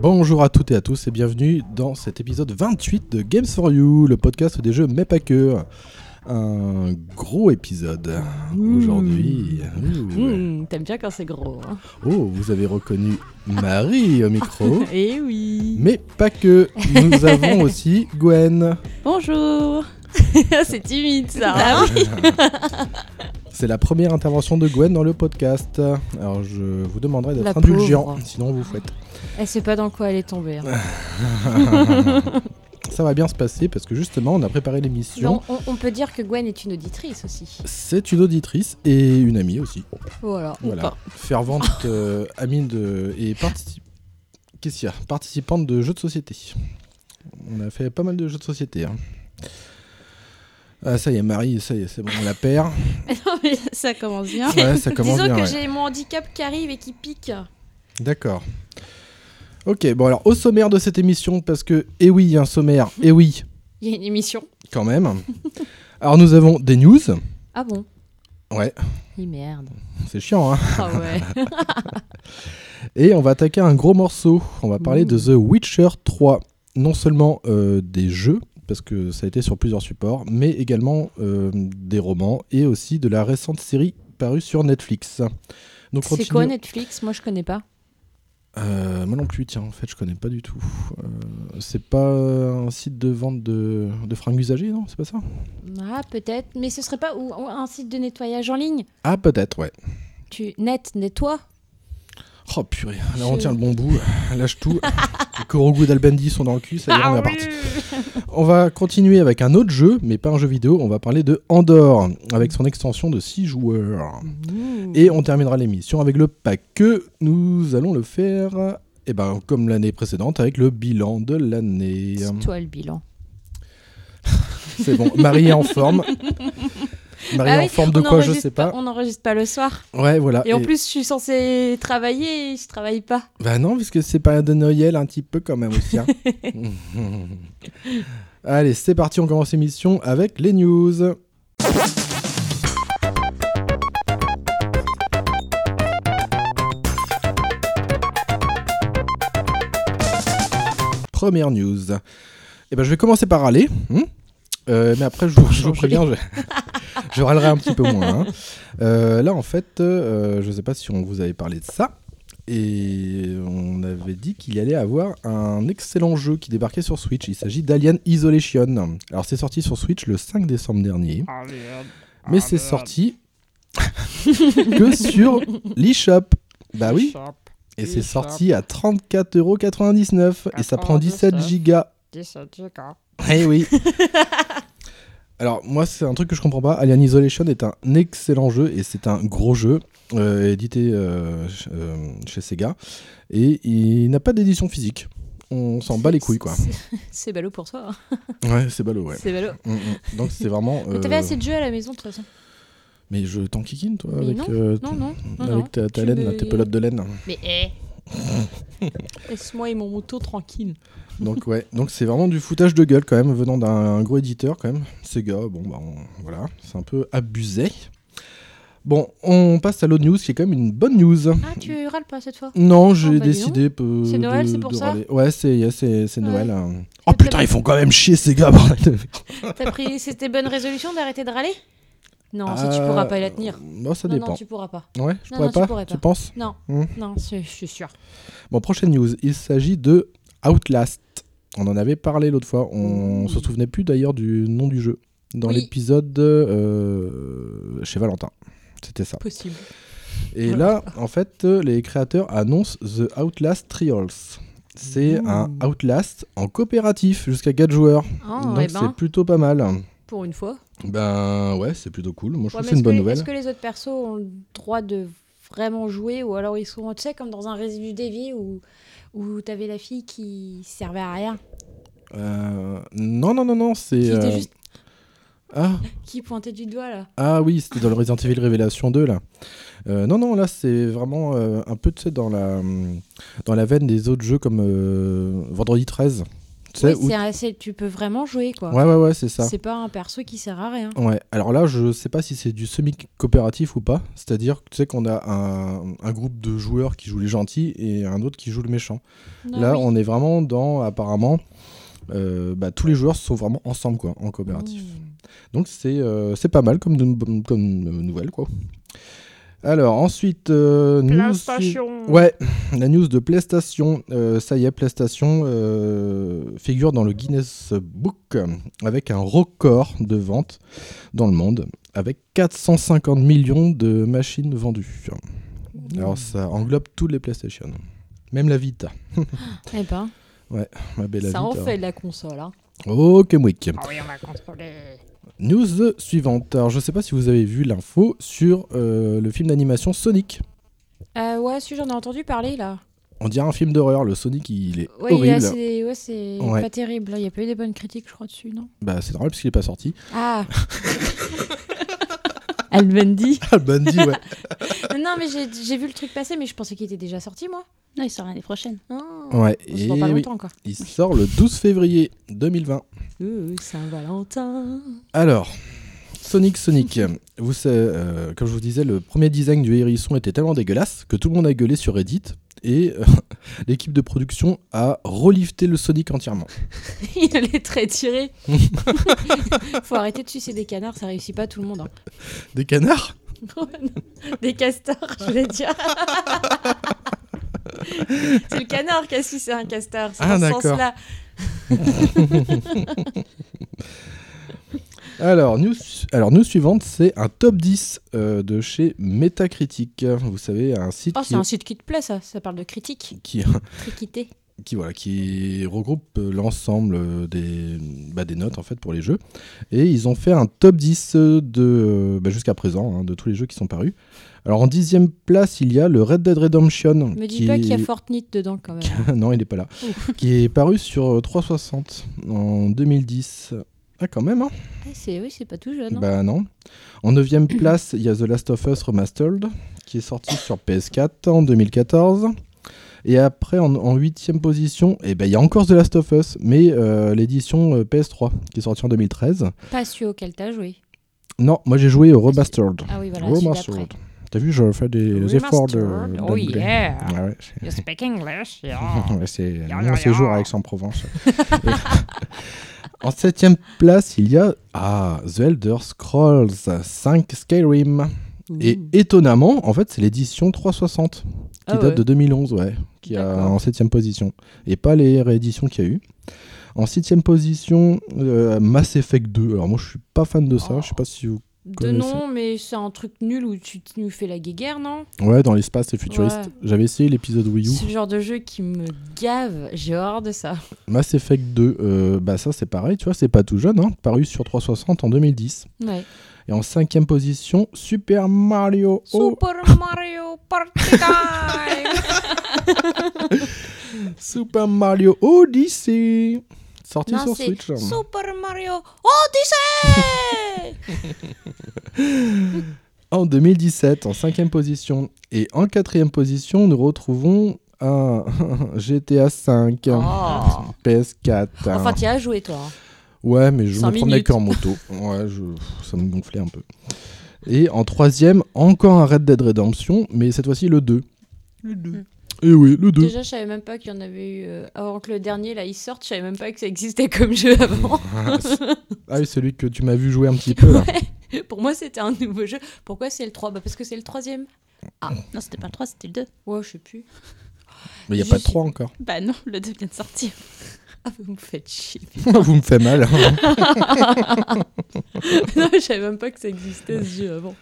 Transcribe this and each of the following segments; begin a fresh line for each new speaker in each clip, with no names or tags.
Bonjour à toutes et à tous et bienvenue dans cet épisode 28 de Games for You, le podcast des jeux mais pas que. Un gros épisode
Mmh.
aujourd'hui. Ouh.
Hmm, T'aimes bien quand c'est gros. hein.
Oh, vous avez reconnu Marie au micro,
Eh oui.
mais pas que. Nous avons aussi Gwen.
Bonjour
c'est timide ça. Ah
hein.
oui.
C'est la première intervention de Gwen dans le podcast. Alors je vous demanderai
La
d'être
pauvre.
indulgent, sinon on vous faites.
Elle sait pas dans quoi elle est tombée. hein.
Ah Ça va bien se passer parce que justement on a préparé l'émission.
Donc, on, on peut dire que Gwen est une auditrice aussi.
C'est une auditrice et une amie aussi.
Voilà.
Voilà. Fervente euh, amie de, et partici- Qu'est-ce qu'il y a participante de jeux de société. On a fait pas mal de jeux de société. hein. Ah, ça y est, Marie, ça y est, c'est bon, on la perd.
Non, mais ça commence bien.
Ouais, ça commence
Disons
bien.
que
ouais.
j'ai mon handicap qui arrive et qui pique.
D'accord. Ok, bon, alors, au sommaire de cette émission, parce que, eh oui, il y a un sommaire, eh oui,
Il y a une émission.
quand même. Alors, nous avons des news.
Ah bon
Ouais,
Il merde.
c'est chiant, hein.
Ah ouais.
Et on va attaquer un gros morceau. On va parler
Mmh.
de The Witcher 3. Non seulement euh, des jeux, parce que ça a été sur plusieurs supports, mais également euh, des romans et aussi de la récente série parue sur Netflix. Donc
C'est
continuons-
quoi Netflix Moi je connais pas.
Euh, Moi non plus, tiens, en fait, je connais pas du tout. Euh, c'est pas un site de vente de, de fringues usagées, non C'est pas ça
Ah peut-être, mais ce serait pas ou- ou un site de nettoyage en ligne
Ah, peut-être, ouais.
Tu net nettoies
Oh purée, là on
Je-
tient le bon bout, lâche tout. Les Korogu d'Albandi sont dans le cul, ça
Ah
y est, on est reparti. On va continuer avec un autre jeu, mais pas un jeu vidéo, on va parler de Andorre, avec son extension de 6 joueurs. Et on terminera l'émission avec le pack que nous allons le faire, et ben, comme l'année précédente, avec le bilan de l'année.
C'est toi le bilan.
C'est bon, Marie est en forme. Marie
Ah
est en
oui,
forme de
on
quoi, je
enregistre
sais pas.
On n'enregistre pas le soir.
Ouais, voilà.
Et, en plus, je suis censée travailler et je travaille pas.
Bah non, parce que c'est pas de Noël un petit peu quand même aussi. hein. Allez, c'est parti, on commence l'émission avec les news. Première news. Eh ben, je vais commencer par râler. hein. Euh, mais après, je vous, je vous préviens, je, je râlerai un petit peu moins. hein. Euh, là, en fait, euh, je sais pas si on vous avait parlé de ça. Et on avait dit qu'il y allait avoir un excellent jeu qui débarquait sur Switch. Il s'agit d'Alien Isolation. Alors c'est sorti sur Switch le 5 décembre dernier.
Ah,
Mais c'est sorti que sur l'eShop. Bah oui. Et c'est sorti à 34,99€. Et ça prend 17 gigas. Eh oui. Alors moi c'est un truc que je comprends pas. Alien Isolation est un excellent jeu et c'est un gros jeu euh, édité euh, ch- euh, chez Sega et il n'a pas d'édition physique. On s'en bat les couilles quoi.
C'est- C'est ballot pour toi. hein.
Ouais c'est ballot ouais.
C'est ballot.
Mm, mm. Donc c'est vraiment.
Mais
euh,
t'avais assez de jeux à la maison de toute façon.
Mais je t'en kikine toi
Mais
avec,
non,
euh,
Non, non, non, non.
avec ta, ta
Tu
laine,
me-
là, tes pelotes de laine.
Mais eh,
Laisse-moi et mon moto tranquille.
Donc ouais, donc c'est vraiment du foutage de gueule quand même, venant d'un gros éditeur quand même. Sega, bon bah on- voilà, c'est un peu abusé. Bon, on passe à l'autre news qui est quand même une bonne news.
Ah, tu râles pas cette fois
Non, j'ai
bah dis
décidé peu-
C'est Noël,
de-
c'est pour
de
ça
râler. Ouais, c'est c'est- c'est
Ouais.
Noël. hein. Oh
Ah,
putain, ils font quand même chier Sega, bordel de-
T'as pris. C'était bonne résolution d'arrêter de râler Non, ça tu pourras pas la tenir.
Bon, Euh, ça
non,
dépend.
non, tu pourras pas.
Ouais, je
Non,
pourrais
non, tu
pas,
pourrais
tu
pas.
penses
Non,
Hmm.
non, c'est- je suis sûre.
Bon, prochaine news, il s'agit de Outlast. On en avait parlé l'autre fois, on se souvenait plus d'ailleurs du nom du jeu. Dans
Oui.
l'épisode euh, chez Valentin. C'était ça.
Possible.
Et là, en fait, euh, les créateurs annoncent The Outlast Trials. C'est un Outlast en coopératif jusqu'à 4 joueurs.
Ah,
Donc
eh
c'est
ben,
plutôt pas mal.
pour une fois.
Ben ouais, c'est plutôt cool. Moi je trouve
Ouais,
que
mais
c'est une
est-ce
bonne
que-
nouvelle.
Est-ce que les autres persos ont le droit de vraiment jouer ou alors ils sont, tu sais, comme dans un résidu dévié où, où t'avais la fille qui servait à rien,
Euh, non, non, non, non,
qui,
c'est.
était
euh,
juste,
Ah,
qui pointait du doigt là.
ah oui, c'était dans le Resident Evil Révélation 2 là. Euh, non, non, là c'est vraiment euh, un peu tu sais, dans la, hum, dans la veine des autres jeux comme euh, Vendredi 13. Tu sais,
Oui,
où-
c'est un- c'est- tu peux vraiment jouer quoi.
Ouais, ouais, ouais, c'est ça.
c'est pas un perso qui sert à rien.
Ouais, alors là, je sais pas si c'est du semi-coopératif ou pas. C'est-à-dire que tu sais qu'on a un, un groupe de joueurs qui jouent les gentils et un autre qui joue le méchant.
Ah
là, on est vraiment dans, apparemment, euh, bah, tous les joueurs sont vraiment ensemble, quoi, en coopératif. Donc c'est euh, c'est pas mal comme, nou- comme euh, nouvelle, quoi. Alors, ensuite, euh, news- Ouais, la news de PlayStation. Euh, ça y est, PlayStation euh, figure dans le Guinness Book euh, avec un record de vente dans le monde, avec 450 millions de machines vendues. Alors ça englobe tous les PlayStation, même la Vita,
Eh ben,
ma belle
ça
Vita.
en fait de la console. Hein.
Ok, Mouik.
Ah
News suivante. Alors je sais pas si vous avez vu l'info sur euh, le film d'animation Sonic.
euh, ouais, si j'en ai entendu parler là.
On dirait un film d'horreur, le Sonic il est
Ouais, il est
horrible.
assez- ouais, c'est
Ouais.
pas terrible. là. Il y a pas eu des bonnes critiques, je crois, dessus, non
Bah c'est normal parce qu'il est pas sorti.
Ah
Al Bundy.
Ah Bundy ouais.
non, mais j'ai j'ai vu le truc passer, mais je pensais qu'il était déjà sorti, moi.
Non, il sort l'année prochaine.
Ah.
Ouais,
On se
et
voit pas
oui,
longtemps, quoi.
il sort le 12 février 2020.
Euh, Saint-Valentin.
Alors, Sonic Sonic, vous savez, euh, comme je vous disais, le premier design du hérisson était tellement dégueulasse que tout le monde a gueulé sur Reddit et euh, l'équipe de production a relifté le Sonic entièrement.
Il a les traits tirés. Faut arrêter de sucer des canards, ça réussit pas tout le monde. hein.
Des canards
Des castors, je voulais dire. c'est le canard qui a sucé un castor, c'est
Ah,
dans ce
d'accord.
sens-là.
Alors, news, alors, news suivante, c'est un top 10 euh, de chez Metacritic. Vous savez, un site
Oh,
qui,
c'est un site qui te plaît, ça. Ça parle de critique,
qui,
triquité.
qui, voilà, qui regroupe euh, l'ensemble euh, des, bah, des notes en fait pour les jeux. Et ils ont fait un top 10 euh, de, euh, bah, jusqu'à présent hein, de tous les jeux qui sont parus. Alors en dixième place, il y a le Red Dead Redemption.
Me dis
qui-
pas qu'il y a Fortnite dedans, quand même.
non, il n'est pas là. qui est paru sur euh, 360 en 2010. Ah quand même, hein
Ah, c'est- oui, c'est pas tout jeune. hein.
Bah non. En neuvième place, il y a The Last of Us Remastered, qui est sorti sur PS4 en 2014. Et après, en- en huitième position, eh ben, il y a encore The Last of Us, mais euh, l'édition euh, PS3, qui est sortie en 2013.
Pas celui auquel t'as joué.
Non, moi j'ai joué au Remastered.
Ah oui,
Oh,
voilà, celui d'après.
Remastered. T'as vu, je fais des efforts de...
Remastered.
Oh
d'anglais.
yeah,
Ouais, ouais, c'est-
you speak English, yeah.
Ouais, c'est
Ya,
mon
ya,
séjour
ya.
à Aix-en-Provence. Et- en septième place, il y a ah, The Elder Scrolls 5 Skyrim. Et
Hmm.
étonnamment, en fait, c'est l'édition 360 qui
Ah
date
ouais.
de 2011, ouais, qui est en septième position. Et pas les rééditions qu'il y a eu. En sixième position, euh, Mass Effect 2. Alors moi, je suis pas fan de ça. Je sais pas si vous...
De
connaissez.
non, mais c'est un truc nul où tu tu nous fais la guéguerre, non
Ouais, dans l'espace, c'est futuriste.
Ouais.
J'avais essayé l'épisode Wii U.
Ce genre de jeu qui me gave, j'ai horreur de ça.
Mass Effect 2, euh, bah ça c'est pareil, tu vois, c'est pas tout jeune, hein, paru sur 360 en 2010.
Ouais.
Et en cinquième position, Super Mario. O-
Super Mario Party Time
Super Mario Odyssey, sorti
Non,
sur
c'est
Switch. hein.
Super Mario Oh, Odyssey
En 2017, en cinquième position. Et en quatrième position, nous retrouvons un GTA 5,
Oh.
PS4.
Enfin, t'y as joué, toi. hein.
Ouais, mais je
Cinq
me promenais
minutes.
qu'en moto. Ouais, je- pff, ça me gonflait un peu. Et en troisième, encore un Red Dead Redemption, mais cette fois-ci le 2. Et oui, le 2.
Déjà, je savais même pas qu'il y en avait eu. euh, avant que le dernier, là, il sorte, je savais même pas que ça existait comme jeu avant.
Ah oui, celui que tu m'as vu jouer un petit peu là.
Pour moi, c'était un nouveau jeu. Pourquoi c'est le 3 bah, Parce que c'est le troisième.
Ah, non, c'était pas le 3, c'était le 2.
Ouais, je sais plus.
Mais il n'y a pas de 3 encore.
Bah non, le 2 vient de sortir.
Ah, vous me faites chier.
Vous me faites mal. hein.
non, je savais même pas que ça existait ce jeu avant.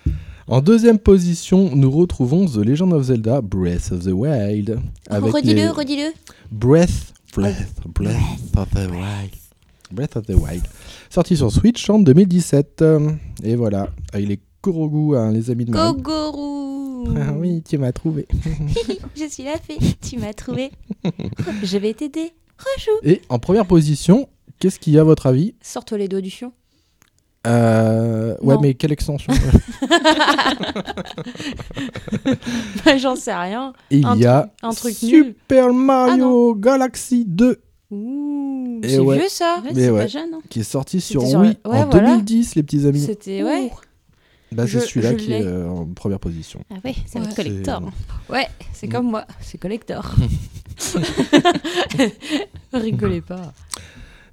En deuxième position, nous retrouvons The Legend of Zelda Breath of the Wild. avec
Oh, redis-le,
les-
redis-le.
Breath, Breath, Breath of the Wild. Breath of the Wild. Sorti sur Switch en 2017. Euh, Et voilà, Ah, il est Korogu, hein, les amis de Marie.
Kogoro
Ah oui, tu m'as trouvé.
Je suis la fée, tu m'as trouvé. Je vais t'aider.
Et en première position, qu'est-ce qu'il y a à votre avis
Sors-toi les doigts du fion.
Euh, Ouais,
Non.
mais quelle extension
Bah, J'en sais rien.
Il
Un
y a
truc- un truc nul. Ah,
Super Mario Galaxy 2
Ouh,
Et
c'est
ouais.
vieux ça.
Ouais,
Mais
c'est
ouais.
pas jeune. Hein.
qui est sorti sur
C'était sur
Wii
la- ouais,
en
voilà.
2010, les petits amis.
C'était ouais.
Bah, c'est
Je-
celui-là
je
qui
l'ai.
est euh, en première position.
Ah ouais, c'est
Ouais.
le collector.
Ouais, c'est comme moi, c'est collector. Rigolez pas.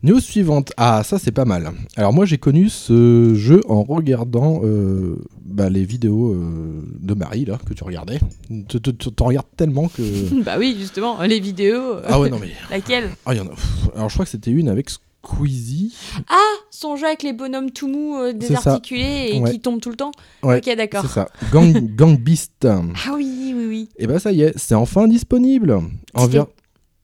News suivante. Ah, ça c'est pas mal. Alors moi j'ai connu ce jeu en regardant euh, bah, les vidéos euh, de Marie là que tu regardais. Tu- tu- tu- T'en regardes tellement que.
bah oui, justement, les vidéos.
euh,
Ah ouais non mais.
Laquelle
Ah, il y en a. Pff, Alors je crois que c'était une avec Squeezie.
Son jeu avec les bonhommes tout mous, euh,
C'est ça.
désarticulés et
Ouais.
qui tombent tout le temps.
Ouais,
Ok, d'accord.
C'est ça. Gang, Gang Beast.
Ah oui, oui, oui.
Et bah ça y est, c'est enfin disponible. En,
C'était-
ver-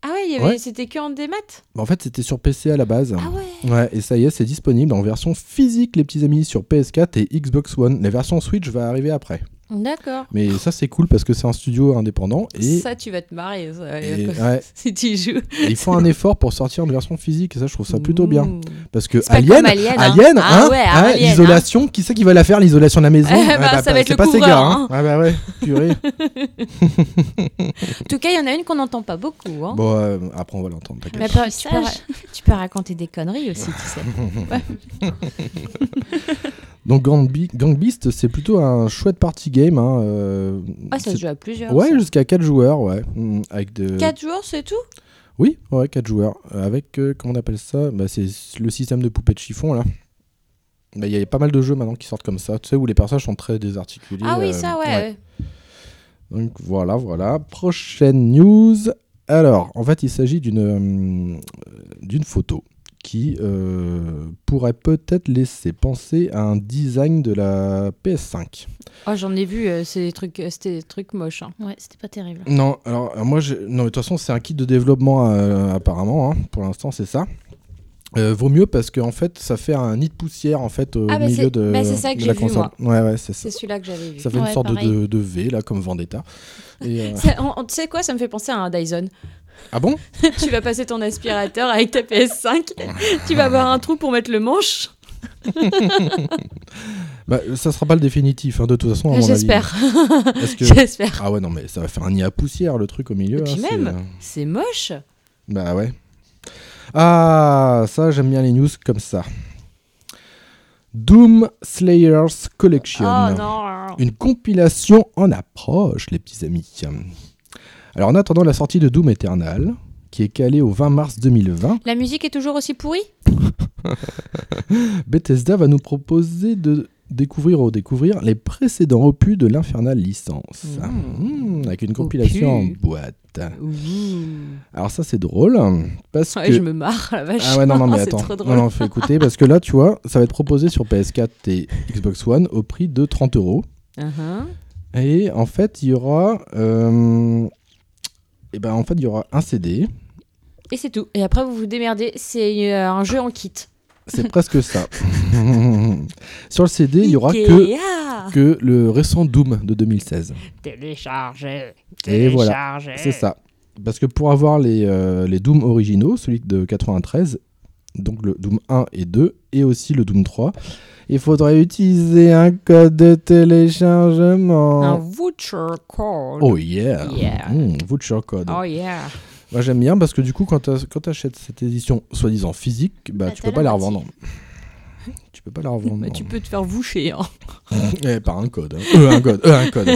Ah ouais, il y avait-
Ouais.
c'était que en démat
en fait c'était sur PC à la base.
Ah ouais.
Ouais, et ça y est, c'est disponible en version physique, les petits amis, sur PS4 et Xbox One. La version Switch va arriver après.
D'accord.
Mais ça, c'est cool parce que c'est un studio indépendant et,
Ça, tu vas te marrer ça,
et- ouais,
si tu y joues.
et ils font un effort pour sortir une version physique. Et ça, je troutrouve ça plutôt bien.
Ouh.
Parce que
Mmh. C'est pas
Alien,
comme Alien, hein.
Alien,
Ah
hein,
ouais,
hein,
Alien, hein.
l'isolation, qui c'est qui va la faire, l'isolation de la maison
Eh bah, ça va être
c'est
le
pas ces
couvreur,
gars. Hein. Ah bah ouais, purée.
hein. En tout cas, il y en a une qu'on n'entend pas beaucoup. Hein.
bon, euh, après, on va l'entendre, t'inquiète.
Mais après, tu, peux, ra- tu peux raconter des conneries aussi, tu sais.
Donc, Gang, Be- Gang Beast, c'est plutôt un chouette party game. Hein, euh,
Ah, ça
c'est-
se joue à plusieurs.
Ouais, jusqu'à 4 joueurs, ouais. Mm, Avec de...
4 jours, c'est tout
Oui, ouais, 4 joueurs. Euh, Avec, euh, comment on appelle ça bah, C'est le système de poupée de chiffon, là. Bah, Il y a pas mal de jeux maintenant qui sortent comme ça, tu sais, où les personnages sont très désarticulés.
Ah oui,
euh,
ça, ouais. ouais.
Donc voilà, voilà. Prochaine news. Alors, en fait, il s'agit d'une hum, d'une photo qui euh, pourrait peut-être laisser penser à un design de la PS5.
Oh, j'en ai vu, euh, c'est des trucs, euh, c'était des trucs moches. hein.
Ouais, c'était pas terrible.
Non, alors euh, moi, je- non, mais de toute façon, c'est un kit de développement euh, apparemment. hein. Pour l'instant, c'est ça. Euh, vaut mieux parce que en fait, ça fait un nid de poussière en fait au
Ah, bah,
milieu
c'est-
de,
bah, c'est ça que
de
j'ai
la
vu,
console. Ouais, ouais, c'est ça.
C'est celui-là que j'avais vu.
Ça fait une
Ouais,
sorte de,
pareil.
de- de V là, comme Vendetta. Et, euh,
C'est- on- on- Tu sais quoi, ça me fait penser à un Dyson.
Ah bon
tu vas passer ton aspirateur avec ta PS5, tu vas avoir un trou pour mettre le manche.
Bah, ça sera pas le définitif, hein, de toute
Oh,
façon. à mon avis.
J'espère,
Parce que-
j'espère.
Ah ouais, non, mais ça va faire un nid à poussière, le truc au milieu.
Et puis
hein, c'est-
même. C'est euh, moche.
Bah ouais. Ah, ça, j'aime bien les news comme ça. Doom Slayers Collection.
Oh non.
Une compilation en approche, les petits amis. Alors, en attendant la sortie de Doom Eternal, qui est calée au 20 mars 2020,
La musique est toujours aussi pourrie
Bethesda va nous proposer de découvrir ou découvrir les précédents opus de l'Infernal licence. Mmh, avec une compilation en boîte. Alors ça c'est drôle parce
Ouais,
que
je me marre, la vache. Oh,
ah ouais non non mais
C'est
attends
trop drôle.
non non faut écouter parce que là tu vois ça va être proposé sur PS4 et Xbox One au prix de 30 euros
Uh-huh.
et en fait il y aura euh, et ben en fait il y aura un CD
Et c'est tout. Et après, vous vous démerdez. C'est euh, un jeu en kit.
c'est presque ça sur le CD il y aura que
Ikea.
que le récent Doom de 2016
Télécharger.
Et voilà,
télécharger.
Eh.
c'est ça parce que pour avoir les euh, les Doom originaux celui de 93 donc le Doom 1 et 2 et aussi le Doom 3 il faudrait utiliser un code de
Un
téléchargement.
voucher code.
Oh yeah,
Yeah.
Mmh, voucher code.
Ah.
Oh yeah.
Moi j'aime bien parce que du coup quand t'as- quand t'achètes cette édition soi-disant physique, bah,
Bah,
tu
t'as
peux pas
la
la
moitié.
revendre. tu peux pas la revendre.
Bah, tu peux te faire voucher. hein.
Eh, par un code. hein. Euh, un code. euh, un code.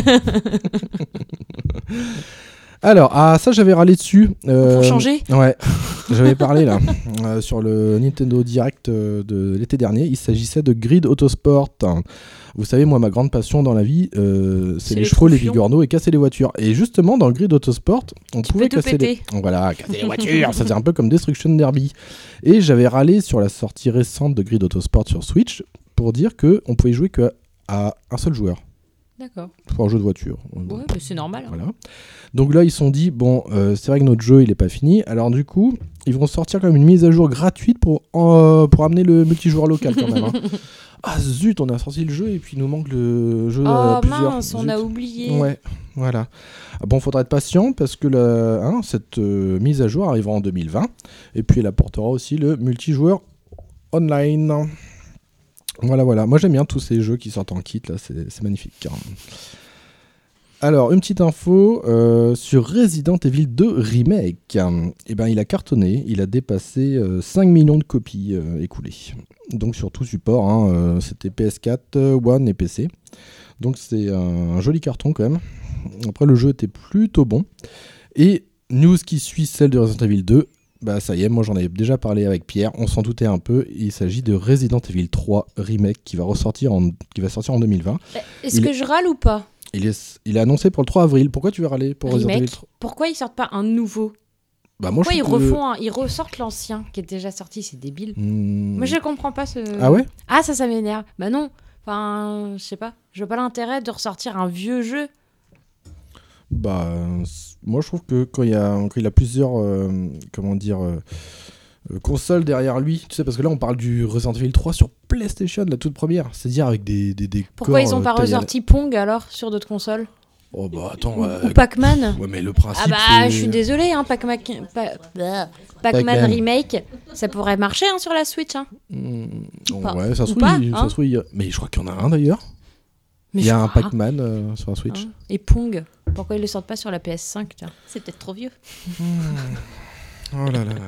Alors, ah, ça, j'avais râlé dessus. euh,
Pour changer
Ouais, j'avais parlé là, euh, sur le Nintendo Direct euh, de l'été dernier. Il s'agissait de Grid Autosport. Vous savez, moi, ma grande passion dans la vie, euh, c'est
C'est
les,
les
chevaux, les
troufions.
bigorneaux et casser les voitures. Et justement, dans Grid Autosport, on
Tu
pouvait
peux tout
casser les.
péter.
Voilà, casser les voitures, ça faisait un peu comme Destruction Derby. Et j'avais râlé sur la sortie récente de Grid Autosport sur Switch pour dire que on pouvait jouer que à un seul joueur
D'accord.
pour un jeu de voiture.
Ouais, bah, c'est normal. hein.
Voilà. Donc là, ils se sont dit, bon, euh, c'est vrai que notre jeu, il est pas fini. Alors du coup, ils vont sortir quand même une mise à jour gratuite pour, euh, pour amener le multijoueur local quand même. hein. ah zut, on a sorti le jeu et puis il nous manque le jeu à
Oh
Euh, plusieurs.
mince, on
Zut.
a oublié.
Ouais, voilà. Ah Bon, faudra être patient parce que la- hein, cette euh, mise à jour arrivera en 2020 et puis elle apportera aussi le multijoueur online. Voilà, voilà. Moi j'aime bien tous ces jeux qui sortent en kit, là, c'est c'est magnifique. hein. Alors, une petite info euh, sur Resident Evil 2 Remake. Eh ben, il a cartonné, il a dépassé euh, 5 millions de copies euh, écoulées. Donc sur tout support, hein, euh, c'était PS4, euh, One et PC. Donc c'est un, un joli carton quand même. Après le jeu était plutôt bon. Et news qui suit celle de Resident Evil 2, bah ça y est, moi j'en avais déjà parlé avec Pierre, on s'en doutait un peu, il s'agit de Resident Evil 3 remake qui va ressortir en qui va sortir en 2020.
Euh, Est-ce
Il-
que je râle ou pas
Il est il est annoncé pour le 3 avril. Pourquoi tu veux râler pour Resident
Remake
Evil 3
Pourquoi ils sortent pas un nouveau
Bah moi
Pourquoi ils
trouve que-
refont un- Ils ressortent l'ancien qui est déjà sorti, c'est débile.
Hmm.
Moi je comprends pas ce.
Ah ouais
Ah ça, ça m'énerve. Bah non. Enfin, je sais pas. Je vois pas l'intérêt de ressortir un vieux jeu.
Bah, euh, c- moi je trouve que quand il y a, quand il a plusieurs, euh, comment dire, euh, euh, consoles derrière lui, tu sais, parce que là on parle du Resident Evil 3 sur PlayStation, la toute première, c'est-à-dire avec des, des, des
Pourquoi
corps,
ils ont
euh,
pas
taillés à la-
ressorti Pong alors sur d'autres consoles
Oh bah attends,
Ou-
euh,
Ou Pac-Man
ouais mais le principe.
Ah bah
c'est-
je suis désolée, hein, Pac-Man pa- bah, Pac-Man
Pac-Man.
Remake, ça pourrait marcher hein, sur la Switch. Hein.
Hmm, non,
pas.
ouais, ça se
Ou
trouve,
pas,
il- ça
hein.
se trouve, il y a- mais je crois qu'il y en a un d'ailleurs.
Mais
Il y a
je
un
crois,
Pac-Man euh, sur la Switch.
hein. Et Pong, pourquoi ils le sortent pas sur la PS5 tiens
C'est peut-être trop vieux.
Oh là là là là.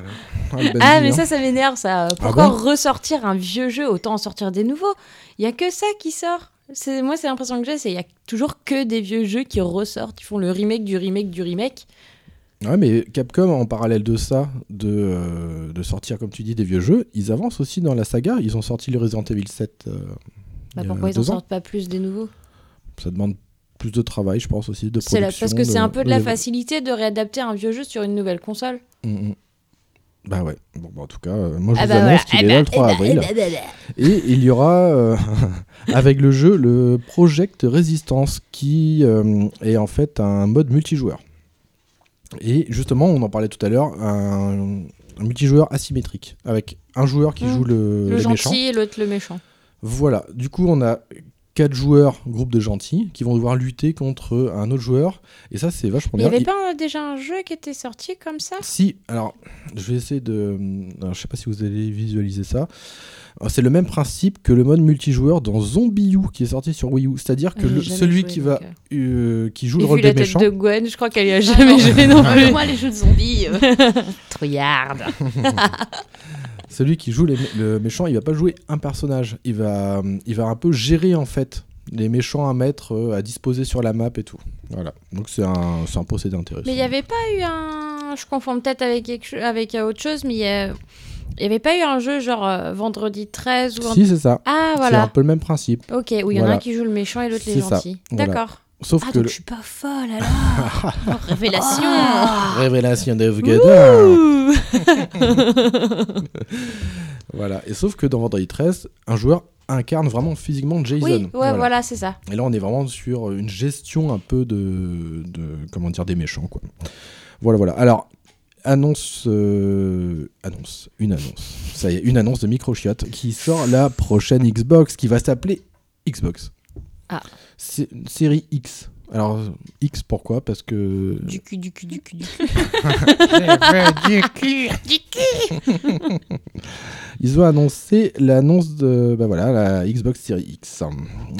Ah, le
Ah
Benji,
mais
hein.
ça ça m'énerve ça. Pourquoi
bon
ressortir un vieux jeu autant en sortir des nouveaux Il y a que ça qui sort. C'est moi c'est l'impression que j'ai, c'est il y a toujours que des vieux jeux qui ressortent, qui font le remake du remake du remake.
Ouais, mais Capcom, en parallèle de ça, de, euh, de sortir, comme tu dis, des vieux jeux, ils avancent aussi dans la saga. Ils ont sorti le Resident Evil 7 euh,
Bah,
il y a
pourquoi ils en
deux ans.
sortent pas plus des nouveaux
Ça demande plus de travail, je pense aussi, de production.
C'est
euh,
la- parce que c'est un peu de la
développement.
facilité de réadapter un vieux jeu sur une nouvelle console.
Mm, mm. Bah ouais. Bon, bah, en tout cas, euh, moi je
Ah
vous
bah
annonce
voilà.
qu'il
Eh
est
bah,
là le 3
eh bah,
avril.
eh bah, eh bah.
Et il y aura euh, avec le jeu le Project Resistance qui euh, est en fait un mode multijoueur. Et justement, on en parlait tout à l'heure, un, un multijoueur asymétrique avec un joueur qui
Mm.
joue le,
Le
les
gentil
méchants.
et l'autre le méchant.
Voilà, du coup on a quatre joueurs, groupe de gentils, qui vont devoir lutter contre un autre joueur. Et ça c'est vachement
Mais il
bien.
n'y avait
Il-
pas euh, déjà un jeu qui était sorti comme ça
Si, alors je vais essayer de... Alors, je sais pas si vous allez visualiser ça. Euh, C'est le même principe que le mode multijoueur dans Zombie U qui est sorti sur Wii U. C'est-à-dire que
Ah, J'ai
le-
jamais
celui
joué,
qui
donc,
va...
euh.
euh, qui joue
Et
le
vu
rôle
la
des
tête
méchants.
de Gwen, je crois qu'elle y
Ah
a jamais joué non plus.
Moi, les jeux de zombies. euh, Trouillarde.
Celui qui joue les mé- le méchant, il va pas jouer un personnage. Il va, il va un peu gérer en fait les méchants à mettre, euh, à disposer sur la map et tout. Voilà. Donc c'est un, c'est un procédé intéressant.
Mais il n'y avait pas eu un. Je confonds peut-être avec, quelque cho- avec euh, autre chose, mais il n'y avait pas eu un jeu genre euh, vendredi 13 ou. un-
Si, c'est ça.
Ah
C'est un
voilà.
peu le même principe.
Ok, où il y en a
Voilà.
un qui joue le méchant et l'autre les
C'est ça.
gentils.
Voilà.
D'accord.
Sauf
Ah
que.
donc
le-
je suis pas folle alors.
Révélation.
Révélation de Gadin. Voilà. Et sauf que dans Vendredi 13, un joueur incarne vraiment physiquement Jason.
Oui, ouais, voilà, c'est ça.
Et là, on est vraiment sur une gestion un peu de, de- comment dire, des méchants, quoi. Voilà, voilà. Alors, annonce, euh, annonce, une annonce. Ça y est, une annonce de Microshot qui sort la prochaine Xbox, qui va s'appeler Xbox.
Ah.
C'est- Série X. Alors, X, pourquoi Parce que.
Du cul, du cul, du cul, du cul.
Ils ont annoncé l'annonce de bah voilà, la Xbox Series X.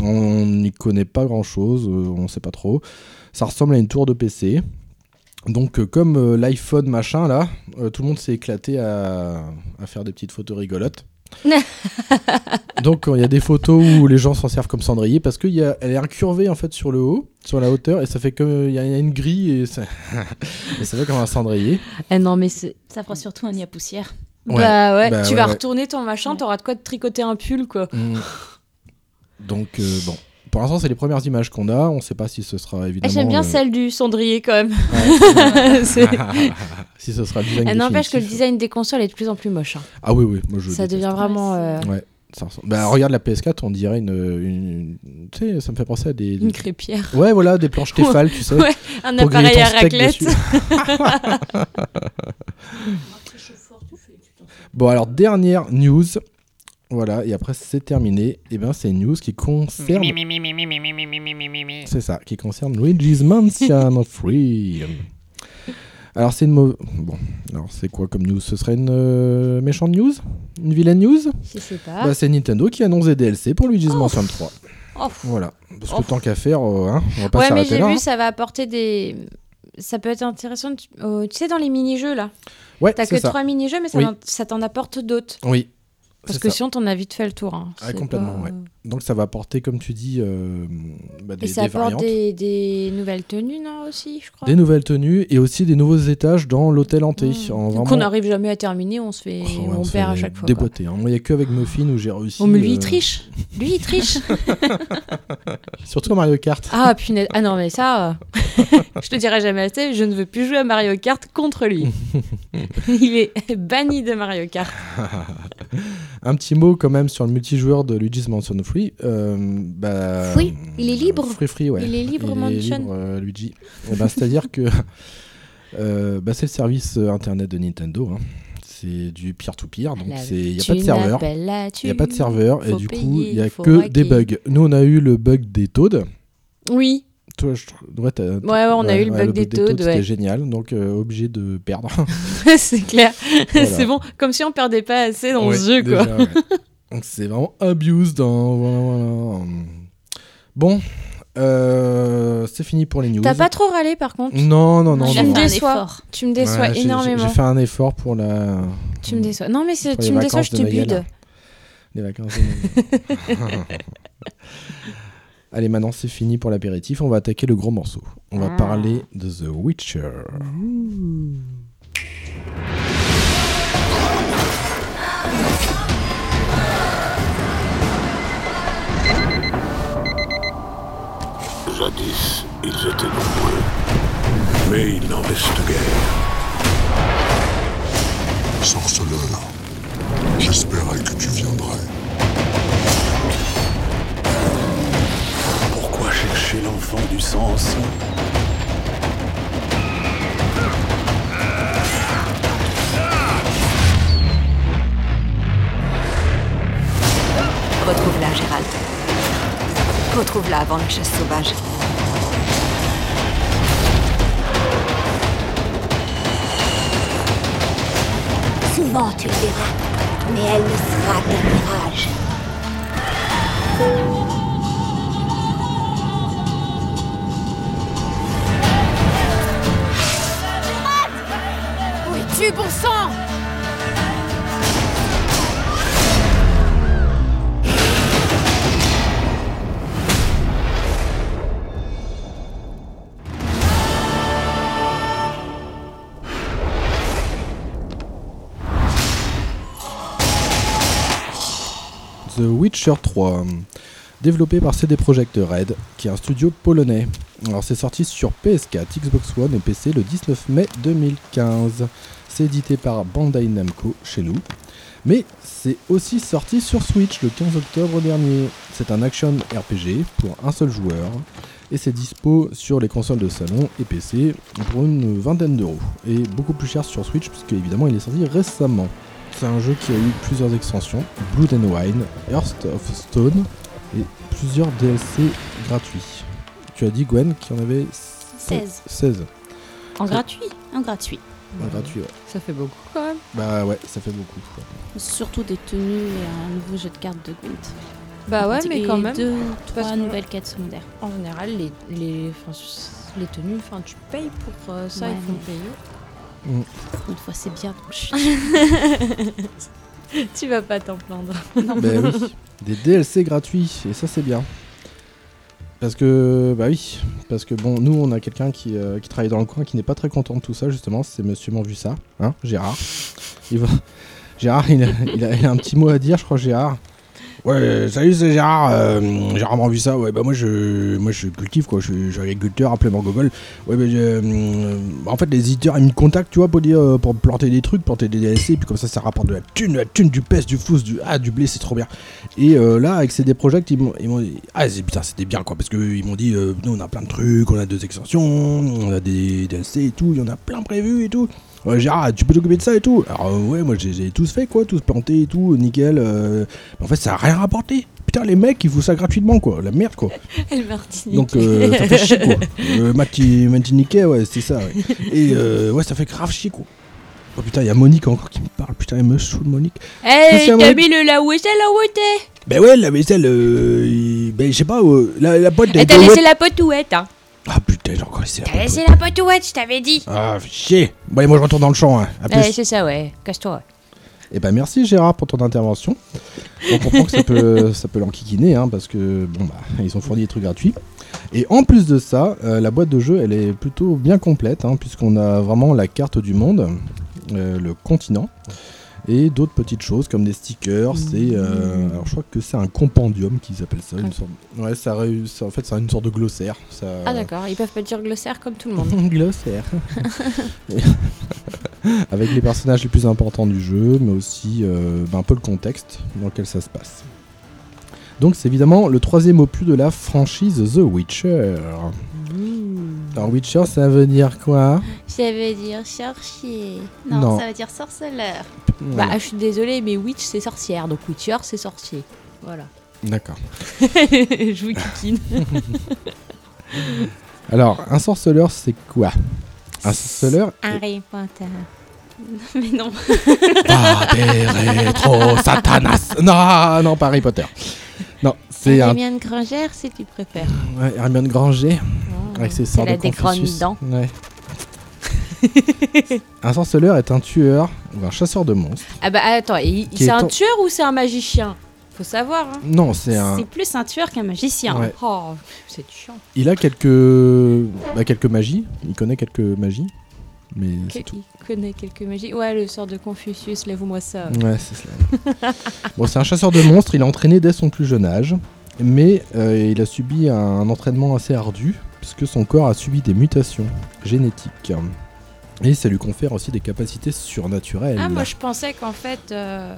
On n'y connaît pas grand chose, on ne sait pas trop. Ça ressemble à une tour de PC. Donc, euh, comme euh, l'iPhone machin là, euh, tout le monde s'est éclaté à, à faire des petites photos rigolotes. Donc, euh, il y a des photos où les gens s'en servent comme cendrier parce qu'elle est incurvée en fait sur le haut, sur la hauteur, et ça fait comme. euh, Il y, a il y a une grille et ça, et ça fait comme un cendrier.
Eh non, mais c'est.
Ça fera surtout un nid à poussière.
Ouais,
bah ouais,
bah
tu
ouais,
vas
ouais.
retourner ton machin, t'auras de quoi te tricoter un pull, quoi.
Mm. Donc, euh, bon. Pour l'instant, c'est les premières images qu'on a. On ne sait pas si ce sera
Eh,
évidemment.
J'aime bien
euh,
celle du cendrier quand même.
ouais. Ah,
C'est-
si ce sera le design.
Eh, N'empêche que le
définitif.
design des consoles est de plus en plus moche. hein.
Ah oui, oui. Moi, je
Ça
déteste.
devient vraiment
Ouais,
euh,
c'est-
Ça ressemble- Bah, regarde la PS4, on dirait une. une- une- Tu sais, ça me fait penser à des.
euh, une crépière.
Ouais, voilà, des planches Tefal, tu sais.
Ouais, Un
pour griller
appareil à
ton steak
raclette.
dessus. bon, alors, dernière news. Voilà, et après, c'est terminé. Et ben, c'est une news qui concerne. C'est ça, qui concerne Luigi's Mansion 3. Alors, c'est une mauvaise. Bon, alors, c'est quoi comme news Ce serait une euh, méchante news Une vilaine news
Je sais pas.
bah, C'est Nintendo qui annonce des DLC pour Luigi's Mansion 3.
Oh.
Voilà. Parce que
Oh.
tant qu'à faire, euh, hein, on va pas
ouais, mais
s'arrêter
j'ai
là.
vu,
hein.
ça va apporter des. Ça peut être intéressant. Tu, oh, tu sais, dans les mini-jeux là,
Ouais,
t'as
c'est
que
ça.
trois mini-jeux, mais ça
Oui.
t'en- ça t'en apporte d'autres.
Oui.
Parce
c'est
que
ça.
sinon, t'en as vite fait le tour. hein.
Ah,
C'est
complètement,
pas-
ouais. Donc ça va apporter, comme tu dis, euh, bah, des,
Et ça
des
apporte
variantes.
des, des nouvelles tenues, non aussi, je crois.
Des nouvelles tenues et aussi des nouveaux étages dans l'hôtel hanté.
Mm.
En
Donc,
vraiment-
on n'arrive jamais à terminer, on se fait,
Oh, ouais,
on,
se
perd à
fait
chaque fois. quoi.
Déboîter. hein. Moi, il n'y a que avec Muffin où j'ai réussi.
Oh, mais lui,
euh,
il triche. Lui, il triche.
Surtout à Mario Kart.
ah, punaise. Ah non, mais ça, euh, je te dirai jamais assez. Je ne veux plus jouer à Mario Kart contre lui. il est banni de Mario Kart.
Un petit mot quand même sur le multijoueur de Luigi's Mansion Free. Euh, bah,
Free Il est libre
Free Free, ouais.
Il est libre, Mansion.
libre, euh, Luigi. Eh ben, C'est-à-dire que euh, bah, c'est le service euh, internet de Nintendo. hein. C'est du peer-to-peer, donc c'est- il n'y a pas de serveur. Il n'y a pas de serveur et
Faut
du coup,
payer,
il n'y a
faut
que
raquer.
des bugs. Nous, on a eu le bug des Toads.
Oui,
Toi, je tr- ouais, t'as-
ouais, ouais, on a
ouais,
eu le
ouais,
bug des taux.
C'était génial, donc euh, obligé de perdre.
c'est clair.
Voilà.
c'est bon, comme si on perdait pas assez dans
Ouais,
ce jeu, quoi.
déjà, ouais. Donc, c'est vraiment abuse dans. Voilà, voilà. Bon, euh, c'est fini pour les news.
T'as pas trop râlé, par contre.
Non, non, non.
Tu
J'ai
non.
me
fait un
déçois.
effort.
Tu me
Mm. Ouais,
déçois
j'ai- j'ai-
énormément.
J'ai fait un effort pour la...
Tu me déçois. Non, mais c'est-
Pour
tu
les
me déçois,
vacances
je
de
te
Maëlle.
bude.
les vacances. de Noël. Allez, maintenant c'est fini pour l'apéritif. On va attaquer le gros morceau. On
Ah.
va parler de The Witcher.
Jadis, ils étaient nombreux. Mais il n'en reste guère.
Sorceleur, j'espérais que tu viendrais.
Pourquoi chercher l'enfant du sens
Retrouve-la, Gérald. Retrouve-la avant la chasse sauvage.
Souvent tu le verras, mais elle ne sera qu'un mirage.
Où es-tu, bon sang
The Witcher 3, développé par CD Projekt Red, qui est un studio polonais. Alors c'est sorti sur PS4, Xbox One et PC le 19 mai 2015. C'est édité par Bandai Namco chez nous. Mais c'est aussi sorti sur Switch le 15 octobre dernier. C'est un action RPG pour un seul joueur et c'est dispo sur les consoles de salon et PC pour une vingtaine d'euros. Et beaucoup plus cher sur Switch puisque évidemment il est sorti récemment. C'est un jeu qui a eu plusieurs extensions, Blood and Wine, Earth of Stone et plusieurs DLC gratuits. tu as dit, Gwen, qu'il y en avait
16.
16.
En gratuit En gratuit.
En gratuit, ouais.
Ça fait beaucoup quand même.
Bah ouais, ça fait beaucoup. quoi.
Surtout des tenues et un nouveau jeu de cartes de Gwent.
Bah ouais, mais
Et
quand même.
deux,
Parce
trois
que-
nouvelles quêtes secondaires.
En général, les, les, enfin, s- les tenues, enfin, tu payes pour euh, ça,
Ouais,
ils font
mais-
payer.
Une fois c'est bien, donc je
tu vas pas t'en plaindre.
Bah oui. Des DLC gratuits, et ça c'est bien. Parce que, bah oui, parce que bon, nous on a quelqu'un qui, euh, qui travaille dans le coin qui n'est pas très content de tout ça, justement, c'est monsieur Manvussa, hein, Gérard. Il va- Gérard, il a, il a- il a un petit mot à dire, je crois, Gérard. Ouais, salut, c'est Gérard, euh, Gérard Manvussa, ouais, bah moi je, moi, je cultive, quoi, je suis- je suis agriculteur, appelez-moi Gogol. Ouais, mais euh, mm, en fait, les éditeurs, ils me contactent, tu vois, pour, dire, euh, pour planter des trucs, planter des DLC, puis comme ça, ça rapporte de la thune, de la thune, du peste, du flouze, du, ah, du blé, c'est trop bien. Et euh, là, avec CD Projekt, ils m'ont ils m'ont dit, ah, c'est- putain, c'était bien, quoi, parce qu'ils m'ont dit, euh, nous, on a plein de trucs, on a deux extensions, on a des DLC et tout, il y en a plein prévus et tout. Ouais, Gérard, tu peux t'occuper de ça et tout. Alors, euh, ouais, moi, j'ai- j'ai tous fait, quoi, tous planté et tout, nickel. euh, mais en fait, ça a rien rapporté. Putain, les mecs, ils font ça gratuitement, quoi, la merde, quoi.
Elle Martinique.
Donc euh, ça fait chier quoi. Euh, Mati, Matiniquet, ouais, c'est ça. ouais. Et euh, ouais, ça fait grave chier quoi. Oh putain, il y a Monique encore qui me parle. Putain, elle me saoule, Monique.
Hey,
Monsieur
t'as
Monique.
mis Eh, le la vaisselle en beauté
Ben ouais, la vaisselle, euh, il- ben je sais pas, euh, la, la boîte.
Et
elle
Eh, t'as
doit-
laissé la potouette, hein
Ah putain, j'ai encore laissé la
T'as
boîte.
laissé la potouette, je t'avais dit
Ah, fais chier. Bon, allez, moi je retourne dans le champ. Hein. À plus.
Ouais, c'est ça, ouais. Casse-toi.
Eh ben merci Gérard pour ton intervention. On comprend que ça peut, ça peut l'enquiquiner hein, parce que bon bah ils ont fourni des trucs gratuits. Et en plus de ça, euh, la boîte de jeu elle est plutôt bien complète hein, puisqu'on a vraiment la carte du monde, euh, le continent et d'autres petites choses comme des stickers. C'est euh, alors je crois que c'est un compendium qu'ils appellent ça. Une sorte- ouais ça, ré- ça- en fait c'est une sorte de glossaire. Ça,
Ah, d'accord, ils peuvent pas dire glossaire comme tout le monde.
glossaire. Avec les personnages les plus importants du jeu, mais aussi euh, ben, un peu le contexte dans lequel ça se passe. Donc c'est évidemment le troisième opus de la franchise The Witcher. Alors Witcher, ça veut dire quoi
Ça veut dire chercher. Non,
Non.
ça veut dire sorceleur.
Voilà.
Bah, je suis désolée, mais witch, c'est sorcière, donc witcher, c'est sorcier. Voilà.
D'accord.
je vous kikine.
Alors un sorceleur, c'est quoi Un sorceleur
Harry Potter.
Mais non.
Pater Retro Satanas. Non, non, pas Harry Potter. Non, c'est un
Hermione Granger, si tu préfères.
ouais, Hermione Granger avec ses sorts
Ah, elle
de
a des grandes
Confucius.
dents.
Ouais. un sorceleur est un tueur ou un chasseur de monstres.
Ah bah attends, il- il-
Qui est
c'est un
ton-
tueur ou c'est un magicien Faut savoir, hein.
Non, c'est un.
C'est plus un tueur qu'un magicien.
Ouais.
Oh, c'est chiant.
Il a quelques, bah, quelques magies. Il connaît quelques magies, mais c'est
Que- Il connaît quelques magies. Ouais, le sort de Confucius, lève-moi ça.
Ouais, c'est cela. bon, c'est un chasseur de monstres, il a entraîné dès son plus jeune âge, mais euh, il a subi un, entraînement assez ardu, puisque son corps a subi des mutations génétiques. Et ça lui confère aussi des capacités surnaturelles.
Ah, moi je pensais qu'en fait, euh,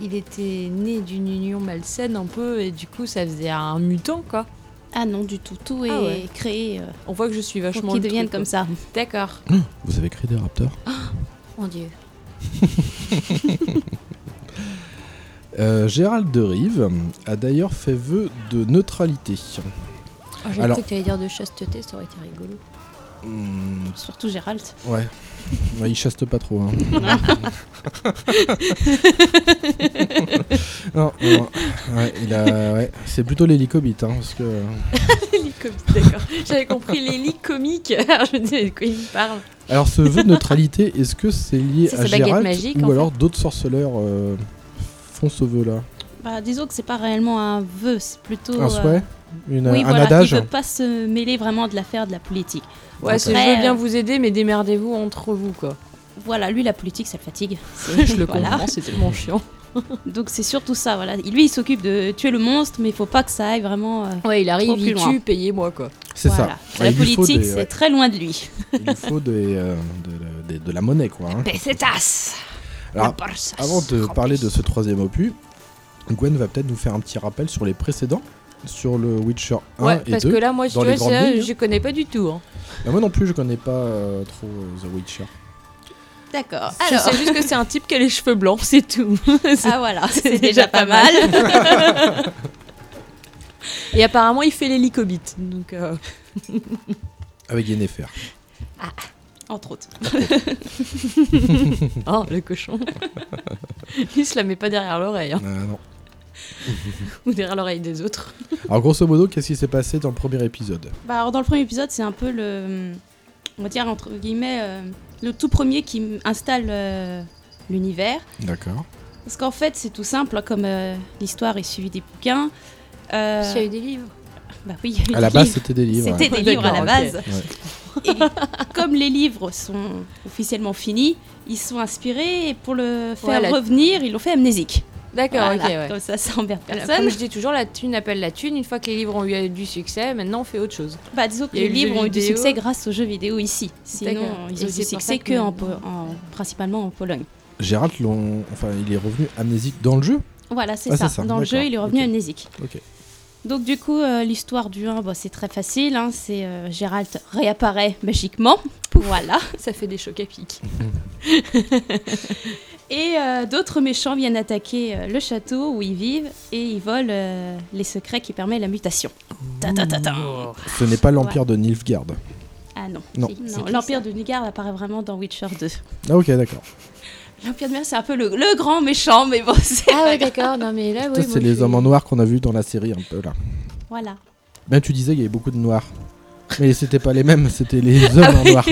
il était né d'une union malsaine un peu et du coup ça faisait un mutant quoi.
Ah non, du tout. Tout est
Ah ouais.
créé euh,
On voit que je suis vachement.
pour qu'il
le
devienne
truc,
comme
quoi.
ça.
D'accord.
Vous avez créé des raptors
Mon dieu.
Euh, Gérald de Rive a d'ailleurs fait vœu de neutralité.
Oh, J'ai
Alors-
cru que tu allais dire de chasteté, ça aurait été rigolo.
Hmm,
Surtout Gérald.
ouais. Ouais, il chaste pas trop. hein. non, non. Ouais, il a- ouais. c'est plutôt l'hélicobite. hein, parce que...
L'hélicomique, d'accord. J'avais compris l'hélicomique. Alors je me disais de quoi il parle.
Alors ce vœu de neutralité, est-ce que c'est lié
C'est
à
sa baguette
Gérald
magique, en
ou
fait.
alors d'autres sorceleurs euh, font ce vœu-là
Bah, disons que c'est pas réellement un vœu, c'est plutôt
Un
euh,
souhait Une-
Oui,
Un
voilà,
adage
il veut pas se mêler vraiment de l'affaire de la politique.
Ouais, c'est
Après,
je veux bien
euh,
vous aider, mais démerdez-vous entre vous quoi.
Voilà, lui la politique, ça le fatigue. C'est-
Je le
voilà.
comprends, c'est tellement chiant.
Donc c'est surtout ça, voilà. Lui, il s'occupe de tuer le monstre, mais il faut pas que ça aille vraiment. euh,
Ouais, il arrive,
Trop plus
il
loin.
tue, payez-moi quoi.
C'est
voilà.
ça. Ouais,
la
il lui faut
politique,
des-
c'est
ouais,
très loin de lui.
il lui faut des, euh, de, de- de la monnaie, quoi. hein.
Pesetas.
Alors,
Borsas.
Avant
Ah,
de parler de ce troisième opus, Gwen va peut-être nous faire un petit rappel sur les précédents, sur le Witcher 1
Ouais,
Ah, et
parce
2.
que là, moi, je,
dans
tu
les
vois,
grandes
ça,
lignes.
je connais pas du tout. hein.
Bah, moi non plus, je connais pas euh, trop euh, The Witcher.
D'accord.
Je
Alors,
sais juste que c'est un type qui a les cheveux blancs, c'est tout.
ah voilà, c'est
déjà
déjà
pas
pas mal.
Et apparemment, il fait l'hélicobit. Donc. euh,
Avec Yennefer.
ah,
Entre autres.
oh, le cochon. il se la met pas derrière l'oreille. hein.
Ah, non.
Ou derrière l'oreille des autres.
Alors, grosso modo, qu'est-ce qui s'est passé dans le premier épisode
Bah, alors, dans le premier épisode, c'est un peu le. On va dire, entre guillemets, euh, le tout premier qui m- installe euh, l'univers.
D'accord.
Parce qu'en fait, c'est tout simple, hein, comme euh, l'histoire est suivie des bouquins. Euh,
Parce qu'il y a eu des livres.
Bah oui, il y a eu
À
des
la base,
livres.
c'était des livres.
C'était
ouais.
des livres à la
D'accord, ok.
base. Et comme les livres sont officiellement finis, ils sont inspirés et pour le faire
Voilà.
revenir, ils l'ont fait amnésique.
D'accord,
Voilà,
ok, ouais.
Comme ça, ça emmerde
Voilà,
personne.
Comme je dis toujours, la thune appelle la thune. Une fois que les livres ont eu du succès, maintenant on fait autre chose.
Bah, disons que
Il y a
les
eu le jeu
livres ont eu du
vidéo.
succès grâce aux jeux vidéo ici. Sinon,
D'accord.
ils
Et
ont eu
c'est
du
pour
succès
ça que
que en
maintenant-
Po- en- principalement en Pologne.
Gérald, l'on- enfin, il est revenu amnésique dans le jeu.
Voilà, c'est
Ah,
ça.
c'est ça,
Dans le jeu,
d'accord,
il est revenu
ok.
amnésique.
Ok.
Donc du coup, euh, l'histoire du 1, bah, c'est très facile. hein, c'est euh, Gérald réapparaît magiquement. Voilà.
Ça fait des chocs à pic.
Et euh, d'autres méchants viennent attaquer euh, le château où ils vivent et ils volent euh, les secrets qui permettent la mutation. Ta ta ta ta.
Ce n'est pas l'empire de Nilfgaard.
Ah non.
Non.
Si,
C'est qui,
L'Empire de Nigard apparaît vraiment dans Witcher 2.
Ah, ok, d'accord.
L'Empire de Mer, c'est un peu le, le grand méchant, mais bon, c'est
Ah
pas
ouais,
grave.
d'accord. Non, mais là,
Ça,
oui.
c'est les hommes en noir qu'on a vu dans la série un peu là.
Voilà.
Même Ben, tu disais qu'il y avait beaucoup de noirs. Mais c'était pas les mêmes, c'était les hommes
Ah
en noir.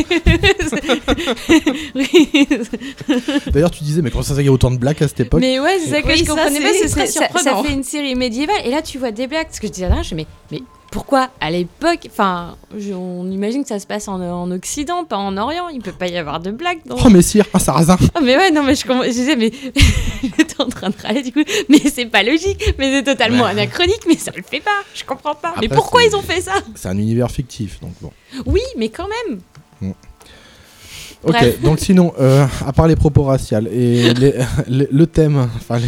D'ailleurs, tu disais, mais comment ça, ça y a autant de blacks à cette époque
Mais ouais, c'est ça que
Oui,
je
ça,
comprenais
c'est-
pas.
c'est
c'est
très
ça- ça-
surprenant.
Ça fait une série médiévale. Et là, tu vois des blagues. Parce que je disais, à Dara, je fais, mais, mais pourquoi à l'époque Enfin, je- on imagine que ça se passe en, en Occident, pas en Orient. Il peut pas y avoir de blagues. dans-
Oh, messire, un sarrasin
Ah, mais ouais, non, mais je, comprends- je disais, mais j'étais en train de râler du coup. Mais c'est pas logique. Mais c'est totalement anachronique. Mais ça le fait pas. Je comprends pas. mais
Après,
pourquoi
c'est-
ils ont fait ça
C'est un univers fictif, donc bon.
Oui, mais quand même.
Ok,
Bref.
donc sinon, euh, à part les propos raciales et les- le, le thème, enfin, les-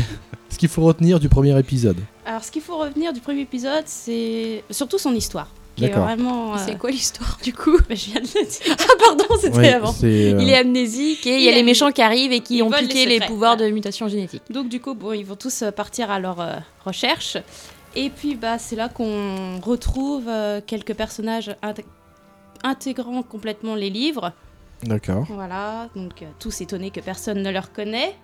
ce qu'il faut retenir du premier épisode.
Alors, ce qu'il faut revenir du premier épisode, c'est surtout son histoire. Qui est
D'accord.
vraiment. euh,
C'est quoi l'histoire du coup
bah, je viens de le dire.
Ah, pardon, c'était
Ouais,
avant.
c'est, euh,
Il est amnésique et il y a
Il
les
est
méchants qui arrivent et qui
Ils
ont
volent
piqué
les
les
secrets,
pouvoirs de
voilà.
mutation génétique.
Donc, du coup, bon, ils vont tous euh, partir à leur euh, recherche. Et puis, bah, c'est là qu'on retrouve euh, quelques personnages intég- intégrant complètement les livres.
D'accord.
Voilà, donc euh, tous étonnés que personne ne leur connaît.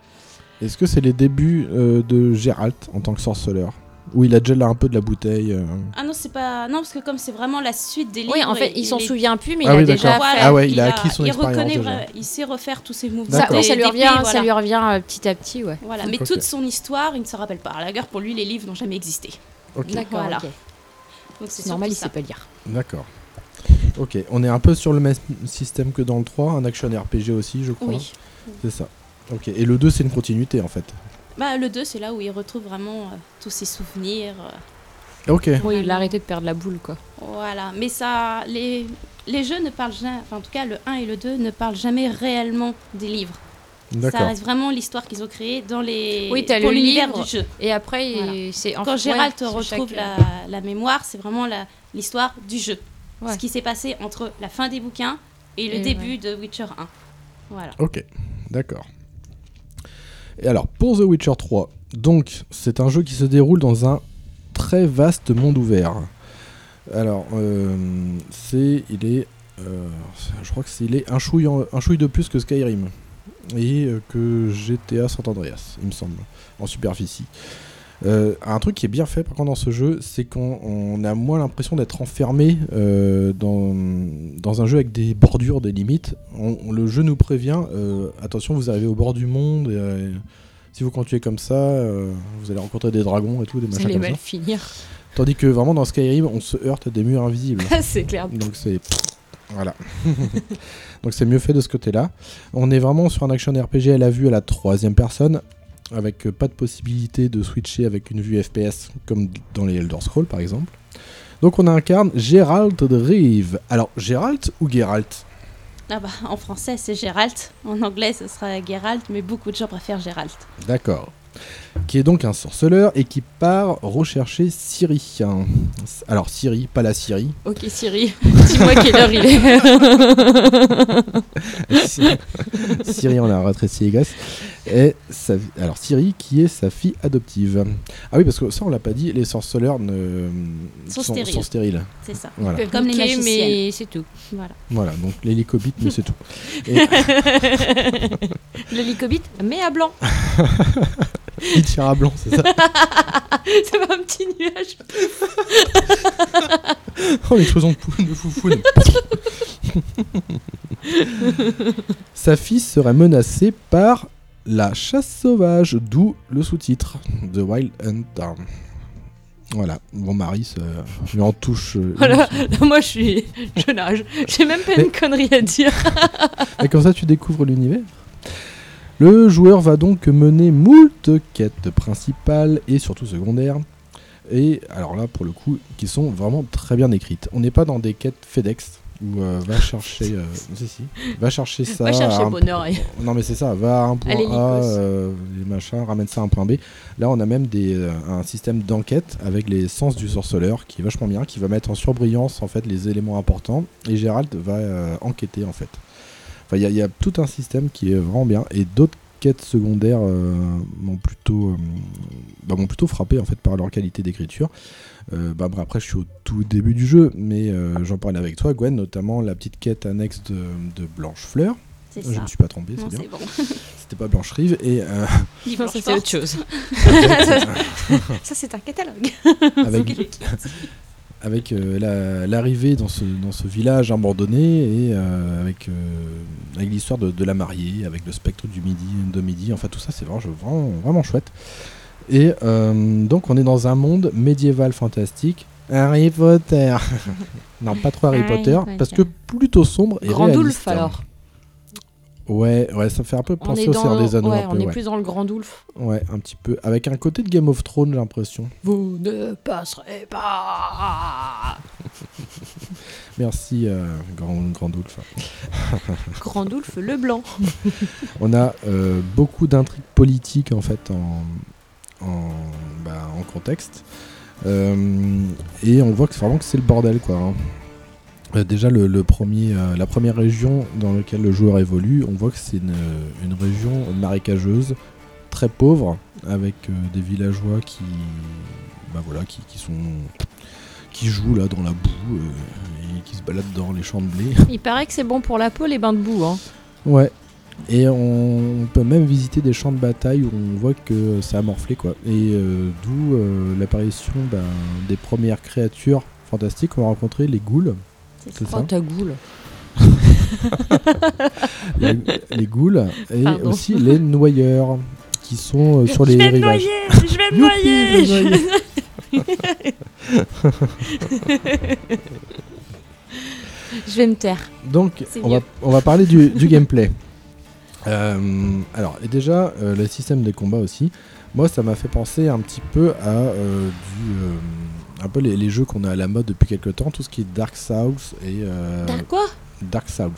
Est-ce que c'est les débuts euh, de Gérald en tant que sorceleur Où il a déjà là un peu de la bouteille. euh,
Ah non, c'est pas. Non, parce que comme c'est vraiment la suite des livres.
Oui, en fait,
il-
il
il
s'en
est-
souvient plus, mais
Ah
il
oui,
a déjà
d'accord.
fait.
Voilà,
Ah ouais, il a
il
acquis son
il
expérience
reconnaît
déjà.
vra- Il sait refaire tous ses mouvements.
Ça,
D'accord.
ouais,
des-
ça lui
des
revient,
pays,
hein,
voilà.
ça lui revient euh, petit à petit, ouais.
Voilà, mais
Ok.
toute son histoire, il ne se rappelle pas. À la guerre, pour lui, les livres n'ont jamais existé.
Ok,
D'accord,
Voilà.
ok.
Donc c'est
c'est normal, il
surtout
sait pas lire.
d'accord. Ok, on est un peu sur le même système que dans le 3, un action RPG aussi, je
ça.
crois.
Oui.
C'est ça. Ok, et le 2, c'est une continuité en fait.
Bah, le 2, c'est là où il retrouve vraiment euh, tous ses souvenirs. euh,
Ok,
Oui, il a arrêté de perdre la boule, quoi.
voilà. Mais ça. Les, les jeux ne parlent jamais. Enfin, en tout cas, le 1 et le 2 ne parlent jamais réellement des livres. Ça
d'accord.
reste vraiment l'histoire qu'ils ont créée dans les.
Oui, t'as
pour
le
l'univers
livre.
du jeu.
Et après,
Voilà.
il- c'est en
Quand
fait,
Gérald
ouais, c'est
retrouve
chaque- euh,
la, la mémoire, c'est vraiment la- l'histoire du jeu.
Ouais.
Ce qui s'est passé entre la fin des bouquins et le
Et
début de Witcher 1. Voilà.
Ok, d'accord. Et alors, pour The Witcher 3, donc, c'est un jeu qui se déroule dans un très vaste monde ouvert. Alors, euh, c'est. Il est. euh, je crois que c'est. Il est un chouille, en- un chouille de plus que Skyrim. Et euh, que GTA San Andreas, il me semble. En superficie. Euh, un truc qui est bien fait par contre dans ce jeu, c'est qu'on on a moins l'impression d'être enfermé euh, dans, dans un jeu avec des bordures, des limites. On- on- le jeu nous prévient, euh, attention vous arrivez au bord du monde, et, euh, si vous continuez comme ça, euh, vous allez rencontrer des dragons et tout, des
Vous
machins
allez
comme ça.
mal finir.
Tandis que vraiment dans Skyrim, on se heurte à des murs invisibles.
c'est clair.
Donc c'est. Voilà. Donc c'est mieux fait de ce côté-là. On est vraiment sur un action RPG à la vue à la troisième personne, avec euh, pas de possibilité de switcher avec une vue FPS comme d- dans les Elder Scrolls par exemple. Donc on incarne Geralt de Rive. Alors Geralt ou Geralt
Ah bah, en français, c'est Gérald. En anglais, ce sera Geralt, mais beaucoup de gens préfèrent Gérald.
D'accord. qui est donc un sorceleur et qui part rechercher Siri. Alors Siri, pas la Syrie.
Ok Siri, dis-moi quelle heure il est.
Siri, on a rétréci les glaces. Et sa... alors Siri qui est sa fille adoptive. Ah oui parce que ça on l'a pas dit, les sorceleurs ne
sont, sont stériles.
stériles.
C'est ça.
Voilà. Comme les magiciens. mais c'est tout.
Voilà.
Voilà donc l'hélicobite mais c'est tout.
Et... L'hélicobite mais à blanc.
Il tire à blanc, c'est ça
C'est pas un petit nuage.
oh, les choses en poule de foufoune. Sa fille serait menacée par la chasse sauvage, d'où le sous-titre The Wild Hunt. Voilà, mon mari se lui en touche. Euh,
Oh
voilà, là, moi je suis. Je nage. J'ai même pas Mais... une connerie à dire.
Et comme ça, tu découvres l'univers le joueur va donc mener moult quêtes principales et surtout secondaires. Et alors là, pour le coup, qui sont vraiment très bien écrites. On n'est pas dans des quêtes FedEx où euh, va chercher, euh, si, si, va chercher ça.
Va chercher
à un...
bonheur. Et...
Non mais c'est ça, va à un point Allez, A, euh, les machins, ramène ça à un point B. Là, on a même des, euh, un système d'enquête avec les sens du sorceleur qui est vachement bien, qui va mettre en surbrillance en fait les éléments importants et Gérald va euh, enquêter en fait il enfin, y, y, a tout un système qui est vraiment bien et d'autres quêtes secondaires euh, m'ont plutôt, euh, bah, m'ont plutôt frappé en fait par leur qualité d'écriture. Euh, bah, bah, après, je suis au tout début du jeu, mais euh, j'en parlais avec toi, Gwen, notamment la petite quête annexe de, de Blanche Fleur.
C'est
je
ça.
me suis pas trompé,
non,
c'est bien.
Bon.
C'était pas Blanche Rive et. euh,
Non, c'était autre chose. ça, ça c'est un catalogue.
Avec, avec euh, la, l'arrivée dans ce, dans ce village abandonné et euh, avec, euh, avec, l'histoire de, de, la mariée, avec le spectre du midi, de midi, enfin tout ça c'est vraiment, vraiment, vraiment chouette. Et euh, donc on est dans un monde médiéval fantastique. Harry Potter Non, pas trop Harry, Harry Potter, Potter, parce que plutôt sombre et hein.
Grandoulf alors
Ouais, ouais, ça me fait un peu penser
on
au Seigneur des Anneaux.
Ouais,
un
on
peu,
est
ouais.
plus dans le Grand Doulf.
Ouais, un petit peu. Avec un côté de Game of Thrones, j'ai l'impression.
Vous ne passerez pas
Merci, euh, Grand, Grand Doulf.
Grand Doulf le blanc.
on a euh, beaucoup d'intrigues politiques, en fait, en, en, bah, en contexte. Euh, et on voit que, vraiment que c'est le bordel, quoi. Hein. Euh, déjà, le, le premier, euh, la première région dans laquelle le joueur évolue, on voit que c'est une, une région marécageuse, très pauvre, avec euh, des villageois qui, bah voilà, qui, qui, sont, qui jouent là dans la boue euh, et qui se baladent dans les champs de blé.
Il paraît que c'est bon pour la peau les bains de boue, hein.
Ouais. Et on, on peut même visiter des champs de bataille où on voit que ça a morflé quoi. Et euh, d'où l'apparition bah, des premières créatures fantastiques qu'on va rencontrer, les ghouls. C'est
oh, ta goule.
les, les ghouls et Pardon. aussi les noyeurs qui sont euh, sur
je
les
vais
rivages.
Noyer, je vais me noyer,
je vais noyer.
je vais me taire.
Donc on va, on va, parler du, du gameplay. Euh, alors et déjà euh, le système des combats aussi. Moi ça m'a fait penser un petit peu à euh, du un peu les, les, jeux qu'on a à la mode depuis quelques temps, tout ce qui est Dark Souls et. Euh,
Dark quoi
Dark Souls.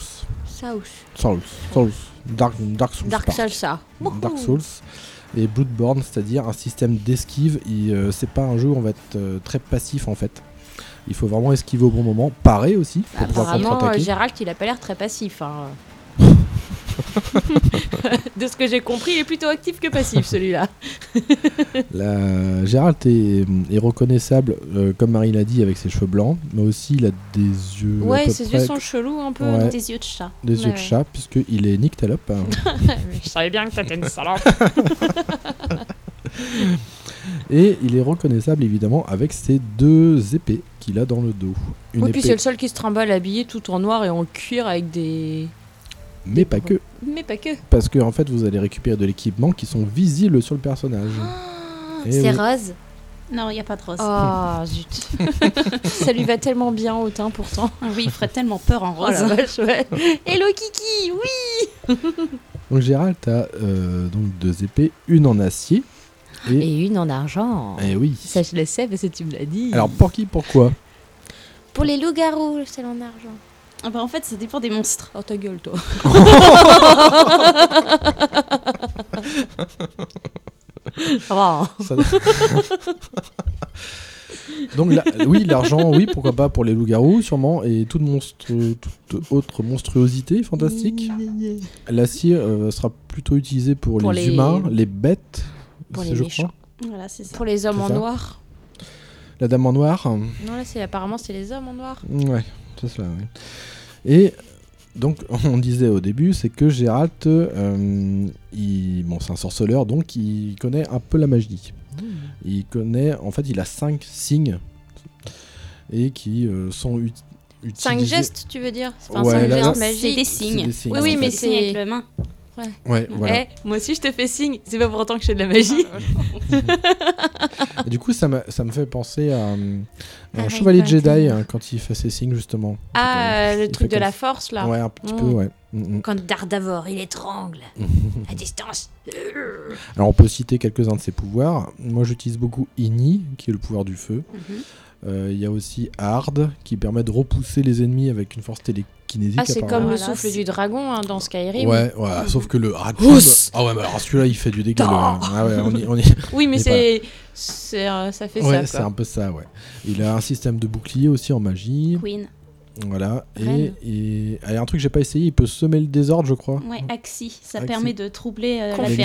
Souls.
Souls. Souls. Dark, Dark Souls.
Dark Salsa.
Dark Souls. Et Bloodborne, c'est-à-dire un système d'esquive. Et, euh, c'est pas un jeu où on va être euh, très passif en fait. Il faut vraiment esquiver au bon moment. Parer aussi. Pour pouvoir
Bah, Apparemment, euh,
contre-attaquer.
Gérald, il a pas l'air très passif. Hein. de ce que j'ai compris, il est plutôt actif que passif celui-là.
La... Gérald est, est reconnaissable, euh, comme Marie l'a dit, avec ses cheveux blancs, mais aussi il a des yeux.
Ouais,
à peu
ses
près-
yeux sont chelous un peu.
Ouais.
Des yeux de chat.
Des yeux
Ouais,
de
ouais.
chat, puisqu'il est nyctalope. hein.
Je savais bien que t'étais une salope.
Et il est reconnaissable évidemment avec ses deux épées qu'il a dans le dos. Une
Oui, puis c'est
épée,
le seul qui se trimballe habillé tout en noir et en cuir avec des.
mais pas que.
Mais pas que.
Parce que en fait, vous allez récupérer de l'équipement qui sont visibles sur le personnage. Eh
Ah, c'est
oui.
rose.
Non, il n'y a pas de rose.
Oh zut. Ça lui va tellement bien au teint pourtant.
Ah Oui, il ferait tellement peur en
Oh
rose.
la vache, ouais. Hello Kiki, oui
Donc Gérald a euh, donc deux épées, une en acier. Et,
Et une en argent.
eh oui.
Ça, je le sais parce que tu me l'as dit.
Alors pour qui, pourquoi
Pour les loups-garous, c'est en argent.
Ah bah, en fait, ça dépend des monstres.
Oh ta gueule, toi.
Ça
Oh.
va. hein.
Ça- Donc là, oui, l'argent, oui, pourquoi pas pour les loups-garous, sûrement, et toute, monstru- toute autre monstruosité fantastique. L'acier euh, sera plutôt utilisé pour,
Pour
les,
les-
humains, les bêtes,
Pour
c'est-
les
je
méchants.
crois.
Voilà, c'est ça.
Pour les hommes
C'est
en
ça.
noir.
La dame en noir. euh,
Non, là, c'est apparemment, c'est les hommes en noir.
Ouais, c'est cela, ouais. Et donc, on disait au début, c'est que Gérald, euh, il, bon, c'est un sorceleur, donc il connaît un peu la magie. Il connaît, en fait, il a cinq signes et qui euh, sont ut- utilisés.
Cinq gestes, tu veux dire Enfin,
Ouais,
cinq
là-
gestes
C'est
magiques.
des signes.
C'est des signes,
Oui, oui,
en
mais
Des signes avec
c'est.
le main.
Ouais, voilà.
Eh, moi aussi, je te fais signe. C'est pas pour autant que je fais de la magie.
Et du coup, ça me, ça me fait penser à, euh, un
Harry
chevalier de
Potter.
Jedi hein, quand il fait ses signes, justement.
Ah,
Il
le
fait
truc de
comme ça.
la force, là.
Ouais, un petit
Mm.
peu, ouais. mmh. Mm, mm.
Quand Dardavor, il étrangle. à distance.
Alors on peut citer quelques-uns de ses pouvoirs. Moi j'utilise beaucoup Ini, qui est le pouvoir du feu. Euh,
Mhm.
Il y a aussi Hard, qui permet de repousser les ennemis avec une force télékinésique.
Ah, c'est comme
apparemment.
le
Voilà,
souffle
c'est-
du dragon hein, dans Skyrim.
Ouais, ouais, sauf que le Hard.
Rousse
Ah ouais, mais alors celui-là il fait du dégât. le- Ah ouais, on y- on y-
Oui,
Mais
mais c'est. c'est, euh, ça fait
Ouais, c'est
ça. quoi.
un peu ça, ouais. Il a un système de bouclier aussi en magie.
Queen.
Voilà. Et,
Reine.
et- ah, il y a un truc que j'ai pas essayé, il peut semer le désordre, je crois.
Ouais, Axi. Ça
Axi.
permet de troubler euh,
Confucius.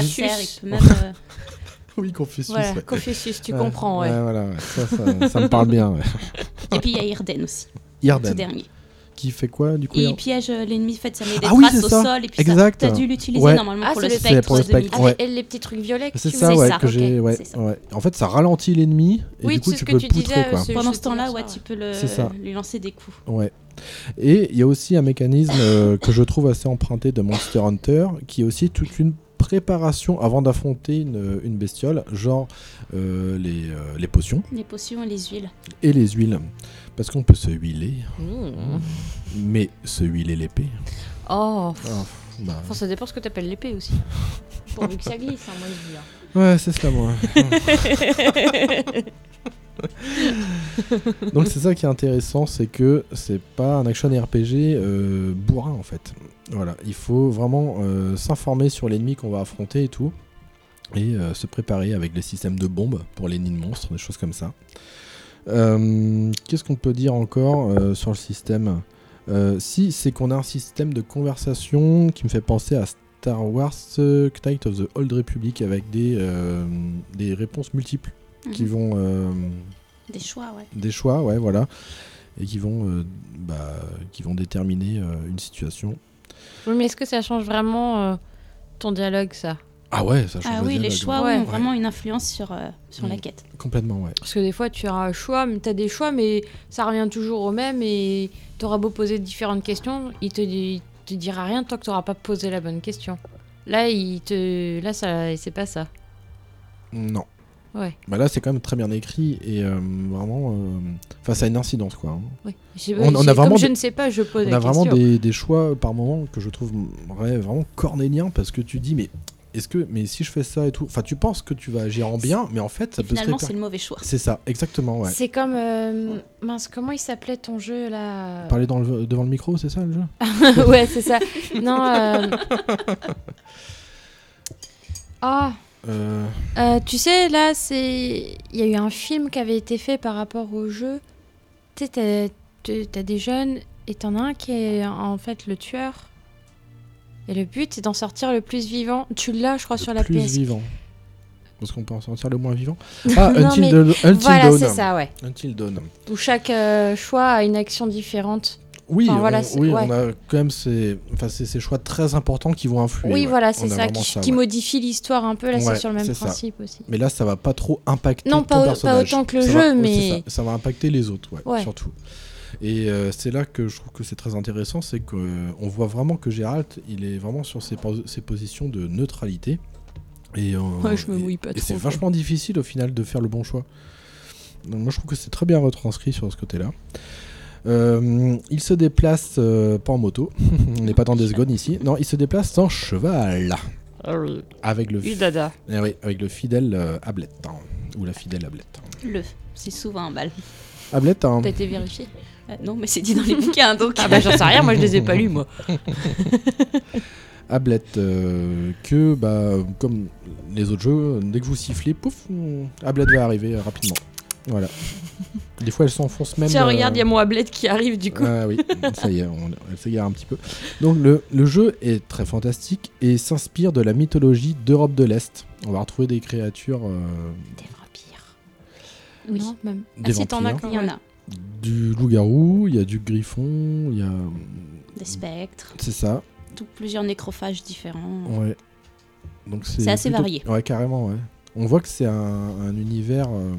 l'adversaire. Il peut même. euh,
Oui, Confucius.
Voilà,
ouais.
Confucius, tu
Ouais,
comprends, ouais.
voilà, ouais, ça, ça- ça me parle bien. ouais. Ah.
Et puis il y a Irden aussi,
Irden,
tout dernier.
qui fait quoi du coup
Et
Irden
il piège euh, l'ennemi, fait, ça met des
hein. Ah oui,
traces
c'est
au
ça.
sol. Et puis ça,
Exact.
t'as dû l'utiliser
Ouais.
normalement
Ah,
pour
c'est
le
le
spectre.
pour le
de
spectre,
Mickey.
ouais.
Avec elle, les petits trucs violets. que
Bah, C'est
tu
ça,
mets.
ouais,
ça,
que
ok,
j'ai. ouais,
c'est ça.
ouais. En fait, ça ralentit l'ennemi et
Oui,
du coup,
c'est
tu
ce que
peux
tu
le poutrer,
disais,
quoi.
c'est-
Pendant
Je
ce temps-là,
sais
ouais,
pas.
tu peux le,
C'est ça.
lui lancer des coups.
Ouais. Et il y a aussi un mécanisme euh, que je trouve assez emprunté de Monster Hunter, qui est aussi toute une préparation avant d'affronter une, une bestiole, genre euh, les, euh, les potions
Les potions et les huiles.
et les huiles. Parce qu'on peut se huiler, Hmm.
Mmh.
mais se huiler l'épée. Ah,
Oh,
bah,
enfin, ça dépend ce que t'appelles l'épée aussi. Pourvu que ça glisse, hein, moi je dis. hein.
Ouais, c'est ça, moi. Donc, c'est ça qui est intéressant, c'est que c'est pas un action RPG euh, bourrin, en fait. Voilà, il faut vraiment euh, s'informer sur l'ennemi qu'on va affronter et tout. Et euh, se préparer avec les systèmes de bombes pour les nids de monstres, des choses comme ça. Euh, Qu'est-ce qu'on peut dire encore euh, sur le système Euh, Si, c'est qu'on a un système de conversation qui me fait penser à Star Wars euh, Knight of the Old Republic avec des, euh, des réponses multiples qui
Mhm.
vont euh,
Des choix, ouais.
des choix ouais voilà et qui vont euh, bah, qui vont déterminer euh, une situation
Oui, mais est-ce que ça change vraiment euh, ton dialogue, ça
ah ouais ça change
Ah
le
oui, les
dialogue,
choix
ouais.
ont vraiment une influence sur, euh, sur la
Mm.
quête.
ouais. complètement ouais
Parce que des fois, tu as un choix, mais t'as des choix, mais ça revient toujours au même et t'auras beau poser différentes questions, il te, dit- il te dira rien tant que t'auras pas posé la bonne question. Là, il te, là, ça, c'est pas ça.
non
Ouais.
bah là c'est quand même très bien écrit et euh, vraiment euh, enfin ça a une incidence quoi hein.
Oui. Je sais pas,
On- on a
j'ai-
vraiment
comme je
des-
ne sais pas, je pose
on
la
a vraiment
question.
des, des choix euh, par moment que je trouve ouais, vraiment cornéliens parce que tu dis mais est-ce que mais si je fais ça et tout enfin tu penses que tu vas agir en bien mais en fait ça
Et
peut se
finalement,
réper-
c'est le mauvais choix.
c'est ça exactement ouais
C'est comme euh, mince, comment il s'appelait ton jeu
euh,
là
parler dans le- devant le micro c'est ça le jeu
Ouais, c'est ça. Non. euh, Ah,
Euh,
euh, tu sais, là, c'est. Il y a eu un film qui avait été fait par rapport au jeu. Tu sais, t'as- t'as t'as des jeunes et t'en as un qui est en fait le tueur. Et le but, c'est d'en sortir le plus vivant. Tu l'as, je crois,
le
sur la
plus
PS.
vivant. Parce qu'on peut en sortir le moins vivant. Ah,
Non,
Until,
mais
Dawn- Until
Voilà,
Dawn.
c'est ça, ouais.
Until Dawn.
Où chaque euh, choix a une action différente.
Oui,
Enfin, voilà,
on,
c'est-
oui,
ouais.
on a quand même ces, enfin, ces, ces choix très importants qui vont influer.
Oui,
ouais.
voilà,
On
c'est
a
ça,
vraiment
qui, qui
ouais.
modifie l'histoire un peu. Là,
Ouais,
c'est sur le même
c'est ça.
principe aussi.
Mais là, ça va pas trop impacter
Non,
ton
pas au- pas
personnage.
autant que le
Ça
jeu,
va- oui, c'est
mais-
ça, ça va impacter les autres, ouais,
Ouais.
surtout. Et euh, c'est là que je trouve que c'est très intéressant, c'est qu'on voit vraiment que Gérald, il est vraiment sur ses, pos- ses positions de neutralité. Et, euh,
Ouais, je me
et-
mouille pas
et
trop,
c'est
quoi.
vachement difficile au final de faire le bon choix. Donc, moi, je trouve que c'est très bien retranscrit sur ce côté-là. Euh, il se déplace euh, pas en moto, on n'est pas dans des secondes ici. Non, il se déplace en cheval
Ah oui.
avec le, fi-
Udada.
eh oui, avec le fidèle euh, Ablette hein, ou la fidèle hein. Ablette.
Le, c'est souvent un mal.
Ablette, hein.
T'as été vérifié
Euh, non, mais c'est dit dans les bouquins, hein, donc.
Ah bah j'en sais rien, moi je les ai pas lus moi.
Ablette, euh, que bah, comme Les autres jeux, dès que vous sifflez, pouf, Ablade va arriver euh, rapidement. Voilà. Des fois, elle s'enfonce même.
Tiens, regarde,
euh,
il y a mon Ablette qui arrive du coup.
ah oui, ça y est, on- elle s'égare un petit peu. Donc le, le jeu est très fantastique et s'inspire de la mythologie d'Europe de l'Est. On va retrouver des créatures euh,
Oui. Non, même.
Des
ah, si, t'en as
vampires.
quand
Il y en a.
du loup-garou, il y a du griffon, il y a...
Des spectres.
C'est ça,
Tout, plusieurs nécrophages différents. Ah
ouais. Donc
C'est assez
plutôt-
varié.
Ouais, carrément, ouais. On voit que c'est un, un univers... euh,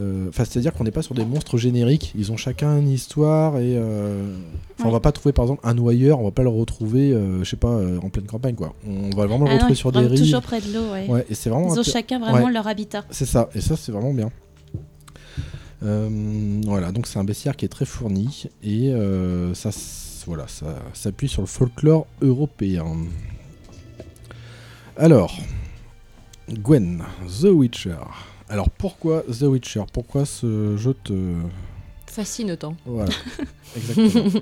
euh, Enfin, c'est-à-dire qu'on n'est pas sur des monstres génériques. Ils ont chacun une histoire et... euh, enfin, On
Ouais.
va pas trouver, par exemple, un noyeur, on va pas le retrouver, euh, je sais pas, euh, en pleine campagne, quoi. On va vraiment le
Ah non,
retrouver
ils
sur des
dorment
rives.
toujours près de l'eau, ouais.
Ouais, et c'est vraiment...
Ils ont
inté-
chacun vraiment
Ouais.
leur habitat.
C'est ça, et ça c'est vraiment bien. Euh, voilà, donc c'est un bestiaire qui est très fourni et euh, ça, s- voilà, ça s'appuie sur le folklore européen. Alors, Gwen, The Witcher. Alors pourquoi The Witcher Pourquoi ce jeu te...
Fascine autant.
Voilà, exactement.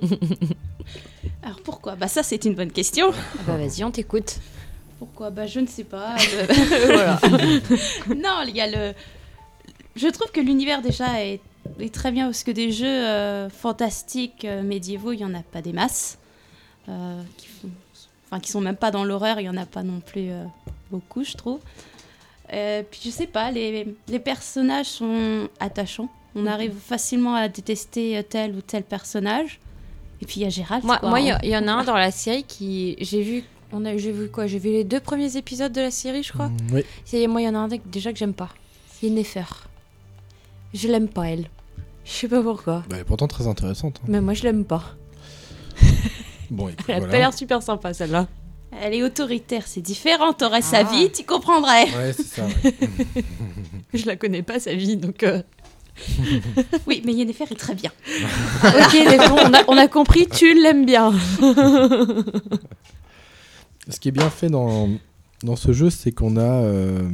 Alors pourquoi Bah ça c'est une bonne question.
Ah bah vas-y, on t'écoute.
Pourquoi Bah je ne sais pas. je-
Voilà.
non, il y a le. Je trouve que l'univers déjà est, est très bien parce que des jeux euh, fantastiques euh, médiévaux, il y en a pas des masses. Euh, qui font- Enfin, qui sont même pas dans l'horreur, il y en a pas non plus euh, beaucoup, je trouve. Euh, puis je sais pas, les, les personnages sont attachants.
Mhm.
On arrive facilement à détester euh, tel ou tel personnage. Et puis il y a Gérald.
Moi,
quoi,
moi, il y
hein.
a- il y, en a un dans la série qui. J'ai vu. On a, j'ai vu quoi J'ai vu les deux premiers épisodes de la série, je crois.
oui.
C'est- Moi, il y en a un que- déjà que j'aime pas. C'est Nefer. Je l'aime pas, elle. Je sais pas pourquoi.
Bah, elle est pourtant très intéressante. hein.
Mais moi, je l'aime pas.
Bon, et puis
Elle a
voilà.
pas l'air super sympa, celle-là.
Elle est autoritaire, c'est différent. T'aurais
Ah.
sa vie, tu comprendrais.
Ouais, c'est ça. ouais.
Je la connais pas, sa vie, donc. euh,
oui, mais Yennefer est très bien.
ok, les fonds, on a, on a compris, tu l'aimes bien.
Ce qui est bien fait dans, dans ce jeu, c'est qu'on a euh,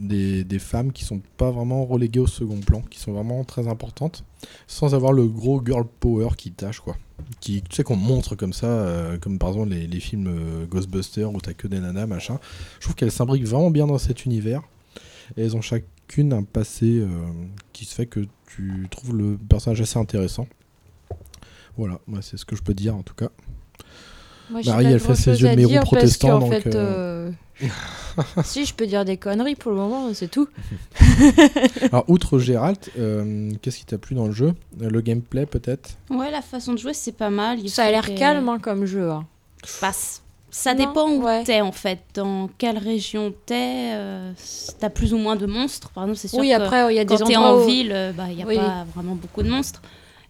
des, des femmes qui sont pas vraiment reléguées au second plan, qui sont vraiment très importantes, sans avoir le gros girl power qui tâche, quoi. Qui, tu sais qu'on montre comme ça, euh, comme par exemple les, les films euh, Ghostbusters où t'as que des nanas, machin. Je trouve qu'elles s'imbriquent vraiment bien dans cet univers. Et elles ont chacune un passé euh, qui se fait que tu trouves le personnage assez intéressant. Voilà, moi c'est ce que je peux dire en tout cas.
Moi,
Marie, elle fait ses yeux de méron protestant, donc.
fait,
euh,
euh, si je peux dire des conneries pour le moment, c'est tout.
Alors, outre Gérald, euh, qu'est-ce qui t'a plu dans le jeu Euh, Le gameplay, peut-être
Ouais, la façon de jouer, c'est pas mal. Il
Ça a
faut
l'air
que-
calme hein, comme jeu. hein.
Bah, c- ça
Non,
dépend où
ouais.
t'es en fait, dans quelle région t'es. euh, c- T'as plus ou moins de monstres, par exemple, c'est sûr.
Oui,
que
après, il y a des
quand t'es
endroits
en
où-
ville, euh, bah, il n'y a
Oui.
pas vraiment beaucoup de monstres.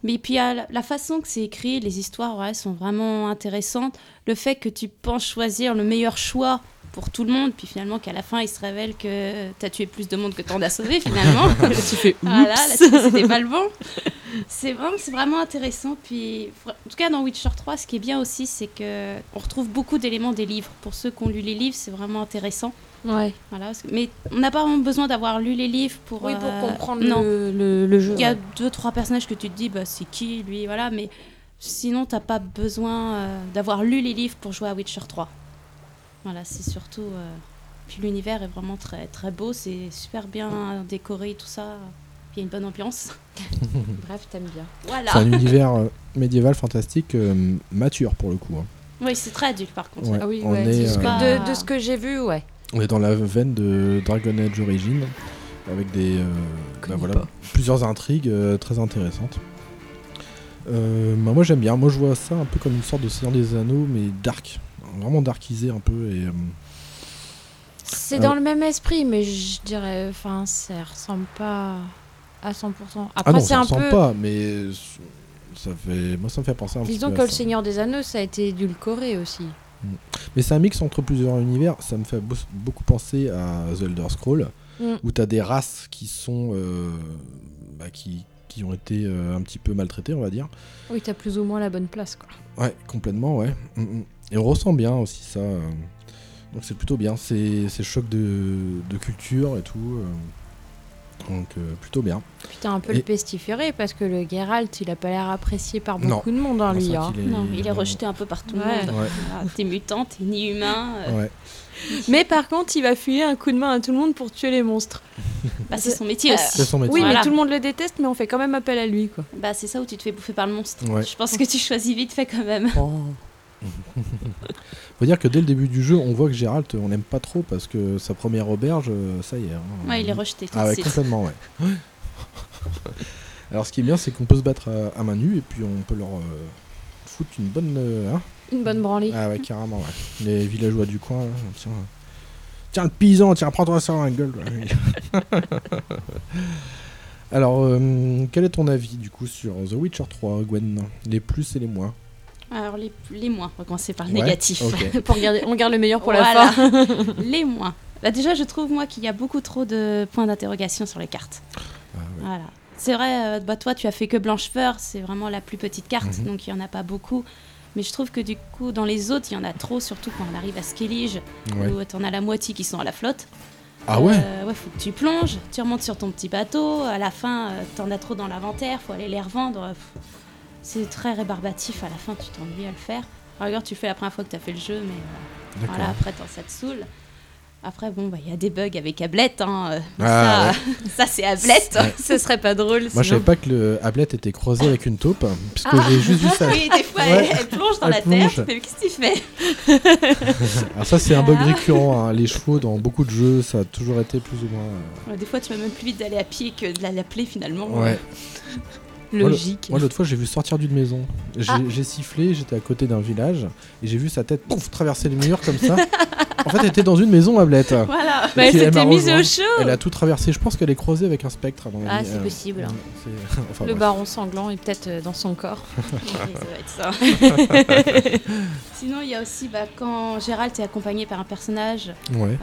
Mais puis, il y a la- la façon que c'est écrit, les histoires ouais, sont vraiment intéressantes. Le fait que tu penses choisir le meilleur choix pour tout le monde, puis finalement qu'à la fin, il se révèle que t'as tué plus de monde que t'en as sauvé finalement.
tu fais
Voilà, là,
oups.
c'était mal bon. C'est vraiment, c'est vraiment intéressant. Puis, fr- en tout cas, dans Witcher 3, ce qui est bien aussi, c'est que on retrouve beaucoup d'éléments des livres. Pour ceux qui ont lu les livres, c'est vraiment intéressant.
Ouais.
Voilà, parce que- mais on n'a pas vraiment besoin d'avoir lu les livres pour,
Oui, pour
euh,
comprendre
non.
le, le- le jeu.
Il y a
ouais.
deux, trois personnages que tu te dis, bah, c'est qui lui, voilà. Mais sinon, t'as pas besoin euh, d'avoir lu les livres pour jouer à Witcher 3. Voilà, c'est surtout. euh, Puis l'univers est vraiment très, très beau, c'est super bien décoré, tout ça. Il y a une bonne ambiance.
Bref, t'aimes bien.
Voilà.
C'est un univers euh, médiéval fantastique euh, mature pour le coup. hein.
Oui, c'est très adulte par contre.
Ouais,
Ah oui,
on,
ouais,
est,
c'est ce que-
euh,
euh,
de, de ce que j'ai vu, ouais.
on est dans la veine de Dragon Age Origins avec des euh, bah voilà, plusieurs intrigues euh, très intéressantes. Euh, bah, moi j'aime bien, moi je vois ça un peu comme une sorte de Seigneur des Anneaux mais dark, vraiment darkisé un peu et euh,
C'est
Ah
dans
oui.
le même esprit, mais je dirais. Enfin, ça ressemble pas à
ah
100%. Après,
non
c'est
ça
un
ressemble
peu.
pas mais euh, ça fait moi ça me fait penser un petit
Disons
peu
que
à
Le
ça.
Seigneur des Anneaux, ça a été édulcoré aussi.
Mais c'est un mix entre plusieurs univers. Ça me fait beau- beaucoup penser à The Elder Scrolls,
Mm.
où tu as des races qui sont. euh, bah, qui, qui ont été euh, un petit peu maltraitées, on va dire.
Oui, t'as plus ou moins la bonne place, quoi.
Ouais, complètement, ouais. Mm, mm. Et on ressent bien aussi ça. euh. Donc c'est plutôt bien. C'est c'est choc de, de culture et tout. euh. Donc euh, plutôt bien.
Putain, un peu
Et-
le pestiféré, parce que le Geralt, il a pas l'air apprécié par
Non.
beaucoup de monde, hein,
Non, c'est
lui.
vrai
hein.
qu'il
Non, il est rejeté un peu par tout le
Ouais.
monde.
Ouais.
Ah, t'es mutant, t'es ni humain. euh,
Ouais.
Mais par contre, il va filer un coup de main à tout le monde pour tuer les monstres.
Bah, c'est son métier aussi.
C'est son métier.
Oui,
Voilà.
mais tout le monde le déteste, mais on fait quand même appel à lui, quoi.
Bah, c'est ça où tu te fais bouffer par le monstre.
Ouais.
Je pense que tu choisis vite fait quand même.
Faut dire que dès le début du jeu, on voit que Gérald, on l'aime pas trop parce que sa première auberge, euh, ça y est. hein.
Ouais, il est rejeté tout
Ah
de
ouais,
suite.
complètement, ouais. Ouais. Alors, ce qui est bien, c'est qu'on peut se battre à, à main nue et puis on peut leur euh, foutre une bonne. euh, hein.
Une bonne branlée.
Ah ouais, carrément, ouais. Les villageois du coin, là, tiens. euh, Tiens, le paysan, tiens, prends-toi ça dans la gueule. ouais. Alors, euh, quel est ton avis du coup sur The Witcher 3, Gwen Les plus et les moins
Alors, les, les moins, on va commencer par le
Ouais,
Ah, négatif.
ok.
Pour garder- on garde le meilleur pour la
Voilà.
fin.
les moins. Bah, déjà, je trouve, moi, qu'il y a beaucoup trop de points d'interrogation sur les cartes.
Ah
Voilà. C'est vrai, euh, bah, toi, tu as fait que Blanchefeur, c'est vraiment la plus petite carte,
Mhm.
donc il n'y en a pas beaucoup. Mais je trouve que du coup, dans les autres, il y en a trop, surtout quand on arrive à Skellige,
Ouais.
où t'en as la moitié qui sont à la flotte.
Ah ouais
Euh, Ouais, faut que tu plonges, tu remontes sur ton petit bateau, à la fin, euh, t'en as trop dans l'inventaire, faut aller les revendre. euh, Pff, C'est très rébarbatif, à la fin, tu t'ennuies à le faire. Regarde, tu le fais la première fois que t'as fait le jeu, mais euh,
D'accord.
voilà, après, t'en- ça te saoule. Après, bon, bah, il y a des bugs avec Ablette, hein. euh,
Ah,
ça, ça, c'est Ablette.
Ouais.
Ce serait pas drôle.
Moi, je savais pas que le Ablette était croisé avec une taupe, hein, parce que
Ah.
j'ai juste vu ça.
Oui, des fois,
Ouais.
elle, elle plonge dans
Elle
la
plonge.
terre. Mais qu'est-ce que tu fais
Alors Ah, ça, c'est un
Ah.
bug
Voilà.
récurrent. hein. Les chevaux, dans beaucoup de jeux, ça a toujours été plus ou moins... euh,
Ouais, Des fois, tu vas même plus vite d'aller à pied que de la- l'appeler finalement.
Ouais. Moi, le-
Logique.
Moi, l'autre fois, j'ai vu sortir d'une maison. J'ai
Ah.
j'ai sifflé, j'étais à côté d'un village, et j'ai vu sa tête pouf, traverser le mur comme ça. en fait, elle était dans une maison, Ablette.
Voilà.
Et
Mais
puis,
elle
m'a
s'était Bah, mise
rejoint.
au chaud.
Elle a tout traversé. Je pense qu'elle est croisée avec un spectre. à mon
Ah,
avis.
c'est
Euh,
possible, hein.
c'est- enfin,
le
bref.
baron sanglant est peut-être euh, dans son corps.
ça. Sinon, il y a aussi bah, quand Gérald est accompagné par un personnage.
Ouais.
euh,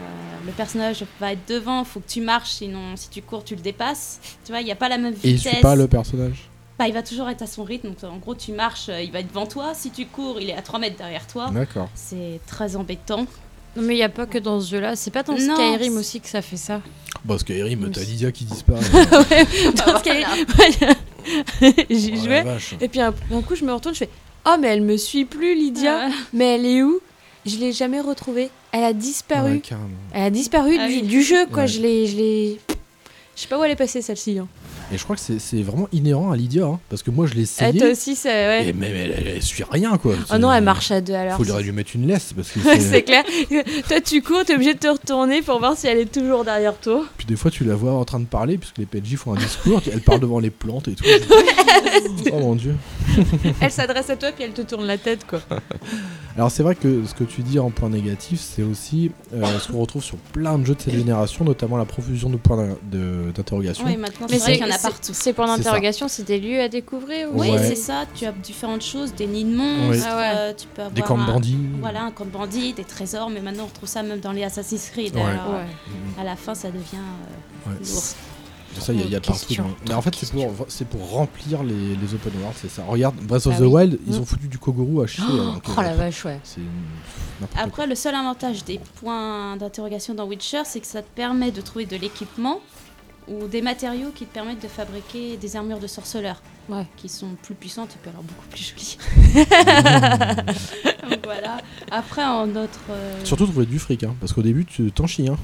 le personnage va être devant, faut que tu marches, sinon si tu cours, tu le dépasses. Tu vois, il n'y a pas la même
Et il
vitesse.
suit pas le personnage.
Bah, il va toujours être à son rythme. Donc, en gros, tu marches, euh, il va être devant toi. Si tu cours, il est à 3 mètres derrière
Oh.
toi.
D'accord.
C'est très embêtant.
Non, mais il n'y a pas que dans ce jeu-là. C'est pas dans
Non,
Skyrim
c'est-
aussi que ça fait ça.
Parce que Erim, t'as Lydia qui disparaît.
Ouais, dans Skyrim. voilà. J'y
Oh la
jouais.
vache.
Et puis un- d'un coup, je me retourne, je fais Oh, mais elle me suit plus,
Euh,
Lydia. Mais elle est où Je l'ai jamais retrouvée. Elle a disparu.
Ouais, carrément.
Elle a disparu
Ah
du,
oui.
du jeu, quoi.
Ouais.
Je l'ai. Je l'ai- je sais pas où elle est passée, celle-ci. hein.
Et je crois que c'est- c'est vraiment inhérent à Lydia, hein, parce que moi, je l'ai
Ah,
essayé.
toi aussi, ça. Ouais.
Et même elle, elle- elle suit rien quoi.
Oh non, elle marche à deux alors.
Faudrait lui mettre une laisse parce que
Ouais,
c'est-
C'est clair. Toi, tu cours, t'es obligé de te retourner pour voir si elle est toujours derrière toi.
Puis des fois, tu la vois en train de parler, puisque les PNJ font un discours, elle parle devant les plantes et tout. oh mon dieu.
Elle s'adresse à toi, puis elle te tourne la tête, quoi.
Alors, c'est vrai que ce que tu dis en point négatif, c'est aussi euh, ce qu'on retrouve sur plein de jeux de cette génération, notamment la profusion de points d'in- de- d'interrogation.
Oui, maintenant, c'est vrai qu'il y en a partout.
C'est pour
C'est ça.
l'interrogation, c'est des lieux à découvrir.
Oui,
Ouais.
c'est ça. Tu as différentes choses, des nids de monstres,
Oui.
Ah ouais.
euh, tu peux avoir
Des camps de
un-
bandits.
Voilà, un camp de bandits, des trésors. Mais maintenant, on retrouve ça même dans les Assassin's Creed.
Ouais.
alors, euh,
Ouais.
À la fin, ça devient euh,
Ouais.
lourd.
Ça, il y a- il y, a de partout.
Question,
dans- Mais en fait, c'est pour, c'est pour remplir les, les open world, c'est ça. Regarde, Breath of
Ah
the
oui.
Wild, ils
Mm.
ont foutu du Kogoro à chier. donc,
Oh
euh,
la vache, ouais.
C'est une- n'importe quoi.
Après, le seul avantage des points d'interrogation dans Witcher, c'est que ça te permet de trouver de l'équipement ou des matériaux qui te permettent de fabriquer des armures de sorceleurs
Ouais.
qui sont plus puissantes et puis alors beaucoup plus jolies. Donc voilà. Après, en notre. euh,
Surtout trouver du fric, hein, parce qu'au début, tu t'en chies. Hein.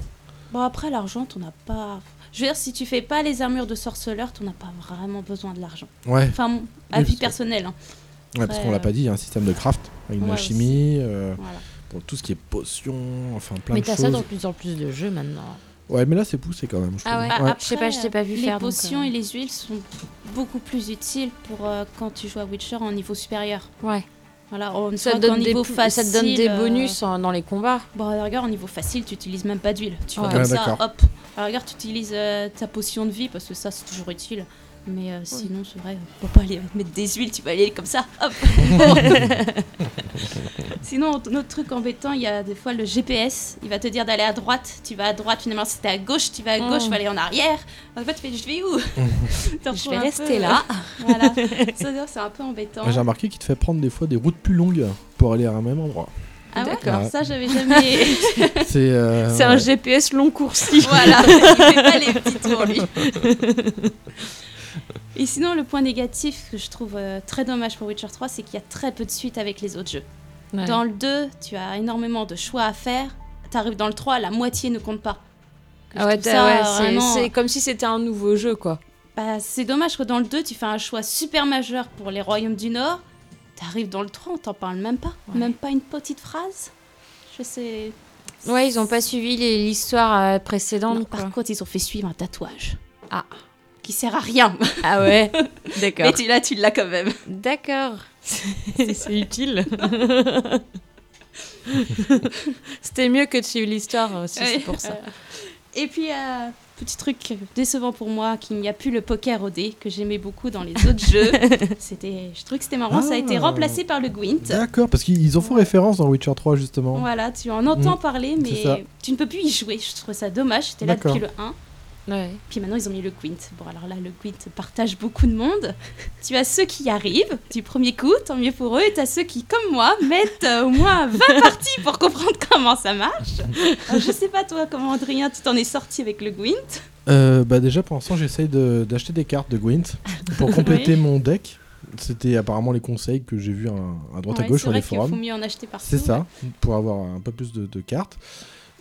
Bon, après, l'argent, t'en as pas. Je veux dire, si tu fais pas les armures de sorceleur, t'en as pas vraiment besoin de l'argent.
Ouais.
Enfin, mon
parce
avis
que-
personnel. hein.
Ouais, parce
Après,
qu'on l'a
euh,
pas dit, il y a un système de craft avec de la
Ouais,
chimie, euh,
Voilà.
pour tout ce qui est potions, enfin plein
Mais
de
t'as
choses.
ça dans plus en plus de jeux maintenant.
Ouais, mais là c'est poussé quand même. je
Ah
trouve.
ouais. je sais pas, je t'ai pas vu
les
faire, donc,
potions
euh.
et les huiles sont beaucoup plus utiles pour euh, quand tu joues à Witcher en niveau supérieur.
Ouais.
Voilà, en,
Ça
soit
te, donne
qu'en
des,
niveau
pou- ça
facile,
te donne des
euh,
bonus en- dans les combats.
Bon, à la rigueur, en niveau facile, tu utilises même pas d'huile. Tu vois,
Ouais.
comme
Ouais,
ça,
d'accord.
hop. À la rigueur, tu utilises euh, ta potion de vie parce que ça, c'est toujours utile. Mais euh, sinon, c'est vrai, on peut pas aller mettre des huiles, tu vas aller comme ça, hop. sinon, t- notre truc embêtant, il y a des fois le GPS. Il va te dire d'aller à droite, tu vas à droite, finalement, si t'es à gauche, tu vas à gauche,
Mm.
tu vas aller en arrière. En fait, tu fais, je vais où T'en
Je
trouves
vais
un
rester
peu, euh,
là.
voilà. Ça, d'ailleurs, c'est un peu embêtant.
J'ai remarqué qu'il te fait prendre des fois des routes plus longues pour aller à un même endroit.
Ah ouais,
D'accord.
ça, j'avais jamais.
C'est euh,
C'est un
ouais.
GPS long coursi.
Voilà, il fait pas les petits tours, lui. Et sinon, le point négatif que je trouve euh, très dommage pour Witcher 3, c'est qu'il y a très peu de suite avec les autres jeux.
Ouais.
Dans le 2, tu as énormément de choix à faire. t'arrives dans le 3, la moitié ne compte pas.
Ah ouais,
ça,
ouais, c'est-
vraiment- euh,
c'est comme si c'était un nouveau jeu, quoi.
Bah, c'est dommage que dans le 2, tu fais un choix super majeur pour les royaumes du Nord. T'arrives dans le 3, on t'en parle même pas. Même pas une petite phrase. Je sais.
Ouais, ils ont pas suivi les- l'histoire euh, précédente.
Non, par contre, ils ont fait suivre un tatouage. Ah. Qui sert à rien.
Ah ouais, d'accord.
Mais tu l'as, tu l'as quand même.
D'accord.
C'est utile. C'était mieux que de suivre l'histoire aussi, c'est
Ouais.
pour ça.
Et puis, euh, petit truc décevant pour moi, qu'il n'y a plus le poker au dé que j'aimais beaucoup dans les autres jeux. C'était, je trouvais que c'était marrant, ça a été
Ah.
remplacé par le Gwent.
D'accord, parce qu'ils en font référence dans Witcher 3 justement.
Voilà, tu en entends
Mm.
parler,
C'est ça.
mais tu ne peux plus y jouer. Je trouve ça dommage. J'étais là depuis le
D'accord.
1. Puis maintenant, ils ont mis le Gwent. Bon, alors là, le Gwent partage beaucoup de monde. tu as ceux qui y arrivent du premier coup, tant mieux pour eux. Et tu as ceux qui, comme moi, mettent euh, au moins 20 parties pour comprendre comment ça marche. Alors, je sais pas, toi, comment Adrien, tu t'en es sorti avec le Gwent.
Euh, bah déjà pour l'instant j'essaye de- d'acheter des cartes de Gwent pour compléter mon deck. C'était apparemment les conseils que j'ai vus à, à droite à
Ouais,
gauche
c'est
sur les
vrai qu'il
forums.
faut mieux en acheter partout,
C'est ça, pour avoir un peu plus de, de cartes.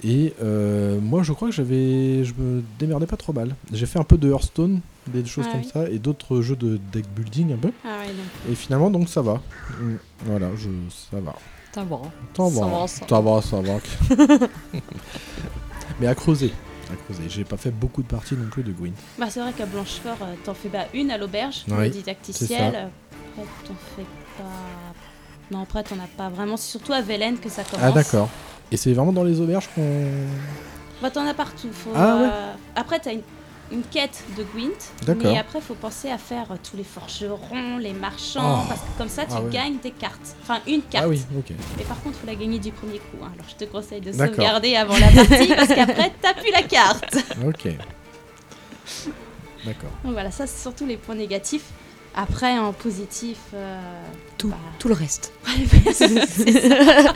Et euh, moi je crois que j'avais, je me démerdais pas trop mal. J'ai fait un peu de Hearthstone, des choses
Ah
comme
oui.
ça, et d'autres jeux de deck building un peu.
Ah ouais, donc.
Et finalement donc ça va. Mm, Voilà, je, ça va.
T'as bon.
Ça
Ça
va,
va,
ça va, ça va. Mais à creuser, à creuser. J'ai pas fait beaucoup de parties non plus de Gwyn.
Bah, c'est vrai qu'à Blanchefort, euh, t'en fais bah, une à l'auberge,
Oui,
le
c'est
didacticiel.
ça.
euh, Après, t'en fais pas. Non, après, t'en as pas vraiment. C'est surtout à Vélène que ça commence.
Ah d'accord. Et c'est vraiment dans les auberges qu'on...
Bah, t'en as partout. Faut,
Ah ouais.
euh, Après, t'as une, une quête de Gwent.
D'accord.
Mais après, faut penser à faire euh, tous les forgerons, les marchands.
Oh.
Parce que comme ça, tu
Ah ouais.
gagnes des cartes. Enfin, une carte.
Ah oui, ok.
Mais par contre, faut la gagner du premier coup. hein. Alors, je te conseille de
D'accord.
sauvegarder avant la partie. parce qu'après, t'as plus la carte.
Ok. D'accord.
Donc voilà, ça c'est surtout les points négatifs. Après, en positif, euh,
Tout,
bah,
tout le reste.
c'est ça.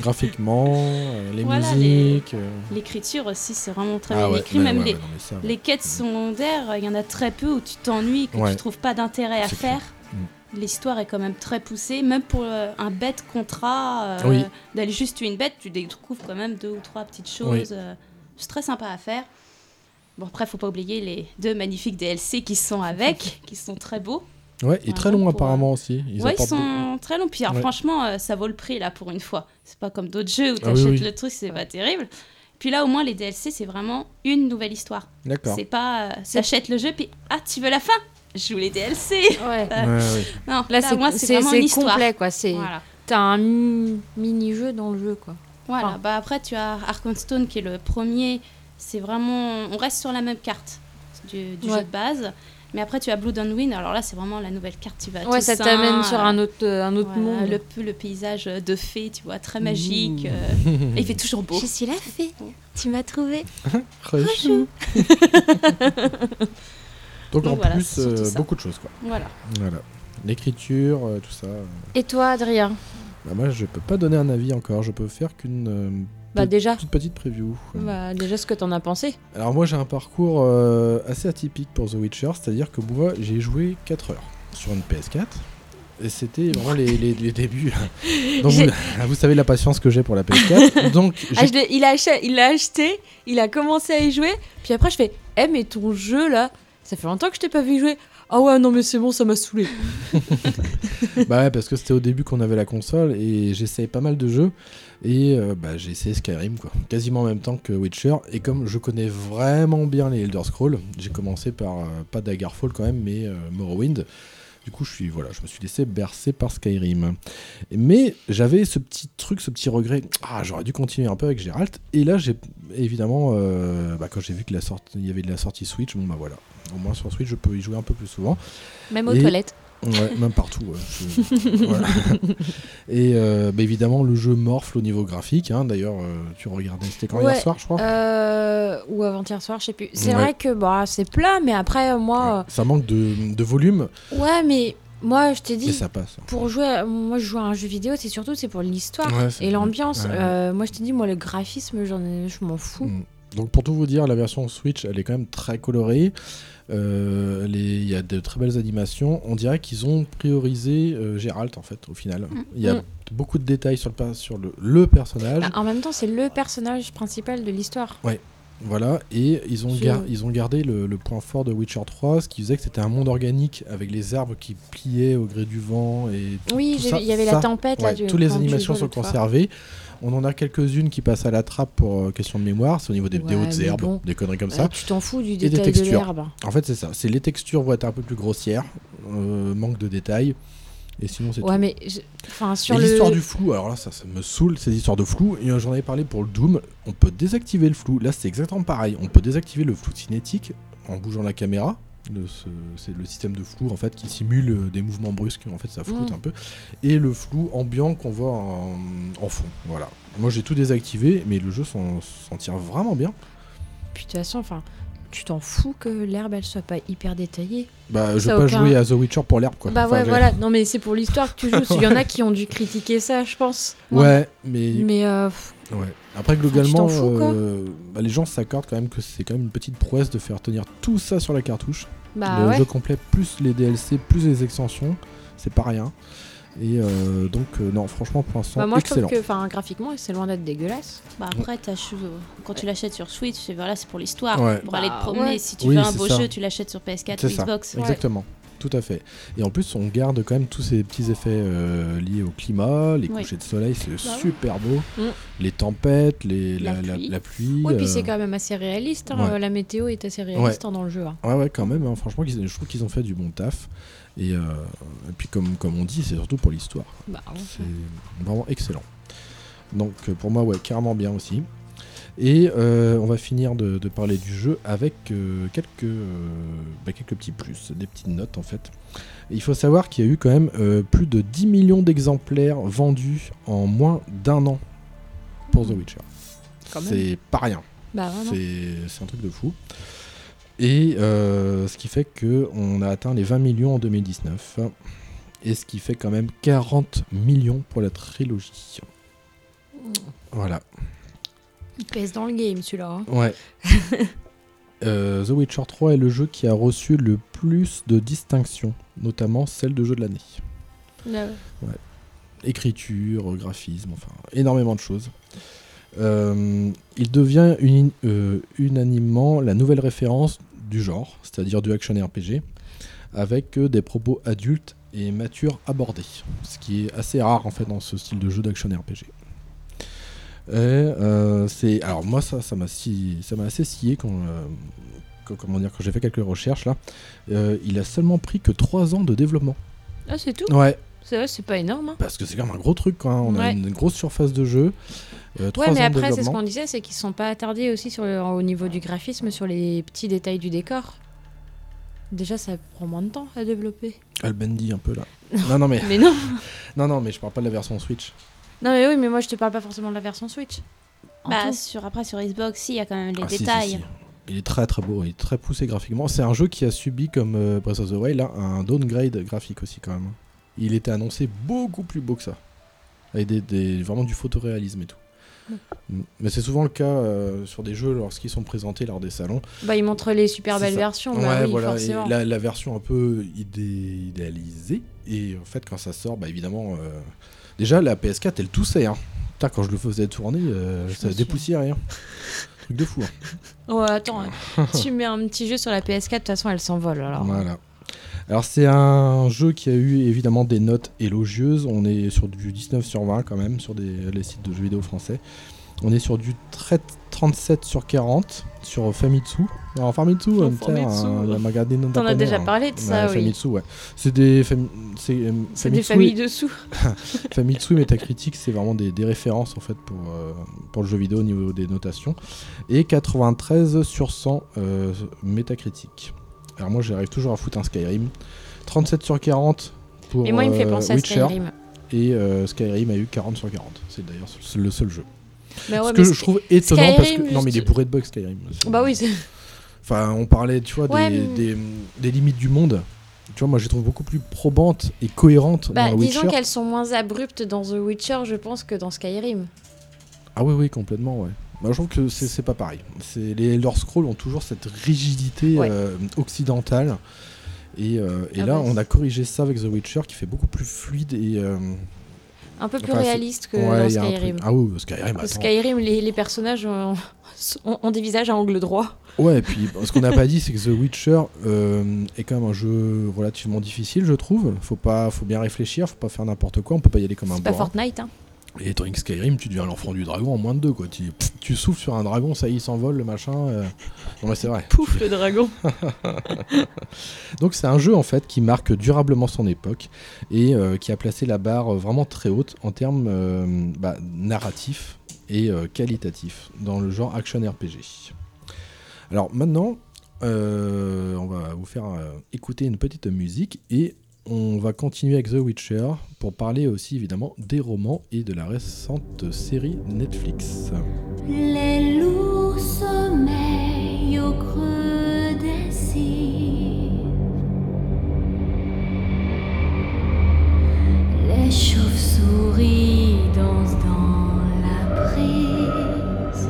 Graphiquement, euh, les
Voilà,
musiques... euh,
L'écriture aussi, c'est vraiment très
Ah
bien
ouais,
écrit.
mais
Même
ouais,
les,
ouais, non, mais ça, ouais.
les quêtes secondaires, il y en a très peu où tu t'ennuies, que
Ouais.
tu trouves pas d'intérêt à
C'est
faire.
clair. Mm.
L'histoire est quand même très poussée, même pour euh, un bête contrat, euh,
Oui.
d'aller juste tuer une bête, tu découvres quand même deux ou trois petites
Oui.
choses. euh, c'est très sympa à faire. Bon, après, faut pas oublier les deux magnifiques DLC qui sont avec, qui sont très beaux.
Ouais, et très long
pour,
apparemment
euh,
aussi. Ils
ouais, ils
apportent
sont très longs. Puis alors,
Ouais.
franchement, euh, ça vaut le prix là pour une fois. C'est pas comme d'autres jeux où
Ah oui,
t'achètes
oui.
le truc, c'est pas terrible. Puis là, au moins, les DLC, c'est vraiment une nouvelle histoire.
D'accord.
C'est pas, euh, t'achètes le jeu, puis ah, tu veux la fin Joue les DLC.
Ouais.
Euh, Non, là,
c'est
moi, c'est vraiment
c'est
une histoire.
complet, quoi. C'est
Voilà.
t'as un mi- mini-jeu dans le jeu, quoi.
Voilà,
Enfin.
bah après tu as Arkenstone qui est le premier, c'est vraiment. On reste sur la même carte du, du
Ouais.
jeu de base. Mais après tu as Blood and Wind, alors là c'est vraiment la nouvelle carte, tu vas à
Ouais, ça
Toussaint,
t'amène sur
euh,
un autre, euh, un autre
voilà,
monde.
Le, peu- le paysage de fées, tu vois, très
Mmh.
magique. euh, et il fait toujours beau.
Je suis la fée. Tu m'as trouvé.
Rechou. Donc, en
Donc voilà,
plus,
c'est surtout
euh,
ça.
beaucoup de choses quoi.
Voilà.
Voilà. L'écriture, euh, tout ça. euh.
Et toi, Adrien
Bah, moi je peux pas donner un avis encore, je peux faire qu'une euh,
Bah,
pe-
déjà.
toute petite preview.
bah, Déjà, ce que t'en as pensé.
Alors moi j'ai un parcours euh, assez atypique pour The Witcher, c'est-à-dire que moi j'ai joué 4 heures sur une PS4. Et c'était vraiment les, les- les débuts. Donc vous, vous savez la patience que j'ai pour la PS4. Donc
Ah,
j'ai-
je l'ai- il, a acheté, il l'a acheté, il a commencé à y jouer, puis après je fais Eh, mais ton jeu là, ça fait longtemps que je t'ai pas vu jouer. Ah ouais, non, mais c'est bon, ça m'a saoulé.
bah ouais, parce que c'était au début qu'on avait la console et j'essayais pas mal de jeux et euh, bah, j'ai essayé Skyrim quoi, quasiment en même temps que Witcher et comme je connais vraiment bien les Elder Scrolls, j'ai commencé par euh, pas Daggerfall quand même mais euh, Morrowind. Du coup, je suis voilà, je me suis laissé bercer par Skyrim. Mais j'avais ce petit truc, ce petit regret. Ah, j'aurais dû continuer un peu avec Geralt. Et là, j'ai évidemment, euh, bah, quand j'ai vu que la sortie, il y avait de la sortie Switch, bon bah voilà. Au moins sur Switch, je peux y jouer un peu plus souvent.
Même aux
Et-
toilettes.
Ouais, même partout. ouais. Je- voilà. Et euh, bah, évidemment, le jeu morfle au niveau graphique. hein. D'ailleurs, euh, tu regardais, c'était quand
Ouais,
hier soir, je crois.
euh, ou avant-hier soir, je sais plus. C'est
Oh. Ouais.
vrai que bah, c'est plat, mais après, moi.
Ça manque de, de volume,
euh, Ouais, mais moi, je t'ai dit.
mais ça passe.
Pour jouer, à- moi je joue à un jeu vidéo, c'est surtout c'est pour l'histoire
Ouais, c'est
et
vrai.
l'ambiance.
Ouais.
Euh, moi je te dis, moi le graphisme, j'en ai- je m'en fous.
Mm. Donc pour tout vous dire, la version Switch, elle est quand même très colorée. Euh, les- Il y a de très belles animations. On dirait qu'ils ont priorisé euh, Geralt en fait au final. Il y a
Mm.
beaucoup de détails sur le, per- sur le, le personnage.
Bah, en même temps, c'est le personnage principal de l'histoire.
Ouais, voilà. Et ils ont,
C'est-
gar- ils ont gardé le, le point fort de Witcher 3, ce qui faisait que c'était un monde organique avec les arbres qui pliaient au gré du vent. et tout-
Oui,
tout
j'ai
ça-
vu, il y avait la
ça-
tempête, là,
ouais,
du-
Toutes les
quand tu
animations
joues
sont
l'autre fois.
conservées. On en a quelques-unes qui passent à la trappe pour euh, question de mémoire. C'est au niveau des, des
Ouais,
hautes
mais
herbes,
bon.
des conneries comme
Euh,
ça.
tu t'en fous du
Et
détail
des
de
textures.
l'herbe. hein.
En fait, c'est ça. C'est les textures vont être un peu plus grossières, euh, manque de détails. Et sinon, c'est tout.
Ouais, mais je- enfin sur
Et
le.
l'histoire du flou, alors là, ça, ça me saoule, ces histoires de flou. Et euh, j'en avais parlé pour le Doom. On peut désactiver le flou. Là, c'est exactement pareil. On peut désactiver le flou cinétique en bougeant la caméra. Le- ce- c'est le système de flou en fait qui simule euh, des mouvements brusques. En fait, ça floute
Mm.
un peu. Et le flou ambiant qu'on voit en, en fond. Voilà. Moi, j'ai tout désactivé, mais le jeu s'en s'en tire vraiment bien.
Puis de toute façon, enfin, tu t'en fous que l'herbe elle soit pas hyper détaillée.
Bah, je
Ça
vais
a
pas
aucun-
jouer à The Witcher pour l'herbe quoi.
Bah
Enfin,
ouais,
je-
voilà. Non mais c'est pour l'histoire que tu joues. parce qu'il y en a qui ont dû critiquer ça, je pense.
Ouais, mais-
Mais euh, pff,
Ouais. Après,
Enfin, tu
globalement,
t'en fous, quoi.
euh, bah, les gens s'accordent quand même que c'est quand même une petite prouesse de faire tenir tout ça sur la cartouche.
Bah
le
ouais.
jeu complet, plus les DLC, plus les extensions, c'est pas rien. Et euh, donc, euh, non, franchement, pour l'instant,
bah, moi
excellent.
je trouve que, enfin, graphiquement, c'est loin d'être dégueulasse.
Bah après, t'as chou- quand tu l'achètes sur Switch, c'est- voilà, c'est pour l'histoire,
Ouais.
pour aller te
Bah,
promener.
ouais.
Si tu
Oui,
veux un
c'est
beau
ça.
jeu, tu l'achètes sur PS4
C'est
ou
ça,
Xbox.
Exactement. Tout à fait. Et en plus, on garde quand même tous ces petits effets euh, liés au climat, les
Oui.
couchers de soleil, c'est
Bah ouais.
super beau.
Mm.
Les tempêtes, les, la,
La
la-
pluie.
la pluie,
Ouais, puis
euh,
c'est quand même assez réaliste. hein,
ouais.
euh, La météo est assez réaliste hein, dans le jeu. hein.
Ouais, ouais, quand même. hein. Franchement, qu'ils- je trouve qu'ils ont fait du bon taf. Et, euh, et puis, comme, comme on dit, c'est surtout pour l'histoire. quoi.
Bah, ouais.
C'est vraiment excellent. Donc, euh, pour moi, ouais, carrément bien aussi. Et euh, on va finir de, de parler du jeu avec euh, quelques, euh, bah, quelques petits plus, des petites notes en fait. Et il faut savoir qu'il y a eu quand même euh, plus de 10 millions d'exemplaires vendus en moins d'un an pour The Witcher.
Mmh. Quand même.
C'est pas rien.
Bah, vraiment.
C'est- c'est un truc de fou. Et euh, ce qui fait qu'on a atteint les 20 millions en 2019. Et ce qui fait quand même 40 millions pour la trilogie. Voilà.
Il pèse dans le game celui-là. hein.
Ouais. Euh, The Witcher 3 est le jeu qui a reçu le plus de distinctions, notamment celle de jeu de l'année.
Ah ouais.
Ouais. Écriture, graphisme, enfin, énormément de choses. Euh, il devient uni- euh, unanimement la nouvelle référence du genre, c'est-à-dire du action RPG, avec euh, des propos adultes et matures abordés, ce qui est assez rare en fait dans ce style de jeu d'action RPG. Et, euh, c'est alors moi ça ça m'a si- ça m'a assez scié quand euh, quand- comment dire quand j'ai fait quelques recherches là Euh, il a seulement pris que 3 ans de développement
Ah, c'est tout
Ouais.
C'est ouais, c'est pas énorme. hein.
parce que c'est quand même un gros truc quoi, hein. on a
Ouais.
une grosse surface de jeu euh, trois
Ouais, mais
ans de
après, c'est ce
développement.
qu'on disait, c'est qu'ils sont pas attardés aussi sur le- au niveau du graphisme, sur les petits détails du décor. Déjà, ça prend moins de temps à développer.
Albendi un peu là non non mais
Mais non.
non non mais je parle pas de la version Switch
Non, mais oui, mais moi, je te parle pas forcément de la version Switch. En
Bah,
tout.
sur, après, sur Xbox, si, il y a quand même les
Ah, si, si,
détails.
si. Il est très très beau, il est très poussé graphiquement. C'est un jeu qui a subi, comme euh, Breath of the Wild, là, un downgrade graphique aussi quand même. hein. Il était annoncé beaucoup plus beau que ça. Avec des, des- vraiment du photoréalisme et tout.
Ouais.
Mm. Mais c'est souvent le cas euh, sur des jeux lorsqu'ils sont présentés lors des salons.
Bah, ils montrent les super
C'est
belles
ça.
versions, bah
Ouais,
oui,
voilà, et
forcément.
la, la version un peu idé- idéalisée. Et en fait, quand ça sort, bah évidemment. euh, Déjà, la PS4, elle toussait. Hein. Putain, quand je le faisais tourner, euh, ça dépoussiérait. Hein. Truc de fou. hein.
Ouais, attends, hein. tu mets un petit jeu sur la PS4, de toute façon, elle s'envole alors.
Voilà. Alors c'est un jeu qui a eu évidemment des notes élogieuses. On est sur du 19 sur 20 quand même sur des, les sites de jeux vidéo français. On est sur du trai- 37 sur 40 sur Famitsu. Alors Famitsu,
Oh,
euh,
Famitsu.
putain, euh, la magazine
T'en as
d'Internet,
déjà
hein.
parlé de ça, oui.
Famitsu, ouais. C'est des, fami- c'est, euh,
C'est des
Famitsu,
familles dessous.
Famitsu et Metacritic, c'est vraiment des, des références en fait pour, euh, pour le jeu vidéo au niveau des notations. Et 93 sur 100 euh, Metacritic. Alors moi j'arrive toujours à foutre un Skyrim. 37 sur 40 pour
Et moi, il me fait
euh,
penser à
Witcher.
Skyrim.
Et euh, Skyrim a eu 40 sur 40. C'est d'ailleurs se- le seul jeu.
Mais Ah
Ce
ouais, mais
que je
Sky-
trouve étonnant parce que.
Skyrim,
Non mais il est
juste-
bourré de bugs Skyrim. C'est-
Bah oui, c'est.
Enfin, on parlait, tu vois,
Ouais,
des,
mais-
des- des limites du monde. Tu vois, moi je les trouve beaucoup plus probantes et cohérentes
Bah,
dans The
disons
Witcher.
qu'elles sont moins abruptes dans The Witcher, je pense, que dans Skyrim.
Ah oui, oui, complètement, ouais. Bah, je trouve que c'est c'est pas pareil. C'est- Les Elder Scrolls ont toujours cette rigidité
Ouais.
euh, occidentale. Et, euh, et
Ah
là,
bah,
on a corrigé ça avec The Witcher qui fait beaucoup plus fluide et. euh,
Un peu plus
c'est-
réaliste que
Ouais,
dans
il y a un truc.
Skyrim.
Ah oui, Skyrim, attends.
Skyrim, les, personnages ont, des visages à angle droit.
Ouais, et puis ce qu'on n'a pas dit, c'est que The Witcher euh, est quand même un jeu relativement difficile, je trouve. Faut pas, faut bien réfléchir, faut pas faire n'importe quoi. On peut pas y aller comme un
C'est pas
bourrin.
Fortnite, hein.
Et étant donné que Skyrim, tu deviens l'enfant du dragon en moins de deux, quoi. Tu, pff, tu souffles sur un dragon, ça y est, il s'envole, le machin. euh. Non, mais c'est vrai.
Pouf, le dragon.
Donc c'est un jeu en fait qui marque durablement son époque et euh, qui a placé la barre euh, vraiment très haute en termes euh, bah, narratifs et euh, qualitatifs dans le genre action RPG. Alors maintenant, euh, on va vous faire euh, écouter une petite musique et on va continuer avec The Witcher pour parler aussi évidemment des romans et de la récente série Netflix.
Les loups sommeillent au creux des cives. Les chauves-souris dansent dans la brise.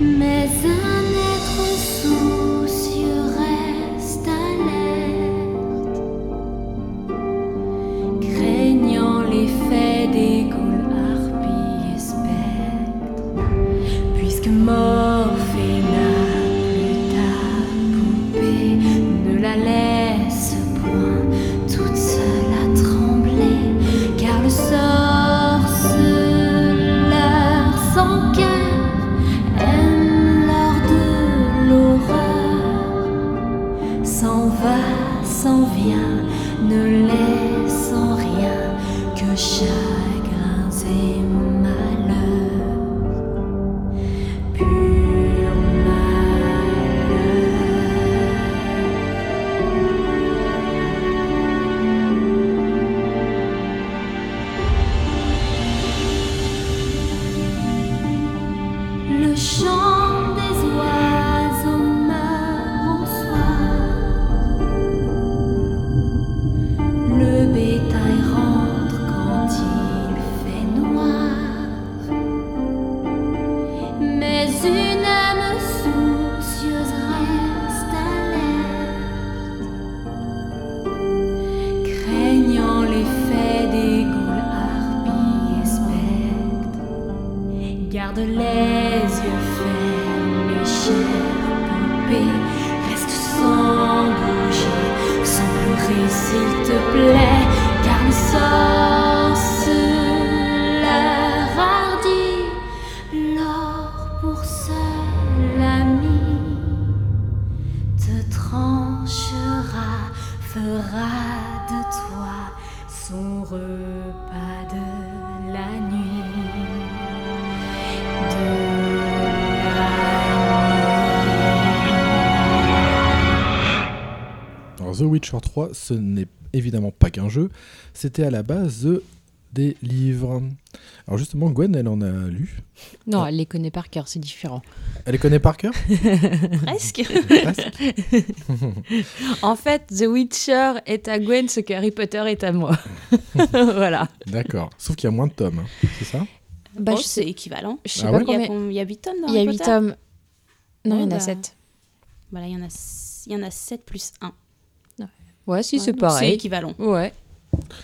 Mais un être soucieux reste alerte, craignant l'effet des goules harpies et spectres. Puisque Morphée n'a plus ta poupée, ne la laisse point toute seule à trembler, car le sorceleur sans cœur aime l'or de l'horreur, s'en va, s'en vient, ne laisse en rien que chagrins et malheurs. Le chant des oiseaux meurt au soir. Le bétail rentre quand il fait noir. Mais une âme soucieuse reste alerte, craignant l'effet des goules harpies et spectres. Garde les yeux fermés, chère poupée. Reste sans bouger, sans pleurer s'il te plaît. Car le sorceleur hardi, l'or pour seul ami, te tranchera, fera de toi son repas de la nuit.
Alors The Witcher 3, ce n'est évidemment pas qu'un jeu, c'était à la base euh, des livres. Alors justement, Gwen, elle en a lu. Ah.
Non, elle les connaît par cœur, c'est différent.
Elle les connaît par cœur
Presque. en fait, The Witcher est à Gwen ce que Harry Potter est à moi. voilà.
D'accord. Sauf qu'il y a moins de tomes, hein, c'est ça
Oh,
Bah, c'est équivalent.
Je
sais Ah pas ouais
il, y a
combien-
com- il y a 8 tomes dans
Il y a
Harry
8
Potter
tomes. Non, il y en
Ouais,
a
bah,
7.
Voilà, il y en a, s- il y en a 7 plus 1.
bah.
Ouais, si,
Ouais,
c'est
donc
pareil.
c'est équivalent.
Ouais.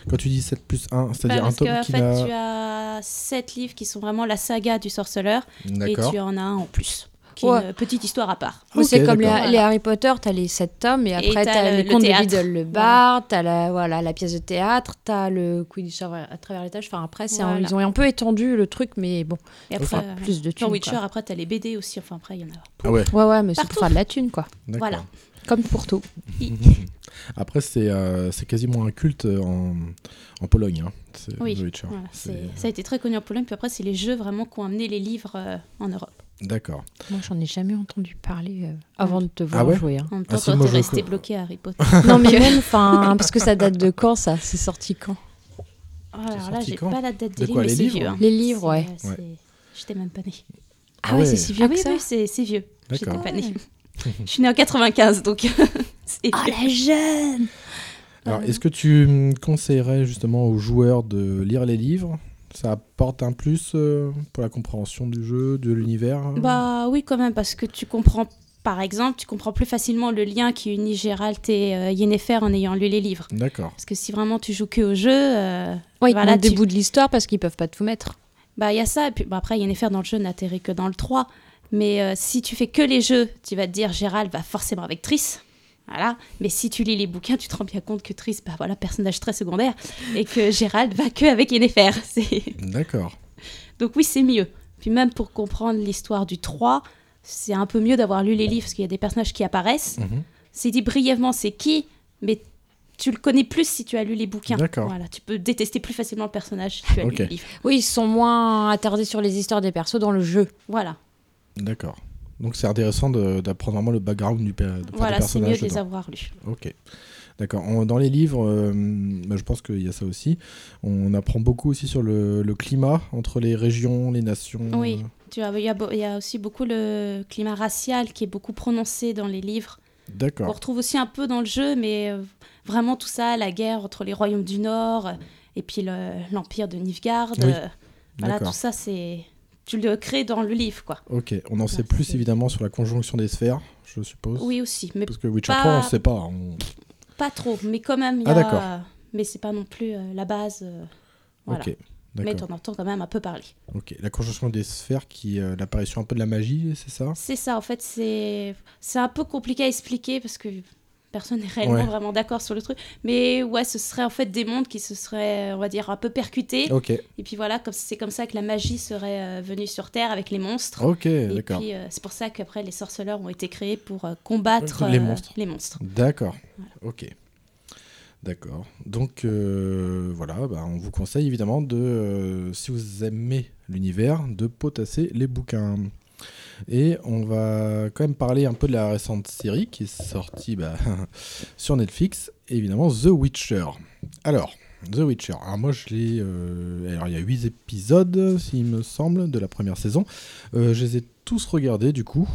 Quand tu dis 7 plus 1, c'est-à-dire un
Bah, parce
tome
qu'en
qui
fait,
n'a...
tu as 7 livres qui sont vraiment la saga du sorceleur. Et
D'accord.
tu en as un en plus. Qui est
Ouais.
une petite histoire à part.
Ou c'est comme les, les
Voilà.
Harry Potter, t'as les 7 tomes, et après
t'as
t'as
le-
le,
le
conte de
théâtre.
Riddle, le bar, t'as la, voilà, la pièce de théâtre, t'as le Quidditch à travers l'étage. Enfin, après, c'est un-
Voilà.
ils ont un peu étendu le truc, mais bon,
Et
faut
après,
euh,
faire plus de thunes.
Dans Witcher,
quoi.
après, t'as les BD aussi. Enfin, après, il y en a.
Ah ouais.
Ouais, ouais, mais c'est pour faire de la thune, quoi.
D'accord. Voilà.
Comme pour tout.
Après, c'est euh, c'est quasiment un culte en, en Pologne, hein, c'est
Oui.
The Witcher.
voilà, c'est-
C'est-
Ça a été très connu en Pologne. Puis après, c'est les jeux vraiment qui ont amené les livres euh, en Europe.
D'accord.
Moi, j'en ai jamais entendu parler euh, avant de te voir
Ah ouais
jouer. hein.
En même
Ah
temps,
si,
toi,
moi,
t'es
je-
resté bloqué à Harry Potter.
Non, mais même, enfin, hein, parce que ça date de quand, ça C'est sorti quand
Oh, alors là,
sorti
j'ai
quand
pas la date
De
des livres,
quoi,
mais
les
c'est
livres
vieux. hein.
Les livres,
C'est,
ouais.
euh,
Ouais.
c'est- J'étais même pas née.
Ah ouais, ouais. c'est si
vieux
ah
que
oui,
ça
oui, c'est, c'est vieux. J'étais
D'accord.
pas née.
Ouais.
Je suis née en 95, donc euh, c'est
Ah,
Oh,
vieux.
la jeune
Alors, est-ce que tu mm, conseillerais justement aux joueurs de lire les livres Ça apporte un plus euh, pour la compréhension du jeu, de l'univers euh.
Bah oui, quand même, parce que tu comprends, par exemple, tu comprends plus facilement le lien qui unit Gérald et euh, Yennefer en ayant lu les livres.
D'accord.
Parce que si vraiment tu joues que au jeu, euh,
Oui,
voilà,
des
tu-
bouts de l'histoire parce qu'ils peuvent pas tout mettre.
bah il y a ça. Et puis bah, après, Yennefer dans le jeu n'atterrit que dans le 3. Mais euh, si tu fais que les jeux, tu vas te dire Gérald va forcément avec Triss. Voilà. Mais si tu lis les bouquins, tu te rends bien compte que Triss, bah voilà, personnage très secondaire, et que Gérald va que avec Yennefer. C'est
D'accord.
Donc oui, c'est mieux. Puis même pour comprendre l'histoire du 3, c'est un peu mieux d'avoir lu les livres parce qu'il y a des personnages qui apparaissent.
Mhm.
C'est dit brièvement c'est qui, mais tu le connais plus si tu as lu les bouquins.
D'accord.
Voilà, tu peux détester plus facilement le personnage si tu as
Ok.
lu les livres.
Oui, ils sont moins attardés sur les histoires des persos dans le jeu.
Voilà,
D'accord. Donc c'est intéressant de- d'apprendre vraiment le background du, per- de- enfin, des
voilà c'est mieux
personnages
de les
dedans.
avoir lus.
Ok. D'accord. On- Dans les livres, euh, bah, je pense qu'il y a ça aussi. On apprend beaucoup aussi sur le, le climat entre les régions, les nations.
Oui, tu as- il y, a beau- il y a aussi beaucoup le climat racial qui est beaucoup prononcé dans les livres. On
D'accord.
retrouve aussi un peu dans le jeu, mais euh, vraiment tout ça, la guerre entre les royaumes du Nord euh, et puis le- l'empire de Nivgard.
Oui.
euh, voilà,
D'accord.
tout ça, c'est tu le crées dans le livre, quoi.
Ok. On en sait plus évidemment sur la conjonction des sphères, je suppose.
Oui aussi, mais
Parce que Witcher
pas-
3, on ne sait pas. hein. on-
Pas trop, mais quand même, il y
Ah,
a-
d'accord.
mais c'est pas non plus euh, la base. euh, voilà.
Ok.
Mais
D'accord.
t'en entends quand même un peu parler.
Ok. La conjonction des sphères qui est l'apparition un peu de la magie, c'est ça
C'est ça, en fait, c'est c'est un peu compliqué à expliquer parce que personne n'est réellement
Ouais.
vraiment d'accord sur le truc. Mais ouais, ce serait en fait des mondes qui se seraient, on va dire, un peu percutés.
Ok.
Et puis voilà, comme c'est comme ça que la magie serait euh, venue sur Terre avec les monstres.
Ok,
Et
d'accord.
puis euh, c'est pour ça qu'après les sorceleurs ont été créés pour euh, combattre
Les
euh,
monstres.
Les monstres.
D'accord. Ok. D'accord. Donc euh, voilà, bah, on vous conseille évidemment de, euh, si vous aimez l'univers, de potasser les bouquins. Et on va quand même parler un peu de la récente série qui est sortie bah, sur Netflix, évidemment The Witcher. Alors, The Witcher. Alors moi je l'ai... euh, alors il y a 8 épisodes, s'il me semble, de la première saison. Euh, je les ai tous regardés du coup.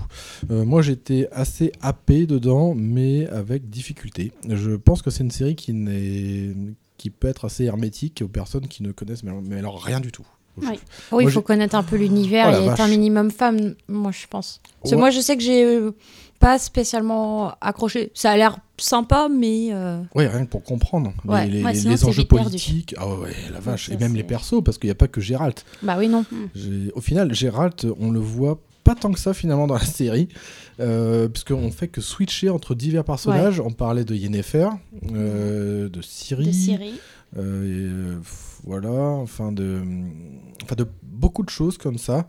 Euh, moi j'étais assez happé dedans, mais avec difficulté. Je pense que c'est une série qui, n'est- qui peut être assez hermétique aux personnes qui ne connaissent mais alors, mais alors rien du tout.
Oui,
Moi,
il
j'ai-
faut connaître un peu l'univers
Oh la
et être un
vache.
minimum femme, moi je pense. Parce que
Ouais.
moi je sais que j'ai euh, pas spécialement accroché. Ça a l'air sympa, mais. euh,
Oui, rien que pour comprendre les-
Ouais.
les,
Ouais,
les
sinon, c'est
enjeux
vite perdu.
politiques. Ah ouais, la vache.
ça,
Et même les persos, parce qu'il n'y a pas que Gérald.
Bah oui, non.
J'ai- Au final, Gérald, on le voit pas tant que ça finalement dans la série, euh, puisqu'on fait que switcher entre divers personnages. On parlait de Yennefer, euh, de Ciri,
De Ciri.
euh, et, euh, f- voilà, enfin de, enfin de beaucoup de choses comme ça.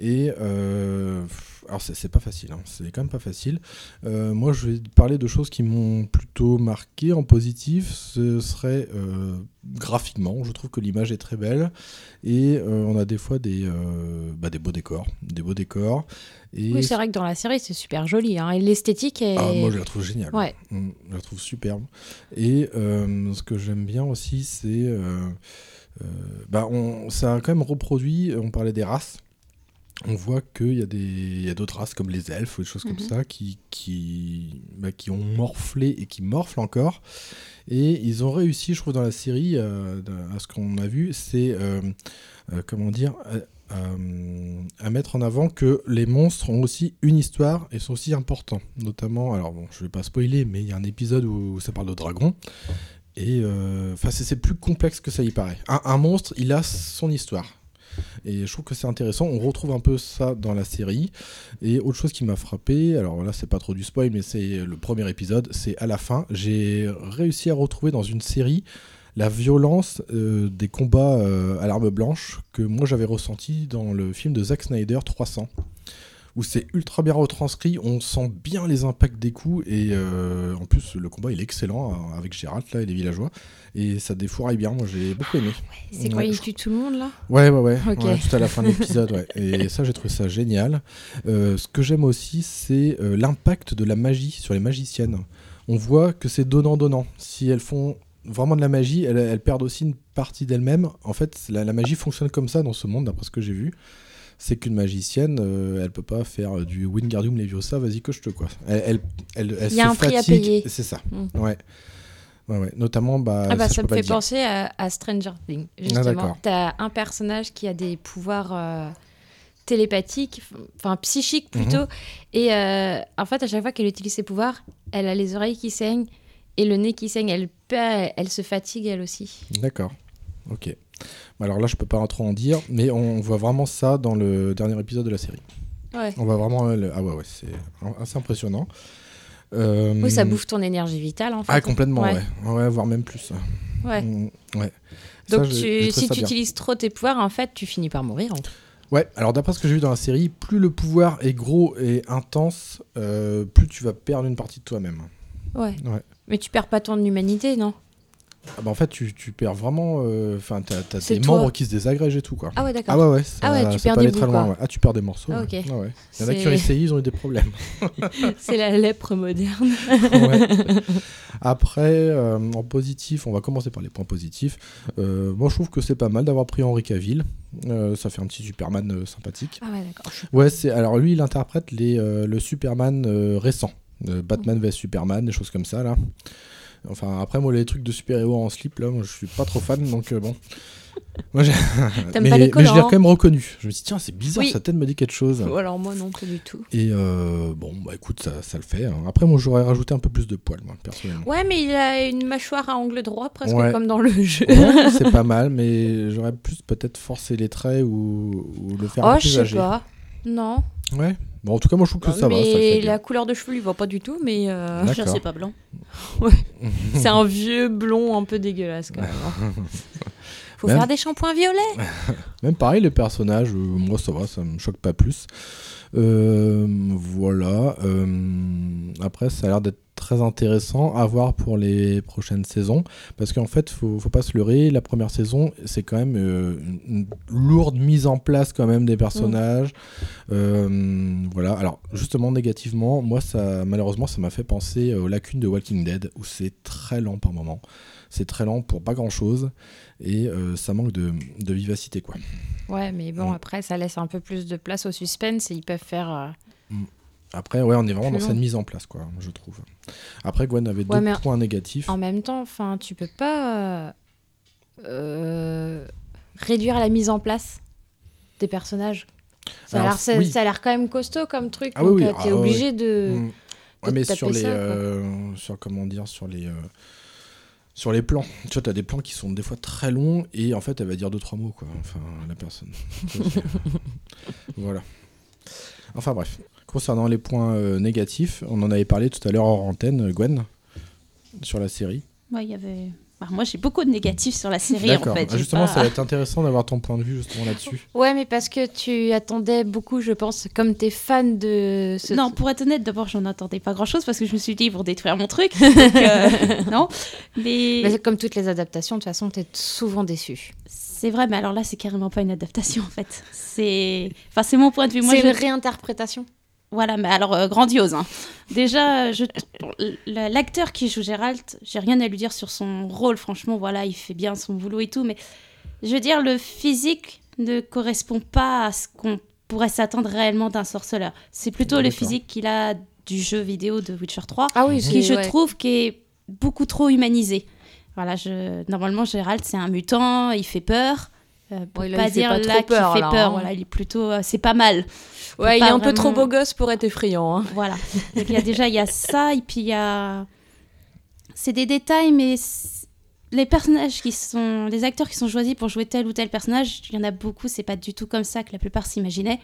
Et euh, f- alors c'est- c'est pas facile, hein, c'est quand même pas facile. Euh, moi, je vais parler de choses qui m'ont plutôt marqué en positif. Ce serait euh, graphiquement, je trouve que l'image est très belle et euh, on a des fois des, euh, bah, des beaux décors, des beaux décors. Et
Oui, c'est vrai que dans la série c'est super joli. hein, Et l'esthétique est.
ah, moi, je la trouve géniale.
Ouais.
Mm, je la trouve superbe. Et euh, ce que j'aime bien aussi, c'est. euh, euh, bah, on, ça a quand même reproduit. On parlait des races. On voit qu'il y a des- il y a d'autres races comme les elfes ou des choses comme
Mhm.
ça qui, qui, bah, qui ont morflé et qui morflent encore. Et ils ont réussi, je trouve, dans la série, euh, dans- à ce qu'on a vu, c'est. euh, euh, comment dire à- euh, à- à mettre en avant que les monstres ont aussi une histoire et sont aussi importants. Notamment, alors bon, je vais pas spoiler, mais il y a un épisode où ça parle de dragon. Et euh, enfin, c'est c'est plus complexe que ça y paraît. Un, un monstre, il a son histoire. Et je trouve que c'est intéressant. On retrouve un peu ça dans la série. Et autre chose qui m'a frappé, alors là, c'est pas trop du spoil, mais c'est le premier épisode, c'est à la fin. J'ai réussi à retrouver dans une série la violence euh, des combats euh, à l'arme blanche que moi j'avais ressenti dans le film de Zack Snyder 300 où c'est ultra bien retranscrit, on sent bien les impacts des coups et euh, en plus le combat il est excellent euh, avec Gérald là et les villageois et ça défouraille bien, moi j'ai beaucoup aimé.
C'est quoi,
Ouais,
il
je-
tue tout le monde là
Ouais, ouais, ouais.
Ok.
Ouais, tout à la fin de l'épisode, ouais. Et ça, j'ai trouvé ça génial. Euh, ce que j'aime aussi, c'est euh, l'impact de la magie sur les magiciennes. On voit que c'est donnant-donnant. Si elles font vraiment de la magie, elles, elles perdent aussi une partie d'elles-mêmes. En fait, la, la magie fonctionne comme ça dans ce monde, d'après ce que j'ai vu. C'est qu'une magicienne, euh, elle peut pas faire euh, du Wingardium Leviosa, vas-y que je te quoi. Elle, elle, elle- elle
Il y a
se
un prix à
fatigue.
payer.
C'est ça.
Mm.
Ouais. Ouais, ouais. Notamment, bah,
Ah bah, ça,
je
me
peux pas
fait
le dire. Ah,
penser à, à Stranger Things,
d'accord.
justement. T'as un personnage qui a des pouvoirs euh, télépathiques, enfin psychiques plutôt,
Mhm.
et euh, en fait, à chaque fois qu'elle utilise ses pouvoirs, elle a les oreilles qui saignent et le nez qui saigne. Elle, perd- elle se fatigue elle aussi.
D'accord. Ok. Alors là, je peux pas en trop en dire, mais on voit vraiment ça dans le dernier épisode de la série.
Ouais.
On voit vraiment. le- Ah ouais, ouais, c'est assez impressionnant. Euh,
Oui, ça bouffe ton énergie vitale, en fait.
Ah, complètement, ouais.
Ouais.
ouais. voire même plus.
Ouais.
Mm, ouais. Ça,
Donc,
je-
tu-
j'ai trouvé
si
ça
tu
bien.
utilises trop tes pouvoirs, en fait, tu finis par mourir. en fait.
Ouais, alors d'après ce que j'ai vu dans la série, plus le pouvoir est gros et intense, euh, plus tu vas perdre une partie de toi-même.
Ouais.
Ouais.
Mais tu perds pas ton humanité, non
Ah bah en fait, tu, tu perds vraiment. euh, Enfin, t'as t'as
C'est
tes
toi.
membres qui se désagrègent et tout, quoi.
Ah ouais, d'accord.
Ah ouais, ouais. ça-
Ah ouais, tu
ça
perds
peut
des
aller très
bouts,
loin,
quoi.
ouais. Ah, tu perds des morceaux.
Ah,
ouais.
ok.
Ouais, ouais. Il y en a qui
C'est-
ont essayé, ils ont eu des problèmes.
C'est la lèpre moderne.
Ouais. Après, euh, en positif, on va commencer par les points positifs. Euh, moi, je trouve que c'est pas mal d'avoir pris Henri Cavill. Euh, ça fait un petit Superman euh, sympathique.
Ah ouais, d'accord. Je-
Ouais, c'est alors lui, il interprète les, euh, le Superman euh, récent, Euh, Batman vs Superman, des choses comme ça là. Enfin, après moi, les trucs de super-héros en slip là, moi, je suis pas trop fan, donc euh, bon. Moi, j'ai-
T'aimes
mais,
pas
mais
les
je l'ai
colorants.
quand même reconnu. Je me suis dit tiens, c'est bizarre,
Oui.
sa tête me dit quelque chose.
Ou alors moi non, pas du tout.
Et euh, bon, bah écoute, ça, ça le fait. hein. Après, moi, j'aurais rajouté un peu plus de poils, moi, personnellement.
Ouais, mais il a une mâchoire à angle droit, presque
Ouais.
comme dans le jeu.
Ouais, c'est pas mal, mais j'aurais plus peut-être forcé les traits ou, ou le faire un
oh,
peu
je
plus
sais
âgé.
pas. Non.
Ouais. Bon, en tout cas, moi, je trouve que ça va.
mais
Ça le fait bien.
la couleur de cheveux lui va pas du tout, mais. euh,
D'accord. Genre, c'est
pas blanc.
Ouais. c'est un vieux blond un peu dégueulasse quand même. hein. Faut
Même-
faire des shampoings violets.
Même pareil, les personnages, euh, moi ça va, ça me choque pas plus. Euh, voilà. euh, après, ça a l'air d'être très intéressant à voir pour les prochaines saisons. Parce qu'en fait, faut, faut pas se leurrer, la première saison, c'est quand même euh, une, une lourde mise en place quand même des personnages. Euh, voilà. Alors, justement, négativement, moi, ça, malheureusement, ça m'a fait penser aux lacunes de Walking Dead, où c'est très lent par moment. C'est très lent pour pas grand chose et euh, ça manque de, de vivacité quoi.
Ouais, mais bon, après, ça laisse un peu plus de place au suspense et ils peuvent faire. euh,
Après ouais on est vraiment
Plus
dans
long.
cette mise en place quoi je trouve. Après Gwen avait
Ouais, mais
deux points négatifs.
En même temps, enfin, tu peux pas euh, euh, réduire la mise en place des personnages. Ça a
Alors,
l'air- ça-
oui.
ça a l'air quand même costaud comme truc.
Ah
donc
oui, oui,
euh,
ah
t'es
ouais,
obligé
ouais.
de.
Mm.
de
Ouais, mais
te
sur
taper
les
ça, quoi.
euh, sur comment dire sur les euh, sur les plans. Tu vois t'as des plans qui sont des fois très longs et en fait elle va dire deux trois mots quoi. Enfin la personne. euh, voilà. Enfin bref. Concernant les points euh, négatifs, on en avait parlé tout à l'heure hors antenne euh, Gwen sur la série.
Moi, il y avait. Bah, moi, j'ai beaucoup de négatifs sur la série, en
D'accord.
fait.
Ah,
J'ai
justement
pas-
ça va être intéressant d'avoir ton point de vue justement là-dessus.
Ouais, mais parce que tu attendais beaucoup, je pense, comme t'es fan de ce.
Non, pour être honnête, d'abord, j'en attendais pas grand-chose parce que je me suis dit, ils vont détruire mon truc. Donc, euh, non, mais...
Mais c'est Bah, comme toutes les adaptations, de toute façon, t'es souvent déçu.
C'est vrai, mais alors là, c'est carrément pas une adaptation, en fait. C'est... Enfin, c'est mon point de vue. Moi,
C'est
je-
une réinterprétation.
Voilà, mais alors euh, grandiose. hein. Déjà, euh, je- bon, l- l'acteur qui joue Gérald, j'ai rien à lui dire sur son rôle, franchement, voilà, il fait bien son boulot et tout, mais je veux dire, le physique ne correspond pas à ce qu'on pourrait s'attendre réellement d'un sorceleur. C'est plutôt le
D'accord.
physique qu'il a du jeu vidéo de Witcher 3,
Ah oui,
qui
c'est-
je
ouais.
trouve qui est beaucoup trop humanisé. Voilà, je... normalement, Gérald, c'est un mutant, il fait peur. Euh, pour
Ouais, là,
pas
il fait
dire
pas
là
trop
qu'il
peur,
fait
là,
peur,
hein.
voilà, il est plutôt, euh, c'est pas mal. Faut
Ouais, il
pas
est un peu trop
vraiment-
beau gosse pour être effrayant. hein.
voilà. Donc, il y a déjà il y a ça et puis il y a c'est des détails mais c- les personnages qui sont les acteurs qui sont choisis pour jouer tel ou tel personnage, il y en a beaucoup, c'est pas du tout comme ça que la plupart s'imaginaient.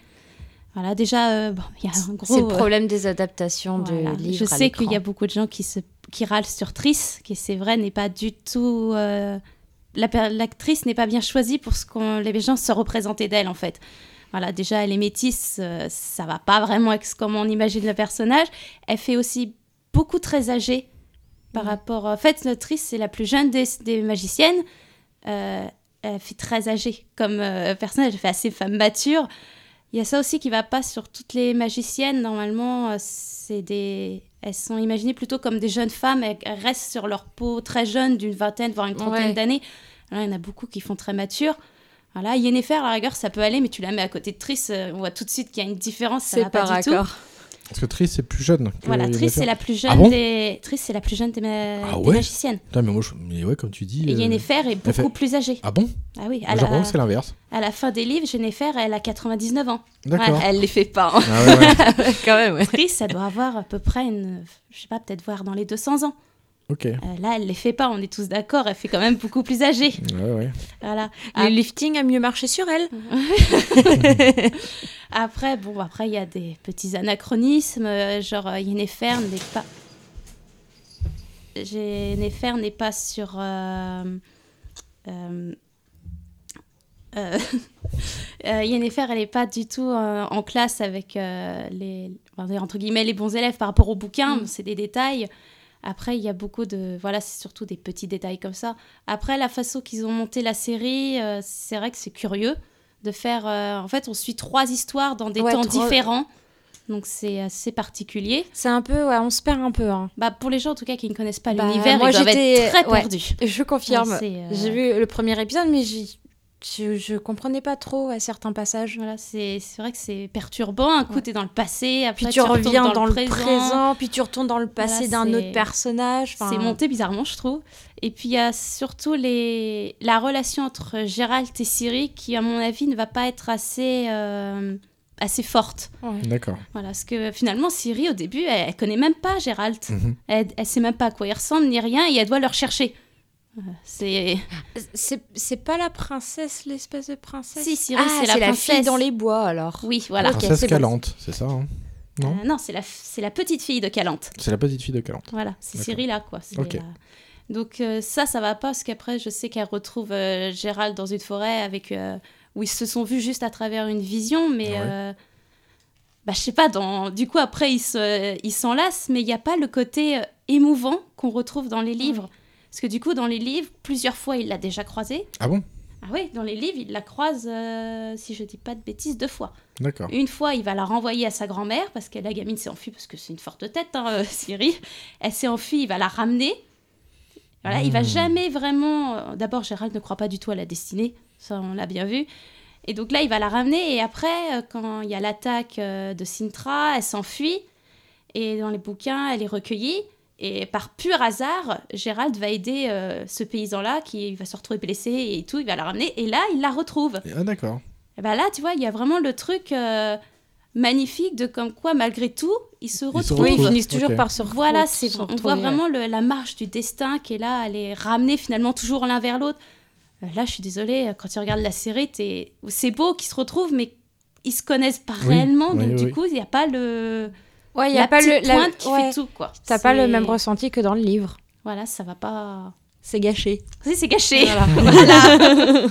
Voilà, déjà euh, bon, il y a un gros
C'est le
euh,
problème des adaptations
voilà.
de livres.
Je
à
sais qu'il y a
l'écran.
beaucoup de gens qui se qui râlent sur Triss qui c'est vrai n'est pas du tout euh, la per- l'actrice n'est pas bien choisie pour ce qu'on les gens se représentaient d'elle en fait. Voilà, déjà elle est métisse, euh, ça va pas vraiment avec ce- comment on imagine le personnage. Elle fait aussi beaucoup très âgée par rapport. En fait, notre Triss c'est la plus jeune des, des magiciennes. Euh, elle fait très âgée comme euh, personnage, elle fait assez femme mature. Il y a ça aussi qui va pas sur toutes les magiciennes. Normalement, euh, c'est des... elles sont imaginées plutôt comme des jeunes femmes. Elles elles restent sur leur peau très jeune, d'une vingtaine, voire une trentaine
Ouais.
d'années. Alors, Il y en a beaucoup qui font très mature. Voilà, Yennefer, à la rigueur, ça peut aller, mais tu la mets à côté de Triss, euh, on voit tout de suite qu'il y a une différence. ça
C'est
va pas
par
du tout.
accord.
Parce que Triss est plus jeune. que
Voilà,
les
Triss
Néfer.
est la plus jeune
Ah bon
des Triss c'est la plus jeune des, ma-
Ah
des
ouais
magiciennes.
Putain, mais moi, je- mais ouais, comme tu dis.
Et
euh,
Yennefer est
elle fait-
beaucoup plus âgée.
Ah bon
Ah oui,
Moi, j'ai l'impression que c'est l'inverse.
à la fin des livres, Yennefer, elle a 99 ans.
D'accord.
Ouais, elle les fait pas. hein.
Ah ouais,
Quand même, ouais.
Triss, elle doit avoir à peu près une, je sais pas, peut-être voir dans les 200 ans.
Ok. Ouais,
Euh, là, elle les fait pas, on est tous d'accord, elle fait quand même beaucoup plus âgée.
ouais.
Voilà.
Le
Ah.
lifting a mieux marché sur elle.
Mm.
Après, bon, après, il y a des petits anachronismes, euh, genre euh, Yennefer n'est pas. Yennefer n'est pas sur. euh, euh, euh, euh, Yennefer, elle n'est pas du tout euh, en classe avec euh, les enfin, entre guillemets les bons élèves par rapport au bouquin.
Mm.
mais C'est des détails. Après, il y a beaucoup de voilà, c'est surtout des petits détails comme ça. Après, la façon qu'ils ont monté la série, euh, c'est vrai que c'est curieux de faire. euh, en fait, on suit trois histoires dans des
Ouais,
temps
trois-
différents, donc c'est assez particulier.
C'est un peu, ouais, on se perd un peu. hein.
Bah, pour les gens en tout cas qui ne connaissent pas
Bah,
l'univers,
moi,
ils doivent
j'étais-
être très
ouais.
perdus.
Je confirme.
Ouais, c'est, euh,
J'ai vu le premier épisode, mais j'y- je, je comprenais pas trop à certains passages.
Voilà, c'est c'est vrai que c'est perturbant. Un coup, t'es dans le passé, après
Puis tu,
Bah, retournes
reviens dans, le
présent.
présent. puis tu retournes dans le passé
Voilà,
d'un
c'est-
autre personnage. enfin,
C'est monté bizarrement, je trouve. Et puis, il y a surtout les... la relation entre Gérald et Siri qui, à mon avis, ne va pas être assez, euh, assez forte.
D'accord.
Voilà, parce que finalement, Siri, au début, elle, elle connaît même pas Gérald.
Mhm.
Elle, elle sait même pas à quoi il ressemble, ni rien, et elle doit le rechercher. Euh, C'est...
C'est c'est pas la princesse, l'espèce de princesse.
Si, Cyril,
Ah,
c'est la
fille
princesse.
dans les bois alors.
Oui, voilà.
Princesse
c'est bon.
Calante, c'est ça hein Non
Euh, non, c'est la, c'est la petite fille de Calante.
C'est la petite fille de Calante.
Voilà, c'est
D'accord.
Cyril là, quoi. C'est
Ok.
la- Donc euh, ça, ça va pas, parce qu'après, je sais qu'elle retrouve euh, Gérald dans une forêt avec euh, où ils se sont vus juste à travers une vision, mais...
Ah ouais.
euh, Bah, je sais pas, dans... du coup, après, ils se- ils s'enlacent, mais il n'y a pas le côté euh, émouvant qu'on retrouve dans les livres. Parce que du coup, dans les livres, plusieurs fois, il l'a déjà croisée.
Ah bon
Ah oui, dans les livres, il la croise, euh, si je dis pas de bêtises, deux fois.
D'accord.
Une fois, il va la renvoyer à sa grand-mère parce que la gamine s'est enfuie parce que c'est une forte tête, hein, euh, Siri. Elle s'est enfuie, il va la ramener. Voilà, il va
Mm.
jamais vraiment. euh, D'abord, Gérald ne croit pas du tout à la destinée, ça on l'a bien vu. Et donc là, il va la ramener et après, euh, quand il y a l'attaque euh, de Sintra, elle s'enfuit et dans les bouquins, elle est recueillie. Et par pur hasard, Gérald va aider euh, ce paysan-là qui va se retrouver blessé et tout, il va la ramener et là, il la retrouve.
Ah d'accord.
Et bah là, tu vois, il y a vraiment le truc euh, magnifique de comme quoi, malgré tout, ils se retrouvent.
retrouvent, Oui, ils finissent toujours ok. par
se retrouver.
Voilà, c'est
se
on
retrouver,
voit
ouais.
vraiment le- la marche du destin qui est là, elle est ramenée finalement toujours l'un vers l'autre. Euh, Là, je suis désolée, euh, quand tu regardes la série, t'es- c'est beau qu'ils se retrouvent, mais ils se connaissent pas
Oui,
réellement,
oui,
donc du
oui.
coup, il n'y a pas le.
Ouais, il y
la
a pas le
petite
la-
pointe qui
ouais.
fait tout, quoi.
T'as pas le
C'est-
même ressenti que dans le livre.
Voilà, ça va pas.
C'est gâché.
Si, c'est gâché.
Voilà.
Voilà.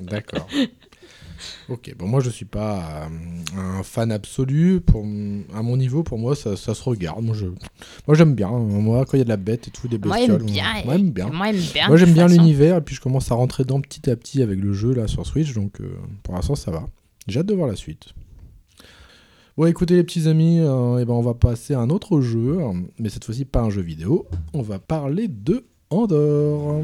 D'accord. Ok, bon moi je suis pas euh, un fan absolu. Pour, m- à mon niveau, pour moi, ça, ça se regarde. Moi je, moi j'aime bien. hein. Moi quand il y a de la bête et tout, des
Moi,
bestioles.
j'aime bien.
Moi j'aime bien.
Moi, j'aime bien,
Moi
Hein, de
j'aime
toute
bien
façon.
l'univers et puis je commence à rentrer dedans petit à petit avec le jeu là sur Switch. Donc euh, pour l'instant ça va. J'ai hâte de voir la suite. Bon écoutez les petits amis, euh, eh ben, on va passer à un autre jeu, mais cette fois-ci pas un jeu vidéo. On va parler de Andorre.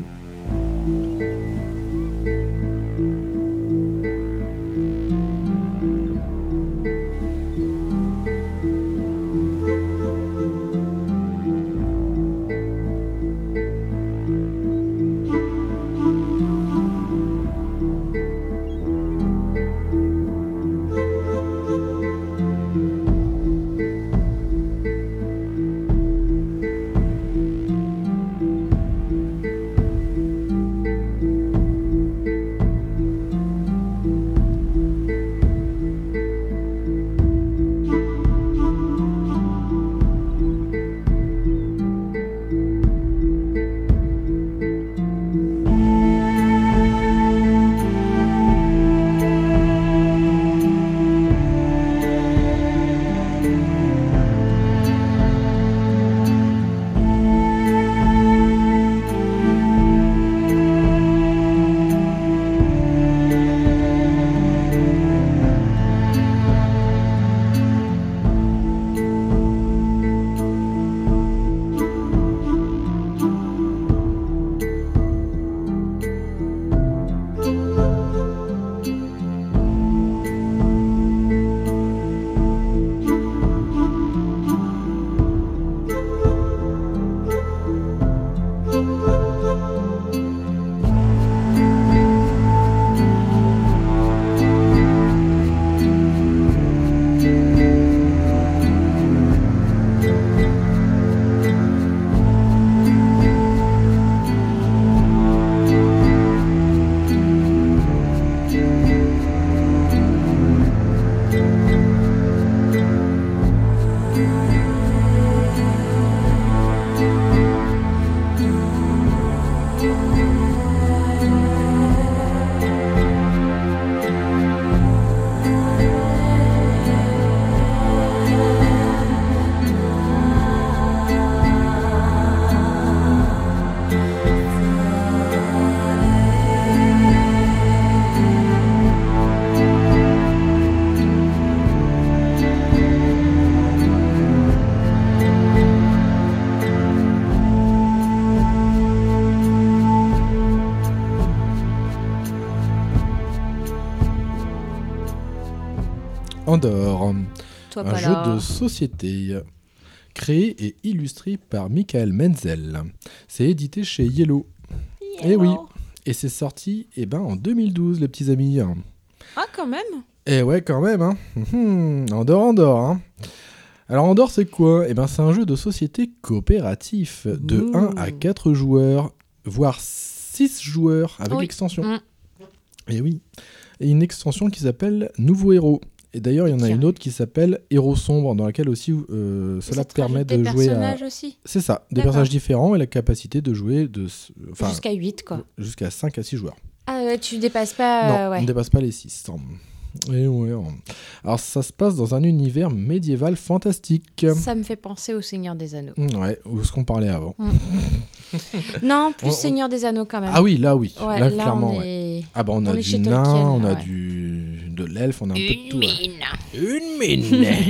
Andor.
Toi,
un
pas
jeu
là.
de société créé et illustré par Michael Menzel. C'est édité chez Yellow. Eh oui. Et c'est sorti eh ben, en 2012, les petits amis.
Ah, quand même
Eh ouais, quand même, hein. Hum, hum, Andorre, Andorre, hein. Alors Andorre, c'est quoi Eh ben, c'est un jeu de société coopératif de 1 à 4 joueurs, voire 6 joueurs avec
Oui.
extension.
Mmh.
Mm.
Et oui. Et une extension qui s'appelle Nouveau Héros. Et d'ailleurs, il y en a une autre qui s'appelle Héros Sombre, dans laquelle aussi euh, cela permet
des
de jouer à.
personnages aussi
C'est ça, des
D'accord.
personnages différents et la capacité de jouer de. s- enfin,
Jusqu'à 8, quoi.
Jusqu'à 5 à 6 joueurs.
Ah ouais, tu dépasses pas.
Non,
euh, ouais.
on ne dépasse pas les 6. Et ouais. hein. Alors ça se passe dans un univers médiéval fantastique. Mm,
Ça me fait penser au Seigneur des Anneaux.
Ouais, ou ce qu'on parlait avant.
Mm. non, plus
On- on-
Seigneur des Anneaux quand même.
Ah oui, là oui,
Ouais,
là,
là,
clairement.
on
ouais.
est-
Ah bah on, a
est
du
chez
nain,
Tolkien,
on a
ouais.
du de l'elfe, on a un peu de tout. ouais. Hein
Mine.
Une mine.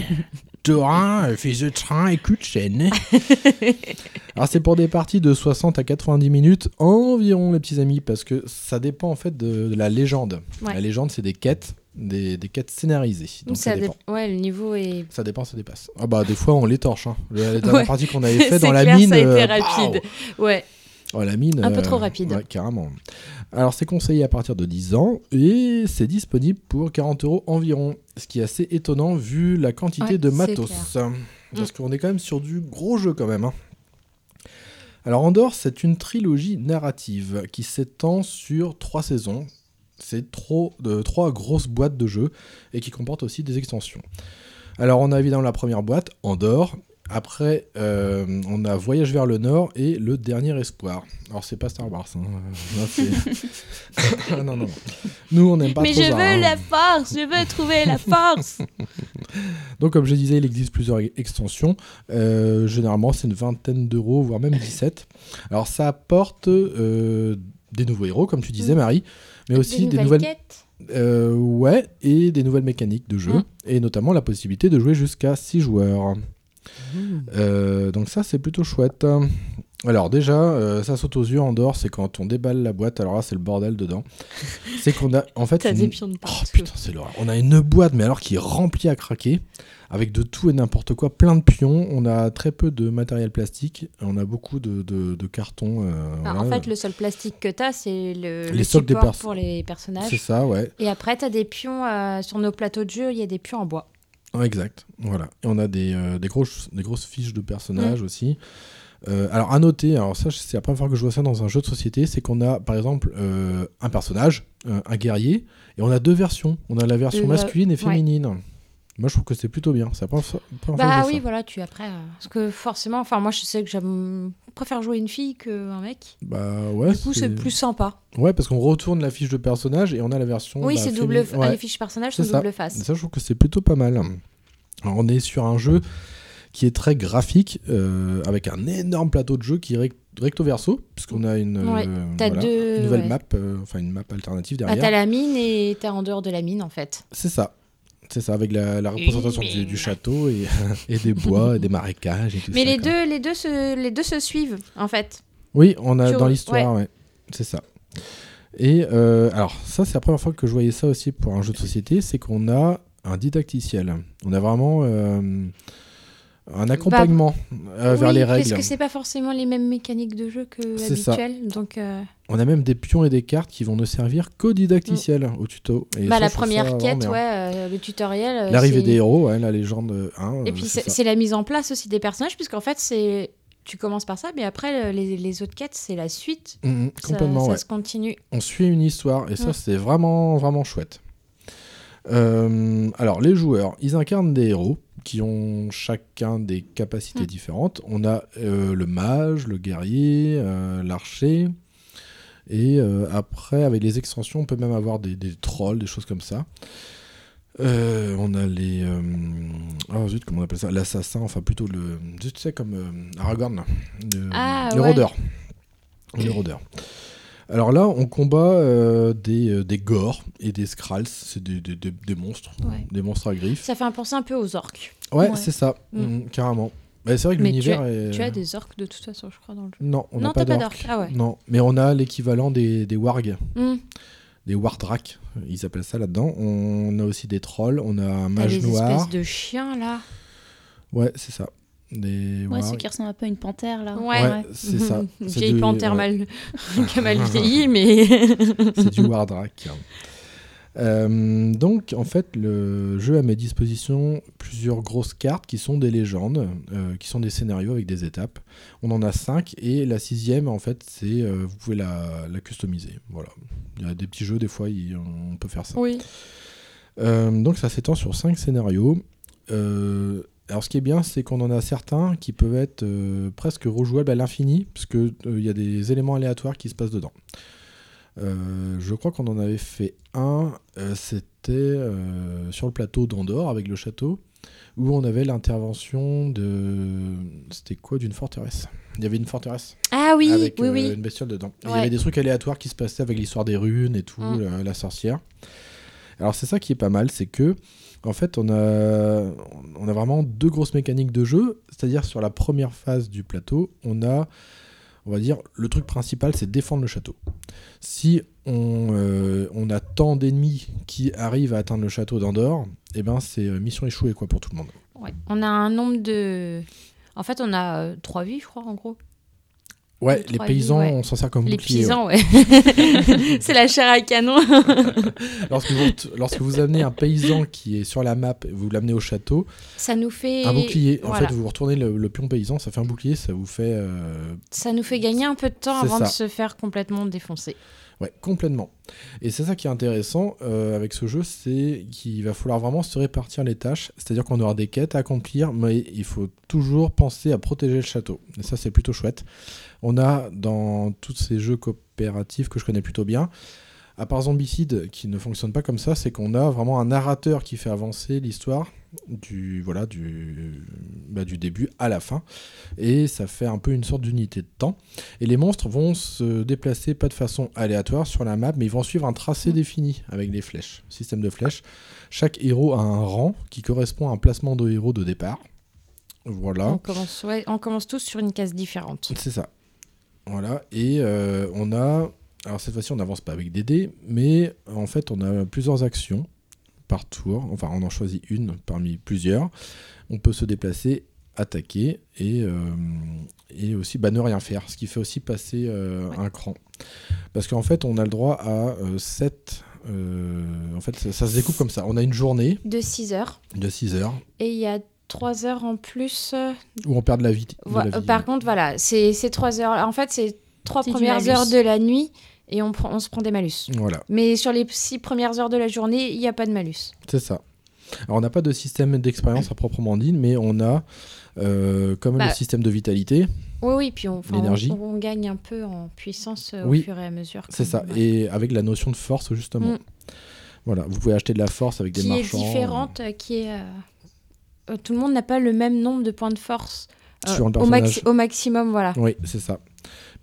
Dorin, fils de train et cul de chaîne. Alors c'est pour des parties de 60 à 90 minutes environ les petits amis parce que ça dépend en fait de, de la légende.
Ouais.
La légende c'est des quêtes, des, des quêtes scénarisées. Donc ça,
Ça
dépend.
dé- Ouais, le niveau est.
Ça dépend, ça dépasse. Ah bah des fois on les torche. Hein. Le- La dernière
Ouais.
partie qu'on avait fait
C'est
dans la
clair,
mine.
ça a été
euh,
rapide. Ouais.
pow Oh, la mine.
Un peu
euh,
trop rapide.
ouais, carrément. Alors c'est conseillé à partir de 10 ans et c'est disponible pour 40 euros environ, ce qui est assez étonnant vu la quantité
Ouais,
de
c'est
matos.
clair.
Mm.
Parce qu'on est quand même sur du gros jeu quand même. hein. Alors Andorre, c'est une trilogie narrative qui s'étend sur trois saisons. C'est trop de trois grosses boîtes de jeux et qui comportent aussi des extensions. Alors on a évidemment la première boîte, Andorre. Après, euh, on a Voyage vers le Nord et Le Dernier Espoir. Alors c'est pas Star Wars. hein. Euh, là, c'est- Ah, non, non, non. Nous on n'aime pas
Mais
trop
je
ça,
veux
hein.
la force, je veux trouver la force.
Donc, comme je disais, il existe plusieurs e- extensions. Euh, généralement, c'est une vingtaine d'euros, voire même 17. Alors, ça apporte euh, des nouveaux héros, comme tu disais, Marie, mais aussi des,
nouvelles quêtes
Euh, ouais, et des nouvelles mécaniques de jeu,
Mm.
et notamment la possibilité de jouer jusqu'à 6 joueurs. Euh, donc ça, c'est plutôt chouette. Alors déjà, euh, ça saute aux yeux en dehors, c'est quand on déballe la boîte, alors là, c'est le bordel dedans. C'est qu'on a, en fait...
T'as des
une-
pions de
Oh putain, c'est l'horreur. On a une boîte, mais alors qui est remplie à craquer, avec de tout et n'importe quoi, plein de pions. On a très peu de matériel plastique, on a beaucoup de, de, de cartons. euh,
Ah, en
voilà.
fait, le seul plastique que t'as, c'est le,
Les
le
socles des
support
perso-
pour les personnages.
C'est ça, ouais.
Et après, t'as des pions euh, sur nos plateaux de jeu. Il y a des pions en bois.
Ouais, Exact, voilà. Et on a des, euh, des, grosses, des grosses fiches de personnages
Mm.
aussi. Euh, alors, à noter, alors ça, c'est la première fois que je vois ça dans un jeu de société, c'est qu'on a, par exemple, euh, un personnage, euh, un guerrier, et on a deux versions. On a la version
Euh,
masculine et
ouais.
féminine. Moi, je trouve que c'est plutôt bien. C'est la première fois, première fois que je
Bah
vois
oui,
ça.
voilà, tu après. euh, parce que forcément, enfin, moi, je sais que j'aime préfère jouer une fille qu'un mec.
Bah ouais.
Du coup, c'est plus sympa.
Ouais, parce qu'on retourne la fiche de personnage et on a la version.
Oui,
bah,
c'est double
féminin-
f- ah,
ouais.
les fiches personnages
C'est
sont
ça.
double face.
Ça, je trouve que c'est plutôt pas mal. Alors, on est sur un jeu qui est très graphique, euh, avec un énorme plateau de jeu qui est rec- recto verso, puisqu'on a une, euh,
Ouais, t'as deux-
une nouvelle
ouais.
map, euh, enfin une map alternative
Bah, t'as
derrière.
la mine et t'es en dehors de la mine, en fait.
C'est ça. C'est ça, avec la, la représentation du, du château et, et des bois et des marécages et tout
Mais
ça.
les
quoi.
deux, les, deux se, les deux se suivent, en fait.
Oui, on a
Tu
dans
re-
l'histoire, ouais. C'est ça. Et euh, alors, ça, c'est la première fois que je voyais ça aussi pour un jeu de société, c'est qu'on a un didacticiel. On a vraiment euh, un accompagnement euh, vers
Bah, Oui,
les règles.
Parce que c'est pas forcément les mêmes mécaniques de jeu que
C'est ça.
habituelles. Donc, euh,
On a même des pions et des cartes qui vont ne servir qu'au didacticiel, au tuto. Et
bah,
ça,
la
je trouve ça
première
vraiment
quête,
bien.
ouais, euh, le tutoriel. euh,
L'arrivée
c'est-
des héros, ouais, la légende euh, 1.
Et puis c'est c'est la mise en place aussi des personnages, puisqu'en fait, c'est tu commences par ça, mais après, les, les autres quêtes, c'est la suite.
Mhm,
Ça-
complètement,
ça,
ouais.
se continue.
on suit une histoire et ça
Mm.
c'est vraiment vraiment chouette. Euh, alors les joueurs, ils incarnent des héros qui ont chacun des
Mm.
capacités différentes. On a euh, le mage, le guerrier, euh, l'archer. Et euh, après, avec les extensions, on peut même avoir des, des trolls, des choses comme ça. Euh, on a les... euh, ah, zut, comment on appelle ça L'assassin, enfin plutôt le... zut, Tu sais, comme euh, Aragorn, là. le,
Ah,
le
ouais.
rôdeur. Le rôdeur. Alors là, on combat euh, des, euh, des gores et des skralls, c'est des, des- des- des monstres,
Ouais.
des monstres à griffes.
Ça fait un penser un peu aux orques.
Ouais, c'est ça,
Mm.
Mm, carrément. Mais c'est vrai que
Mais tu
l'univers
as,
est...
tu as des orques de toute façon, je crois, dans le jeu.
Non, on n'a
Non,
pas
t'as pas
d'orques.
d'orques. Ah ouais.
Mmh. Non, mais on a l'équivalent des, des wargs.
Mm.
des Wardrak, ils appellent ça là-dedans. On a aussi des trolls, on a un mage
Ah, des
noir.
espèces de chiens là.
Ouais, c'est ça. Des
Ouais,
Wardrak.
ceux qui ressemblent un peu à une panthère là.
Ouais.
Ouais, c'est ça.
Mhm.
Une
C'est
vieille
du-
panthère
ouais.
mal, qui a mal vieilli, mais.
C'est du Wardrak. Euh, donc, en fait, le jeu a à mes dispositions plusieurs grosses cartes qui sont des légendes, euh, qui sont des scénarios avec des étapes. On en a cinq et la sixième, en fait, c'est euh, vous pouvez la, la customiser. Voilà. Il y a des petits jeux, des fois, il- on peut faire ça.
Oui.
Euh, donc, ça s'étend sur cinq scénarios. Euh, alors, ce qui est bien, c'est qu'on en a certains qui peuvent être euh, presque rejouables à l'infini, parce que euh, il y a des éléments aléatoires qui se passent dedans. Euh, je crois qu'on en avait fait un, euh, c'était euh, sur le plateau d'Andorre avec le château, où on avait l'intervention de. C'était quoi D'une forteresse. Il y avait une forteresse.
Ah oui,
avec,
oui,
euh,
oui.
une bestiole dedans. Et Il y
Ouais.
avait des trucs aléatoires qui se passaient avec l'histoire des runes et tout,
Mm.
la, la sorcière. Alors c'est ça qui est pas mal, c'est que en fait on a, on a vraiment deux grosses mécaniques de jeu, c'est-à-dire sur la première phase du plateau, on a, on va dire, le truc principal c'est défendre le château. Si on, euh, on a tant d'ennemis qui arrivent à atteindre le château d'Andorre, eh ben c'est euh, mission échouée quoi pour tout le monde.
Ouais. On a un nombre de. En fait, on a euh, trois vies, je crois, en gros.
Ouais,
Deux,
les
trois
paysans,
vies, ouais.
on s'en sert comme
Les
bouclier, ouais.
paysans, ouais. C'est la chair à canon.
lorsque, vous, lorsque vous amenez un paysan qui est sur la map, vous l'amenez au château,
ça nous fait.
un bouclier. En
voilà.
fait, vous retournez le, le pion paysan, ça fait un bouclier, ça vous fait euh,
Ça nous fait gagner un peu de temps
C'est
avant
ça.
de se faire complètement défoncer.
Ouais, complètement. Et c'est ça qui est intéressant euh, avec ce jeu, c'est qu'il va falloir vraiment se répartir les tâches. C'est-à-dire qu'on aura des quêtes à accomplir, mais il faut toujours penser à protéger le château. Et ça, c'est plutôt chouette. On a dans tous ces jeux coopératifs que je connais plutôt bien, à part Zombicide qui ne fonctionne pas comme ça, c'est qu'on a vraiment un narrateur qui fait avancer l'histoire du voilà du bah, du début à la fin et ça fait un peu une sorte d'unité de temps et les monstres vont se déplacer pas de façon aléatoire sur la map mais ils vont suivre un tracé défini avec des flèches système de flèches chaque héros a un rang qui correspond à un placement de héros de départ voilà
On, commence, ouais, on commence tous sur une case différente.
c'est ça. Voilà. Et euh, on a. Alors, cette fois-ci, on n'avance pas avec des dés, mais en fait, on a plusieurs actions par tour. Enfin, on en choisit une parmi plusieurs. On peut se déplacer, attaquer et, euh, et aussi bah, ne rien faire, ce qui fait aussi passer euh, un cran. Parce qu'en fait, on a le droit à 7. en fait, ça, ça se découpe comme ça. On a une journée
De 6 heures.
de 6 heures
Et il y a 3 heures en plus. euh,
où on perd de la vie. de
voi-
la
euh,
vie.
Par contre, voilà, c'est c'est trois heures. En fait, c'est trois
C'est du
premières
malus.
heures de la nuit et on, prend- on se prend des malus.
Voilà.
Mais sur les six premières heures de la journée, il n'y a pas de malus.
C'est ça. Alors, on n'a pas de système d'expérience à proprement dit, mais on a euh, quand même
Bah,
le système de vitalité.
Oui, oui, puis on, enfin, on-
L'énergie.
on, gagne un peu en puissance euh,
Oui,
au fur et à mesure.
C'est
quand
ça.
même, ouais.
Et avec la notion de force, justement.
Mm.
Voilà, vous pouvez acheter de la force avec des
qui est
marchands.
différente, euh, qui est. euh, euh, tout le monde n'a pas le même nombre de points de force. euh,
Sur le
au,
personnage.
au maximum, voilà.
Oui, c'est ça.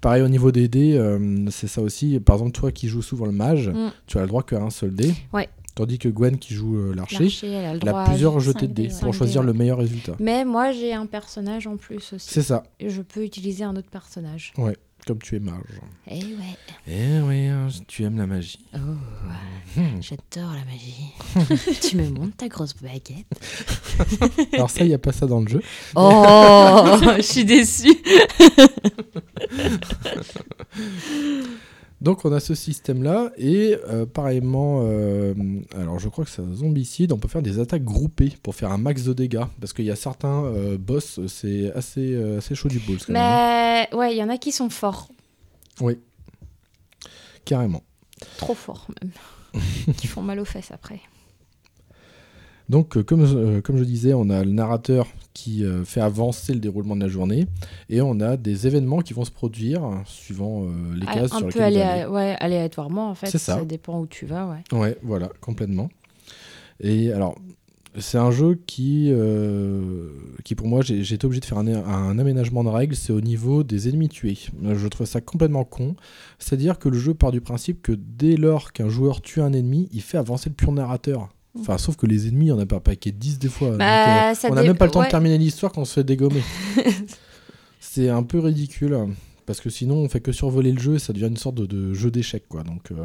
Pareil au niveau des dés, euh, c'est ça aussi. Par exemple, toi qui joues souvent le mage,
Mm.
tu as le droit qu'à un seul dé.
Ouais.
Tandis que Gwen qui joue euh, l'archer,
L'archer, elle a le
elle
droit.
a
à-
plusieurs
cinq
jetés de
dés,
dés
ouais.
pour
Cinq
choisir
dés,
le meilleur résultat.
Mais moi, j'ai un personnage en plus aussi.
C'est ça,
Et Je peux utiliser un autre personnage.
comme tu es mage.
Eh ouais.
Eh oui, hein, tu aimes la magie.
Oh,
Hmm.
j'adore la magie. tu me montes ta grosse baguette.
Alors ça, il n'y a pas ça dans le jeu.
Oh, je suis déçue.
Ah Donc on a ce système-là et euh, pareillement, euh, alors je crois que c'est un zombicide, on peut faire des attaques groupées pour faire un max de dégâts parce qu'il y a certains euh, boss, c'est assez, euh, assez chaud du boule quand même, hein.
Mais ouais, il y en a qui sont forts.
hein, carrément.
Trop forts, même. qui font mal aux fesses après.
Donc euh, comme, euh, comme je disais, on a le narrateur qui euh, fait avancer le déroulement de la journée et on a des événements qui vont se produire hein, suivant euh, les cases
Ah,
sur
un peu
lesquelles vous
alé-
allez.
ouais, aléatoirement, en fait.
C'est ça.
dépend où tu vas, ouais.
Ouais, voilà, complètement. Et alors, c'est un jeu qui, euh, qui pour moi, j'ai j'ai été obligé de faire un, un aménagement de règles, c'est au niveau des ennemis tués. Je trouve ça complètement con. C'est-à-dire que le jeu part du principe que dès lors qu'un joueur tue un ennemi, il fait avancer le pion narrateur. Enfin, sauf que les ennemis, on a pas un paquet de 10 des fois. donc, euh,
Bah, ça
on n'a
dé-
même pas le temps
ouais.
de terminer l'histoire quand on se fait dégommer. c'est un peu ridicule. Parce que sinon, on fait que survoler le jeu et ça devient une sorte de, de jeu d'échecs, quoi. Donc, euh,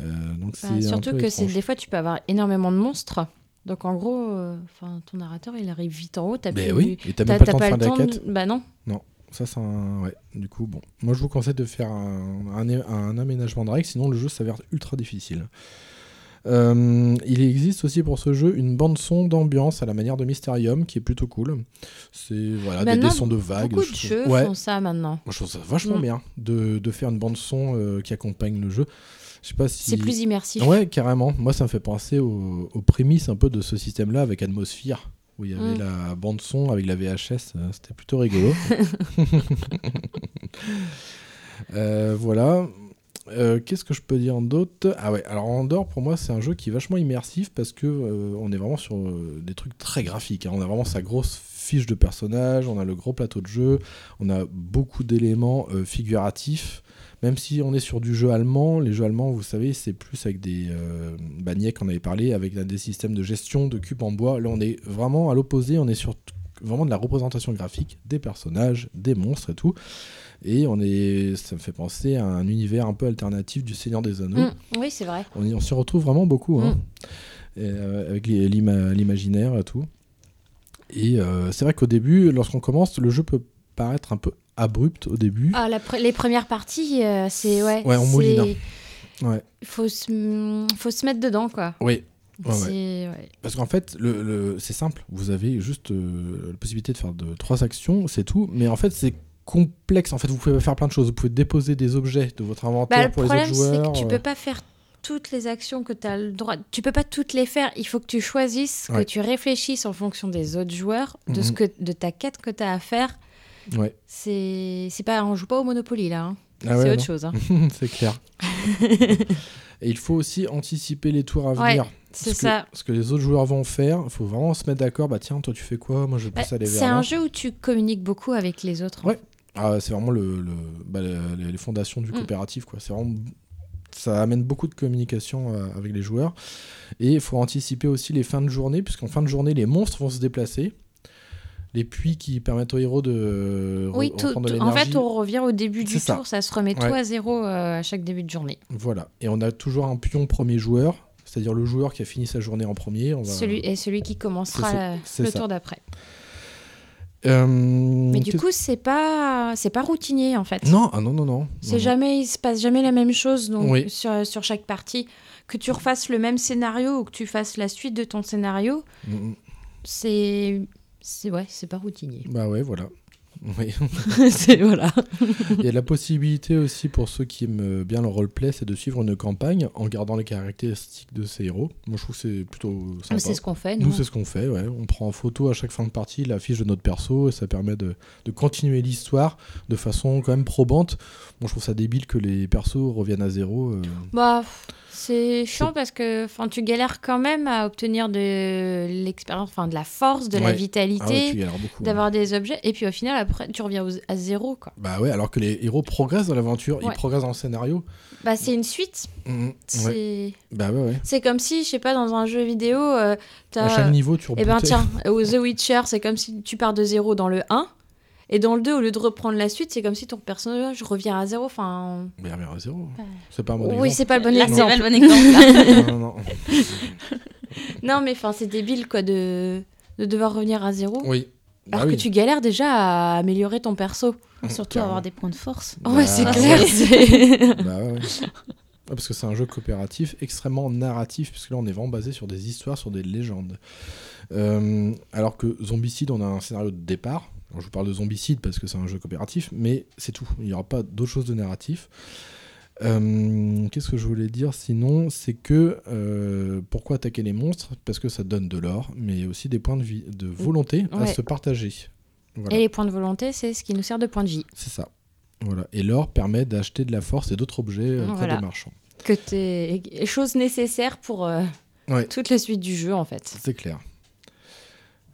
Euh, donc
Bah,
c'est un
surtout
peu
que c'est
étrange.
des fois tu peux avoir énormément de monstres. Donc en gros, euh, enfin ton narrateur il arrive vite en haut, t'as
Ben
plus
oui, et t'as même pas le temps de faire de la quête.
Bah non.
Non, ça c'est un... Ouais, du coup, bon. Moi je vous conseille de faire un, un, un aménagement de règles, sinon le jeu s'avère ultra difficile. Euh, il existe aussi pour ce jeu une bande son d'ambiance à la manière de Mysterium qui est plutôt cool. C'est voilà des,
Maintenant,
des sons de vagues.
Beaucoup de
choses-
jeux
Ouais.
font ça maintenant.
Moi, je trouve ça vachement
Mm.
bien de, de faire une bande son euh, qui accompagne le jeu. Je sais pas si
C'est plus immersif.
Ouais, carrément. Moi, ça me fait penser aux, aux prémices un peu de ce système-là avec Atmosphere, où il y avait
Mm.
la bande son avec la VHS. euh, C'était plutôt rigolo. Euh, voilà. Euh, Qu'est-ce que je peux dire d'autre Ah ouais, alors Andorre pour moi c'est un jeu qui est vachement immersif parce que euh, on est vraiment sur euh, des trucs très graphiques. hein. On a vraiment sa grosse fiche de personnage, on a le gros plateau de jeu, on a beaucoup d'éléments euh, figuratifs. Même si on est sur du jeu allemand, les jeux allemands, vous savez, c'est plus avec des euh, bah, Niek en avait parlé, avec des systèmes de gestion de cubes en bois. Là, on est vraiment à l'opposé, on est sur t- vraiment de la représentation graphique des personnages, des monstres et tout. Et on est, ça me fait penser à un univers un peu alternatif du Seigneur des Anneaux.
Mm, Oui, c'est vrai.
On, y- on s'y retrouve vraiment beaucoup, hein.
Mm.
Et, euh, avec les- l'ima- l'imaginaire et tout. Et euh, c'est vrai qu'au début, lorsqu'on commence, le jeu peut paraître un peu abrupt au début.
Ah, la pre- les premières parties, euh, c'est ouais.
ouais, on
c'est-
mouline. hein. Ouais.
Faut se, mm, faut se mettre dedans quoi.
Oui. Ouais,
C'est-
ouais.
ouais.
Parce qu'en fait, le, le- c'est simple. Vous avez juste euh, la possibilité de faire de, trois actions, c'est tout. Mais en fait, c'est complexe. En fait, vous pouvez faire plein de choses. Vous pouvez déposer des objets de votre inventaire
Bah, le
pour les autres
problème c'est
joueurs.
que tu
euh.
peux pas faire toutes les actions que tu as le droit. Tu peux pas toutes les faire. Il faut que tu choisisses,
Ouais.
que tu réfléchisses en fonction des autres joueurs, de ce
Mhm.
que de ta quête que tu as à faire.
Ouais.
C'est c'est pas on joue pas au Monopoly là. hein.
Ah
c'est
ouais,
autre
non.
chose. hein.
c'est clair. Et il faut aussi anticiper les tours à
Ouais,
venir.
c'est
Ce que-
ça.
Ce que les autres joueurs vont faire, il faut vraiment se mettre d'accord. Bah tiens, toi tu fais quoi Moi je vais
Bah,
plus aller vers
c'est
là.
un jeu où tu communiques beaucoup avec les autres. hein.
Ouais. Ah, c'est vraiment le, le- bah, le- les fondations du
Mm.
coopératif. Quoi. C'est vraiment- ça amène beaucoup de communication euh, avec les joueurs. Et il faut anticiper aussi les fins de journée, puisqu'en fin de journée, les monstres vont se déplacer. Les puits qui permettent aux héros de euh, re-
Oui, tout-
reprendre de
tout- en fait,
l'énergie.
on revient au début du
C'est ça.
tour, ça se remet
Ouais.
tout à zéro euh, à chaque début de journée.
Voilà. Et on a toujours un pion premier joueur, c'est-à-dire le joueur qui a fini sa journée en premier. On va...
Celui, et celui qui commencera
C'est
la-
ça, c'est
le
ça.
tour d'après.
Euh,
Mais du
qu'est-ce-
coup, c'est pas c'est pas routinier en fait.
Non, ah non, non, non.
C'est
Non, non.
jamais, il se passe jamais la même chose donc,
Oui.
sur, sur chaque partie. Que tu refasses le même scénario ou que tu fasses la suite de ton scénario,
Mm, mm.
c'est c'est ouais, c'est pas routinier.
Bah ouais, voilà. Oui.
C'est- voilà.
Il y a la possibilité aussi pour ceux qui aiment bien le roleplay, c'est de suivre une campagne en gardant les caractéristiques de ses héros. Moi, je trouve que c'est plutôt sympa.
Ah, Mais c'est ce qu'on hein. fait,
bah, nous.
nous.
c'est ce qu'on fait, ouais. On prend en photo à chaque fin de partie la fiche de notre perso et ça permet de, de continuer l'histoire de façon quand même probante. Moi, je trouve ça débile que les persos reviennent à zéro. euh.
Bah, c'est chiant parce que enfin tu galères quand même à obtenir de l'expérience, enfin de la force, de la
Ouais.
vitalité,
Ah ouais, tu galères beaucoup, hein.
d'avoir des objets et puis au final après tu reviens aux- à zéro quoi.
Bah ouais, alors que les héros progressent dans l'aventure,
Ouais.
ils progressent dans le scénario.
Bah c'est une suite.
Mhm, ouais.
C'est
Bah ouais, ouais.
c'est comme si je sais pas dans un jeu vidéo euh, t'as-
À chaque niveau, tu
Eh ben
rebootais.
tiens, au The Witcher, c'est comme si tu pars de zéro dans le 1 et dans le 2 au lieu de reprendre la suite, c'est comme si ton personnage revient à zéro enfin
Mais elle revient à zéro. C'est pas un bon exemple.
Oui, c'est pas le bon
Là, c'est
exemple.
pas le bon exemple,
là. Non, non, non.
Non, mais enfin, c'est débile quoi de... de devoir revenir à zéro.
Oui. Bah
Alors
oui.
que tu galères déjà à améliorer ton perso.
Surtout avoir des points de force.
Oh, ouais, c'est
Bah,
clair.
ouais.
c'est-
Bah ouais, ouais. Ouais, Parce que c'est un jeu coopératif extrêmement narratif, puisque là on est vraiment basé sur des histoires, sur des légendes. Euh, alors que Zombicide, on a un scénario de départ. Alors, je vous parle de Zombicide parce que c'est un jeu coopératif, mais c'est tout. Il n'y aura pas d'autre chose de narratif. Euh, Qu'est-ce que je voulais dire sinon C'est que euh, pourquoi attaquer les monstres Parce que ça donne de l'or, mais aussi des points de, vie- de volonté à
Ouais.
se partager. Voilà.
Et les points de volonté, c'est ce qui nous sert de point de vie.
C'est ça. Voilà. Et l'or permet d'acheter de la force et d'autres objets euh, auprès
Voilà.
des marchands.
Que t'es chose nécessaire pour euh,
Ouais.
toute la suite du jeu en fait.
C'est clair.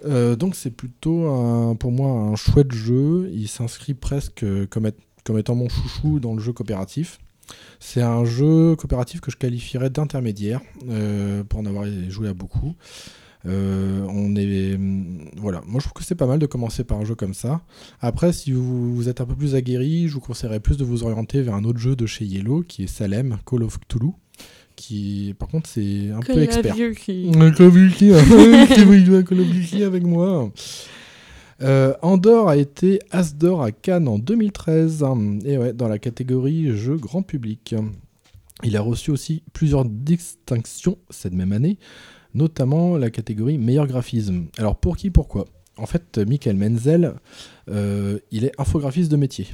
Euh, donc c'est plutôt un- pour moi un chouette jeu. Il s'inscrit presque euh, comme, être- comme étant mon chouchou dans le jeu coopératif. C'est un jeu coopératif que je qualifierais d'intermédiaire euh, pour en avoir joué à beaucoup. Euh, on est hum, voilà, moi je trouve que c'est pas mal de commencer par un jeu comme ça. Après, si vous, vous êtes un peu plus aguerri, je vous conseillerais plus de vous orienter vers un autre jeu de chez Yellow qui est Salem, Call of Cthulhu, qui, par contre, c'est un
Que
peu
la
expert.
vieux qui-
Un Call of Duty, hein. Qui veut jouer à Call of Duty avec moi. Euh, Andorre a été As d'or à Cannes en 2013, hein. et ouais, dans la catégorie jeu grand public. Il a reçu aussi plusieurs distinctions cette même année, notamment la catégorie meilleur graphisme. Alors pour qui, pourquoi En fait, Michael Menzel, euh, il est infographiste de métier.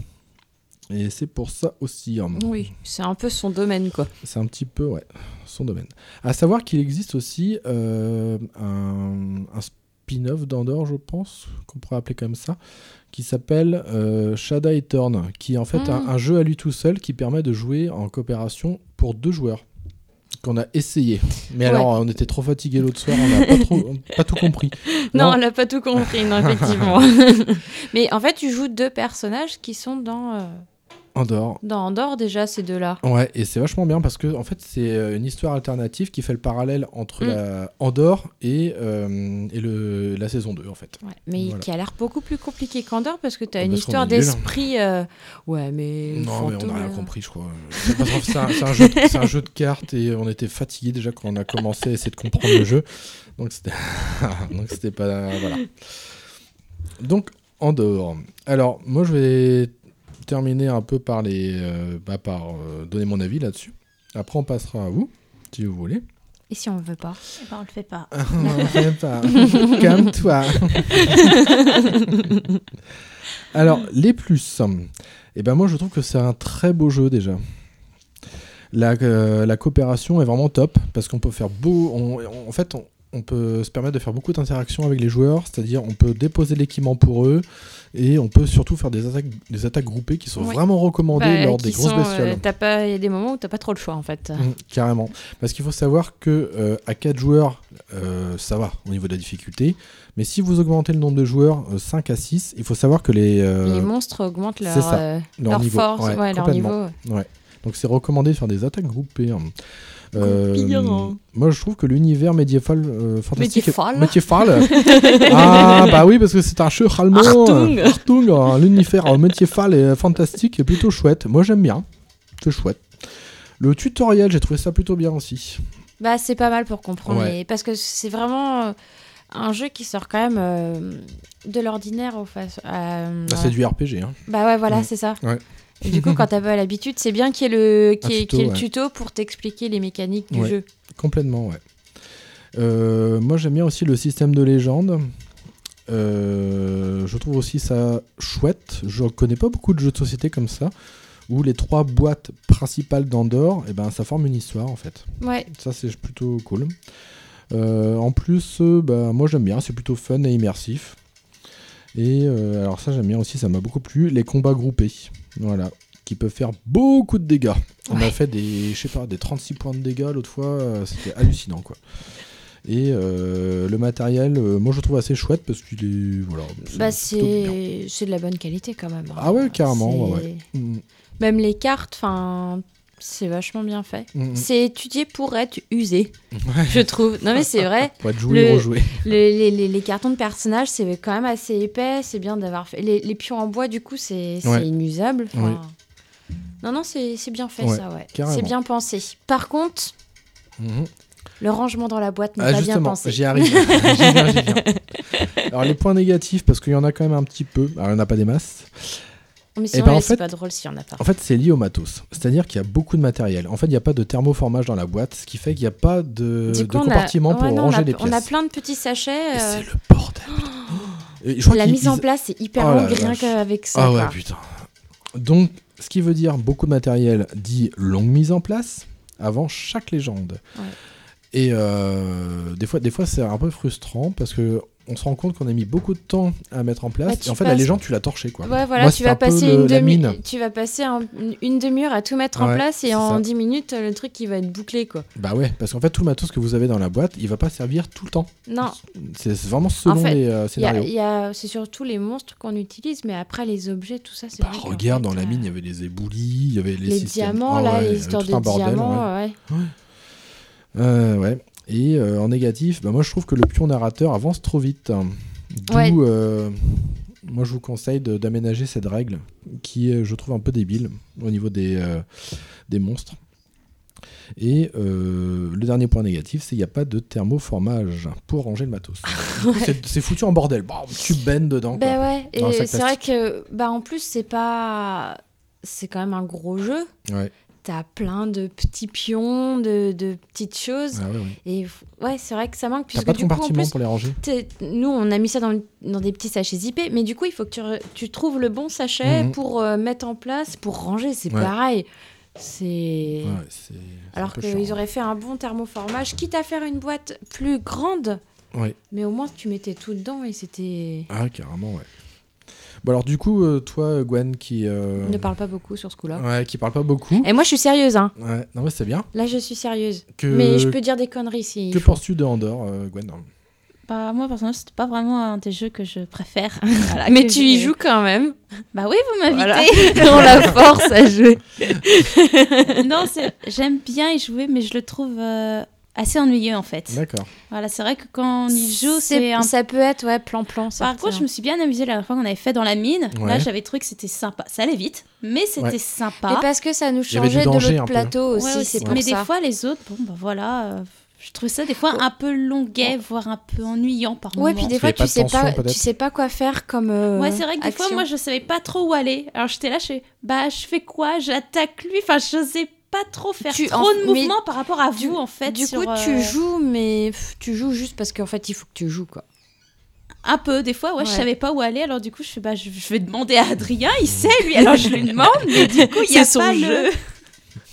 Et c'est pour ça aussi. hein.
Oui, c'est un peu son domaine, quoi.
C'est un petit peu ouais, son domaine. À savoir qu'il existe aussi euh, un, un spin-off d'Andorre, je pense, qu'on pourrait appeler comme ça, qui s'appelle euh, Shada Etern, qui est en fait un,
Mm.
un jeu à lui tout seul qui permet de jouer en coopération pour deux joueurs. Qu'on a essayé. Mais
Ouais.
alors, on était trop fatigués l'autre soir, on n'a pas, trop- pas tout compris.
Non, on l'a pas tout compris, non, effectivement. Mais en fait, tu joues deux personnages qui sont dans, euh,
Andorre.
dans Andorre déjà, ces deux-là.
Ouais, et c'est vachement bien parce que en fait c'est euh, une histoire alternative qui fait le parallèle entre
Mm.
la Andorre et, euh, et le, la saison 2 en fait.
Ouais, mais
Voilà.
qui a l'air beaucoup plus compliqué qu'Andorre parce que tu as
Ah,
une
parce qu'on
histoire
est nul.
d'esprit. euh, Ouais, mais.
Non, mais on
fantôme,
n'a rien
euh,
compris, je crois. C'est pas grave, c'est un, c'est un jeu de- c'est un jeu de cartes et on était fatigués déjà quand on a commencé à essayer de comprendre le jeu. Donc c'était donc c'était pas voilà. Donc Andorre. Alors moi je vais terminer un peu par les euh, bah, par euh, donner mon avis là-dessus. Après on passera à vous si vous voulez.
Et si on veut pas
Eh ben, on le fait pas.
On le fait pas. Calme-toi. Alors, les plus. Eh ben moi, je trouve que c'est un très beau jeu déjà. La, euh, la coopération est vraiment top parce qu'on peut faire beau. on- on- en fait, on, on peut se permettre de faire beaucoup d'interactions avec les joueurs, c'est-à-dire on peut déposer l'équipement pour eux et on peut surtout faire des attaques, des attaques groupées qui sont
Ouais.
vraiment recommandées
Bah,
lors
qui
des grosses
sont, euh,
bestioles.
t'as pas- Il y a des moments où t'as pas trop le choix en fait.
Mm, carrément. Parce qu'il faut savoir que euh, à 4 joueurs, euh, ça va au niveau de la difficulté. Mais si vous augmentez le nombre de joueurs euh, 5 à 6, il faut savoir que les, euh,
Les monstres augmentent
c'est
leur,
ça,
euh, leur
niveau.
force,
Ouais,
ouais, leur niveau.
complètement.
ouais.
Ouais. Donc c'est recommandé de faire des attaques groupées. hein. Euh,
Groupillon.
moi je trouve que l'univers médiéval euh, fantastique.
Médiéval.
Médiéval. ah bah oui parce que c'est un jeu allemand.
Achtung.
euh, Achtung, hein, l'univers euh, médiéval est fantastique et plutôt chouette. Moi j'aime bien. C'est chouette. Le tutoriel j'ai trouvé ça plutôt bien aussi.
Bah, c'est pas mal pour comprendre.
Ouais.
et- Parce que c'est vraiment euh, un jeu qui sort quand même euh, de l'ordinaire. au fa- euh,
Ah, c'est du RPG. Hein.
Bah ouais, voilà,
Mm.
c'est ça.
Ouais.
Et du coup, quand t'as pas l'habitude, c'est bien qu'il y ait le, qu'il y
Un
ait-
tuto,
qu'il y ait
ouais.
le tuto pour t'expliquer les mécaniques du
Ouais,
jeu.
Complètement, ouais. Euh, moi, j'aime bien aussi le système de légende. Euh, je trouve aussi ça chouette. Je connais pas beaucoup de jeux de société comme ça, où les trois boîtes principales d'Andorre, et ben, ça forme une histoire en fait.
Ouais.
Ça, c'est plutôt cool. Euh, en plus, euh, bah, moi j'aime bien, c'est plutôt fun et immersif. Et euh, alors, ça, j'aime bien aussi, ça m'a beaucoup plu. Les combats groupés, voilà, qui peuvent faire beaucoup de dégâts. On a fait des, je sais pas, des 36 points de dégâts l'autre fois, euh, c'était hallucinant quoi. Et
Bah,
euh, le matériel, euh, moi je le trouve assez chouette parce qu'il est. Voilà. c'est
Bah,
plutôt bien.
c'est c'est de la bonne qualité quand même. hein.
Ah ouais, carrément, ouais,
C'est-
ouais. Mm.
Même les cartes, enfin. C'est vachement bien fait.
Mhm.
C'est étudié pour être usé,
mm.
je trouve. Non mais c'est vrai.
Pour être joué, rejoué.
le- les, les- les cartons de personnages, c'est quand même assez épais. C'est bien d'avoir fait. Les, les pions en bois, du coup, c'est c'est
Ouais.
inusable.
Oui.
enfin. Non, non, c'est c'est bien fait
Ouais,
ça, ouais.
carrément.
C'est bien pensé. Par contre,
Mhm.
le rangement dans la boîte n'est
Ah,
pas bien
justement,
pensé.
j'y arrive. J'y viens, j'y viens. Alors, les points négatifs, parce qu'il y en a quand même un petit peu. Alors, il n'y en a pas des masses.
Mais
Eh
sinon,
ben,
là,
en
c'est
fait-
pas drôle s'il y en a pas.
En fait, c'est lié au matos. C'est-à-dire qu'il y a beaucoup de matériel. En fait, il n'y a pas de thermoformage dans la boîte, ce qui fait qu'il n'y a pas euh, de,
Du
de
coup, on a-
compartiment
ouais,
pour
non, on
ranger
a-
les pièces.
On a plein de petits sachets. euh,
Et je crois
la
qu'ils-
mise en
ils-
place, c'est hyper
Oh la
longue rien
vache.
qu'avec ça.
Ah ouais,
quoi.
putain. Donc, ce qui veut dire beaucoup de matériel dit longue mise en place avant chaque légende.
Ouais.
Et euh, des fois, des fois c'est un peu frustrant parce que on se rend compte qu'on a mis beaucoup de temps à mettre en place.
Bah, tu
et en fait, la
passes-
légende, tu l'as torchée. Quoi.
Ouais, voilà,
Moi,
tu,
c'est un
vas
peu
passer
le-
une
la
demi,
mine.
tu vas passer un- une- une demi-heure à tout mettre en
Ouais,
place et
c'est
en
ça.
10 minutes, le truc il va être bouclé quoi.
Bah ouais, parce qu'en fait, tout le matos que vous avez dans la boîte, il va pas servir tout le temps.
Non.
C'est c'est vraiment selon
en fait,
les euh,
il y a-
scénarios.
il y a- c'est surtout les monstres qu'on utilise, mais après les objets, tout ça, c'est
Bah,
vrai qu'en
regarde,
fait,
dans la
euh,
mine, il y avait les éboulis, il y avait les,
les,
systèmes-
diamants,
Ah
là,
ouais, il y
les
avait
histoires
tout
de
un bordel, ouais.
diamants, ouais.
Euh, ouais. Et euh, en négatif, bah, moi je trouve que le pion narrateur avance trop vite. hein. D'où,
Ouais.
euh, moi je vous conseille de- d'aménager cette règle qui est, je trouve, un peu débile au niveau des, euh, des monstres. Et euh, le dernier point négatif, c'est qu'il n'y a pas de thermoformage pour ranger le matos. c'est, c'est foutu en bordel. Bam, tu baignes dedans.
Ben
quoi,
ouais,
dans
et
un sac
c'est vrai
plastique.
que, bah en plus, c'est pas. C'est quand même un gros jeu.
Ouais.
T'as plein de petits pions, de, de petites choses.
Ah ouais, ouais.
Et f- ouais, c'est vrai que ça manque.
T'as
puisque
pas de
du coup, en
compartiment
plus,
pour les ranger.
t'es- nous, on a mis ça dans, dans des petits sachets zippés, mais du coup, il faut que tu, re- tu trouves le bon sachet
Mhm.
pour euh, mettre en place, pour ranger. C'est
Ouais.
pareil. C'est.
Ouais, c'est-
Alors
peu chiant.
qu'ils auraient fait un bon thermoformage, quitte à faire une boîte plus grande,
Ouais.
mais au moins tu mettais tout dedans et c'était.
Ah, carrément, ouais. Bon, alors, du coup, euh, toi, Gwen, qui. euh,
Ne parle pas beaucoup sur ce coup-là.
Ouais, qui parle pas beaucoup.
Et moi, je suis sérieuse, hein.
Ouais, non, mais c'est bien.
Là, je suis sérieuse.
Que-
Mais je peux dire des conneries si.
Que
il faut.
penses-tu de Andorre, euh, Gwen
Bah, moi, personnellement, c'était pas vraiment un des jeux que je préfère.
Mais tu y joues quand même.
Bah oui, vous m'invitez.
Voilà. On la force à jouer.
non, c'est- j'aime bien y jouer, mais je le trouve euh, assez ennuyeux en fait.
D'accord.
Voilà, c'est vrai que quand on y joue, c'est un
Ça peut être, ouais, plan-plan.
Par contre, je me suis bien amusée la dernière fois qu'on avait fait dans la mine.
Ouais.
Là, j'avais trouvé que c'était sympa. Ça allait vite, mais c'était
Ouais.
sympa.
Et parce que ça nous Il y avait du changeait de danger l'autre un peu. plateau aussi,
Ouais,
c'est pour
Mais
ça.
des fois, les autres, bon, bah voilà. euh, Je trouvais ça des fois un peu longuet, voire un peu ennuyant par
Ouais, puis
moments.
des fois, tu sais, pas, tu sais pas quoi faire comme. euh,
Ouais, c'est vrai que des fois,
action.
moi, je savais pas trop où aller. Alors, j'étais là, je fais, bah, je fais quoi J'attaque lui. Enfin, je sais pas trop faire
Tu-
trop
en-
de
mais
mouvements par rapport à vous, en fait.
Du
sur,
coup, tu
euh,
joues, mais pff, tu joues juste parce qu'en fait, il faut que tu joues, quoi.
Un peu, des fois, ouais, je
Ouais.
savais pas où aller, alors du coup, je fais, bah, je, je vais demander à Adrien, il sait, lui, alors je lui demande, mais du coup, il y a
C'est son
pas
jeu.
le...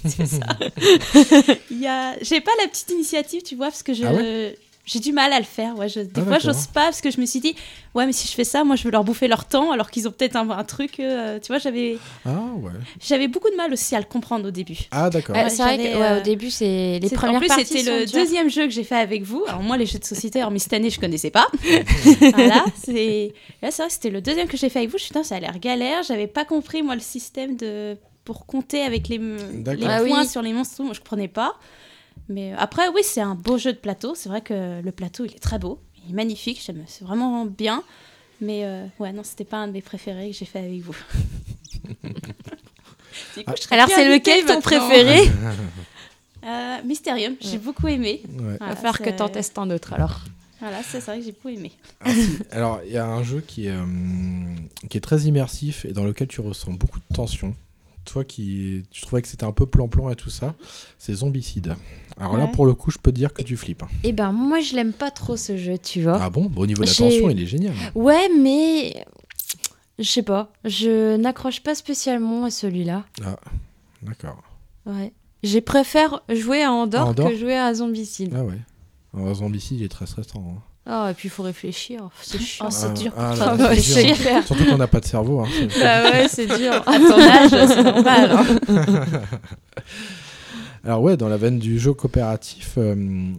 C'est ça. Il y a... J'ai pas la petite initiative, tu vois, parce que je...
Ah
J'ai du mal à le faire, ouais. je- Des
Ah,
fois,
d'accord.
j'ose pas parce que je me suis dit, ouais, mais si je fais ça, moi, je veux leur bouffer leur temps, alors qu'ils ont peut-être un, un truc. euh, tu vois, j'avais
Ah, ouais.
j'avais beaucoup de mal aussi à le comprendre au début.
Ah, d'accord.
Ouais, c'est vrai que,
j'avais,
ouais,
euh,
au début, c'est les
c'est-
premières
En plus,
parties
c'était
sont
le
dures.
deuxième jeu que j'ai fait avec vous. Alors moi, les jeux de société, hormis cette année, je connaissais pas. voilà, c'est là, c'est vrai que c'était le deuxième que j'ai fait avec vous. Je me suis dit, Putain, ça a l'air galère. J'avais pas compris moi le système de pour compter avec les, m-
D'accord.
les
Ah oui.
points sur les monstres. Moi, je comprenais pas. Mais euh, après, oui, c'est un beau jeu de plateau. C'est vrai que le plateau, il est très beau, il est magnifique. J'aime, c'est vraiment bien. Mais euh, ouais, non, c'était pas un de mes préférés que j'ai fait avec vous. Du coup, je serais
Alors, c'est
bien
lequel
invitée
ton
maintenant.
préféré
Euh, Mysterium, j'ai beaucoup aimé.
Ouais.
Va falloir que
c'est-
t'en testes un autre, alors.
Voilà, ça, c'est vrai que j'ai beaucoup aimé.
Alors, il y a un jeu qui est, euh, qui est très immersif et dans lequel tu ressens beaucoup de tension. Toi qui tu trouvais que c'était un peu plan-plan et tout ça, c'est Zombicide. Alors là,
Ouais.
pour le coup, je peux te dire que tu flippes.
Eh ben, moi, je l'aime pas trop ce jeu, tu vois.
Ah bon Bah, Au niveau de la
J'ai-
tension, il est génial.
Ouais, mais. Je sais pas. Je n'accroche pas spécialement à celui-là.
Ah, d'accord.
Ouais. Je préfère jouer à Andorre,
À Andorre
que jouer à Zombicide.
Ah ouais. Alors, Zombicide, il est très stressant. hein.
Ah, et puis il faut réfléchir. Oh, C'est chiant.
c'est
Ah,
dur pour
ah,
toi
là,
de
c'est dur.
réfléchir.
Surtout qu'on n'a pas de cerveau. hein, c'est-
Ah
Bah ouais, c'est dur.
À ton âge, c'est normal, hein.
Alors ouais, dans la veine du jeu coopératif, euh,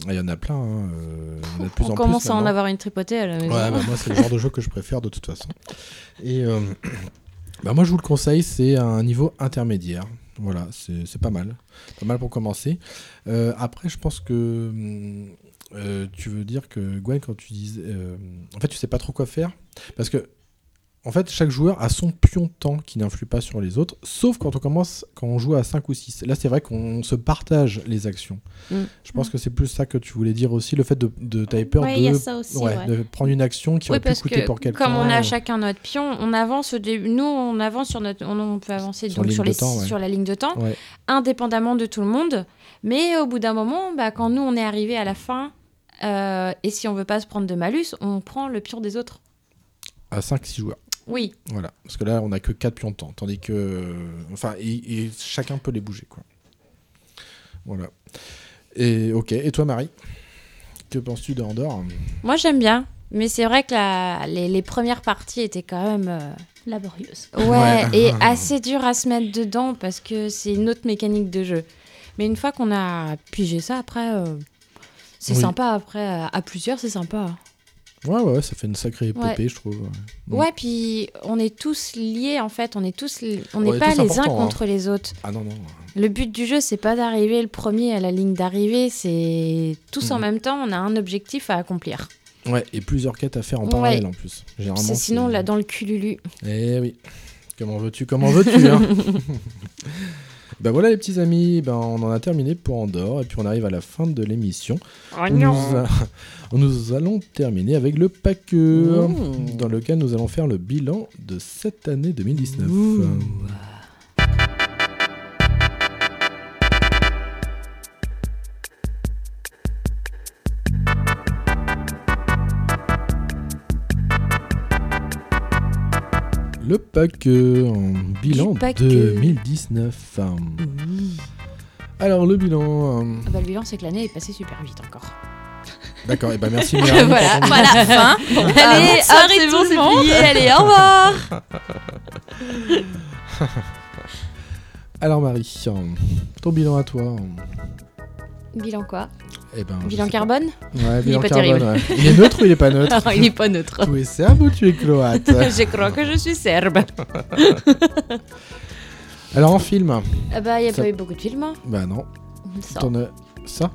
il y en a plein. hein, euh, il y en a de plus
On
en plus
commence à en
maintenant.
avoir une tripotée à la maison.
Ouais, bah, moi, c'est le genre de jeu que je préfère de toute façon. Et euh, bah, moi, je vous le conseille, c'est un niveau intermédiaire. Voilà, c'est c'est pas mal. Pas mal pour commencer. Euh, après, je pense que hum, euh, tu veux dire que Gwen, quand tu disais. euh, en fait, tu sais pas trop quoi faire. Parce que. En fait, chaque joueur a son pion de temps qui n'influe pas sur les autres, sauf quand on commence, quand on joue à 5 ou 6. Là, c'est vrai qu'on se partage les actions.
Mm.
Je pense que c'est plus ça que tu voulais dire aussi, le fait de, de t'avais peur
Ouais,
de,
il y a ça aussi, ouais.
de prendre une action qui
Oui,
aurait pu
parce
coûter
que
pour quelqu'un.
comme on a
euh,
chacun notre pion, on avance. au début- Nous, on avance sur notre, on, on peut avancer
Sur
donc
ligne
sur,
de
les,
temps, ouais.
sur la ligne de temps,
Ouais.
indépendamment de tout le monde. Mais au bout d'un moment, bah, quand nous on est arrivé à la fin, euh, et si on veut pas se prendre de malus, on prend le pion des autres.
à 5-6 joueurs.
Oui.
Voilà, parce que là, on a que 4 pions de temps, tandis que. euh, Enfin, et, et chacun peut les bouger, quoi. Voilà. Et ok, et toi, Marie Que penses-tu de Andorre
Moi, j'aime bien. Mais c'est vrai que la- les, les premières parties étaient quand même. euh,
Laborieuse.
Ouais,
Ouais.
et assez dur à se mettre dedans parce que c'est une autre mécanique de jeu. Mais une fois qu'on a pigé ça, après, euh, c'est
Oui.
sympa. Après, à, à plusieurs, c'est sympa.
Ouais, ouais, ouais, ça fait une sacrée épopée,
Ouais.
je trouve. Mm.
Ouais, puis on est tous liés en fait. On est tous, li- on n'est
est
pas
tous
les uns
importants, hein.
contre les autres.
Ah non, non.
Le but du jeu, c'est pas d'arriver le premier à la ligne d'arrivée. C'est tous en
Mhm.
même temps. On a un objectif à accomplir.
Ouais, et plusieurs quêtes à faire en
Ouais.
parallèle en plus.
Parce
Généralement.
que sinon, là, dans le cululu.
Eh oui. Comment veux-tu Comment veux-tu hein Ben voilà les petits amis, ben on en a terminé pour Andorre et puis on arrive à la fin de l'émission.
Oh
Nous
non.
a- Nous allons terminer avec le PACE,
Ouh.
dans lequel nous allons faire le bilan de cette année 2019. Le PAC en bilan
Du PAC.
2019. Alors le bilan. euh,
Ah bah, le bilan, c'est que l'année est passée super vite encore.
D'accord, et ben merci Mélanie.
Voilà,
pour ton bilan.
voilà, fin. Bon, bah,
Allez,
bonne
hop,
soirée
c'est
tout
bon,
le
c'est
monde.
plié. Allez, au revoir.
Alors Marie, euh, ton bilan à toi. euh,
Bilan quoi
Eh ben, je
Bilan
sais
carbone
pas. Ouais,
Il est
bilan
pas
carbone,
terrible.
ouais. Il est neutre ou il est pas neutre
Non, il est pas neutre.
Tu es serbe ou tu es croate
je crois que je suis serbe.
Alors en film.
Ah bah, il n'y a
Ça-
pas eu beaucoup de films. hein.
Bah non.
Ça.
T'en as- Ça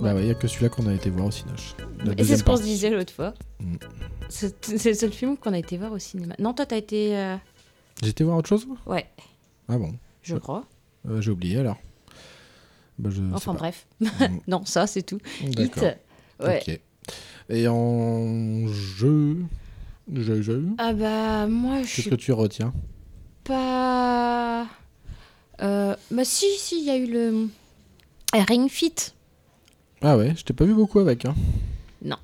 Bah ouais, il y a que celui-là qu'on a été voir au Cinoche. La
Et c'est
deuxième
ce qu'on se
partie. Mm.
disait l'autre fois. C'est c'est le seul film qu'on a été voir au cinéma. Non, toi, t'as été. euh,
J'étais voir autre chose moi
Ouais,
Ah bon
je crois.
Euh, J'ai oublié alors. Bah, je sais
Enfin
pas.
bref. non, ça, c'est tout. Hit.
D'accord.
Ouais.
Ok. Et en jeu. Jeu, jeu.
Ah bah, moi, je
Qu'est-ce
suis
que tu retiens
pas. Euh, bah, si, si, il y a eu le. euh, Ring Fit.
Ah ouais, je t'ai pas vu beaucoup avec. Hein.
Non.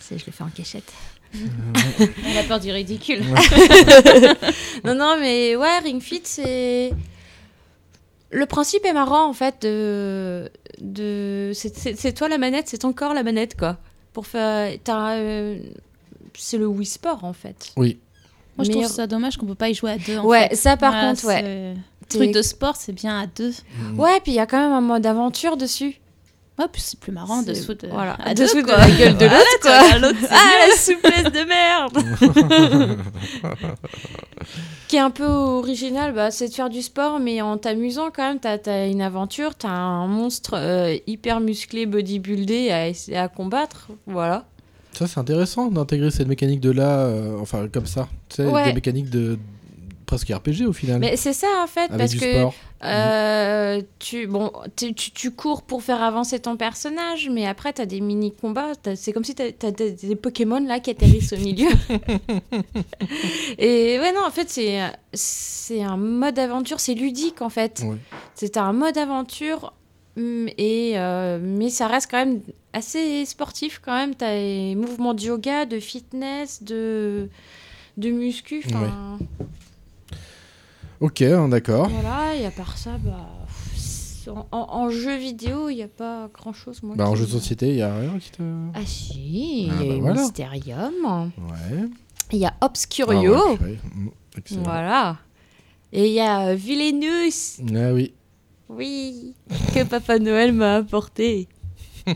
C'est- Je l'ai fait en cachette.
Elle a peur du ridicule.
non, non, mais ouais, Ring Fit, c'est. Le principe est marrant, en fait, de. de... C'est- C'est c'est toi la manette, c'est ton corps la manette, quoi. Pour faire. t'as, euh, C'est le Wii Sport, en fait.
Oui.
Moi, je
Mais-
trouve ça dommage qu'on peut pas y jouer à deux. en
Ouais,
fait.
ça, par
Voilà,
contre, ouais.
ce
T'es-
Truc de sport, c'est bien à deux.
Ouais, puis il y a quand même un mode aventure dessus.
Ouais, puis c'est plus marrant de se foutre euh,
Voilà.
à
de
deux,
se foutre de
quoi.
la gueule de
Voilà,
l'autre,
tu
quoi.
regardes l'autre, c'est
ah,
mieux.
la souplesse de merde Qui est un peu original, bah, c'est de faire du sport, mais en t'amusant quand même. T'as as une aventure, t'as un monstre euh, hyper musclé, bodybuildé à, essa- à combattre. Voilà.
Ça, c'est intéressant d'intégrer cette mécanique de là, euh, enfin comme ça. Tu sais,
Ouais.
des mécaniques de presque RPG au final.
Mais c'est ça en fait,
Avec
parce
du
que
sport.
euh, tu, bon, tu, tu- tu cours pour faire avancer ton personnage, mais après t'as des mini-combats, t'as- c'est comme si t'as t'as des, des Pokémon là qui atterrissent au milieu. Et ouais, non, en fait c'est c'est un mode aventure, c'est ludique en fait.
Ouais.
C'est un mode aventure, hum, et, euh, mais ça reste quand même assez sportif quand même. T'as des mouvements de yoga, de fitness, de, de muscu, enfin...
Ok, hein, d'accord.
Voilà, et à part ça, bah, pff, c'est- en, en- en jeu vidéo, il n'y a pas grand chose. Moi,
Bah, en
qui-
jeu de société, il y a rien qui te.
Ah si, il
Ah,
y
bah,
a eu
voilà.
Mysterium,
Ouais.
il y a
Ah ouais,
Obscurio,
purée. Mm, excellent.
voilà, et il y a euh, Villainous,
Ah oui.
oui, que Papa Noël m'a apporté.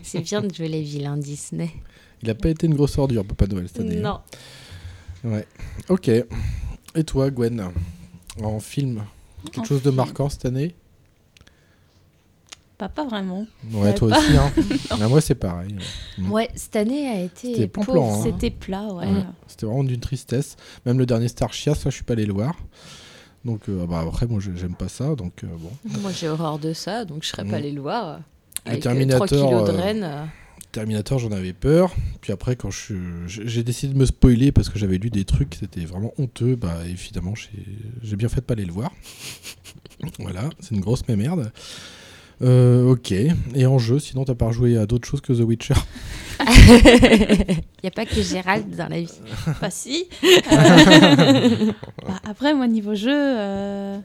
C'est bien de jouer les vilains Disney.
Il a pas été une grosse ordure, Papa Noël, cette année.
Non.
Ouais. Ok. Et toi, Gwen, en film, quelque
En
chose de marquant cette année
Pas, pas vraiment.
Euh,
Ouais, toi aussi. Hein. Ah, moi, c'est pareil. Mm.
Ouais, cette année a été
C'était plan
pauvre.
plan, hein.
C'était plat, ouais.
Ouais. C'était vraiment d'une tristesse. Même le dernier Star Chia, ça, je suis pas allé le voir. Donc, euh, bah, après, moi, j'ai- j'aime pas ça. Donc, euh, bon.
Moi j'ai horreur de ça, donc je serais
Mm.
pas allée le voir.
Le
Avec euh,
Terminator,
3 kilos de
euh,
rennes. euh.
Terminator, j'en avais peur. Puis après, quand je suis- j'ai j'ai décidé de me spoiler parce que j'avais lu des trucs, c'était vraiment honteux. Bah, évidemment, j'ai- j'ai bien fait de pas aller le voir. voilà, c'est une grosse merde. Euh, ok. Et en jeu, sinon, t'as pas joué à d'autres choses que The Witcher
Il n'y a pas que Gérald dans la vie.
Pas si. Euh, bah, après, moi, niveau jeu, euh,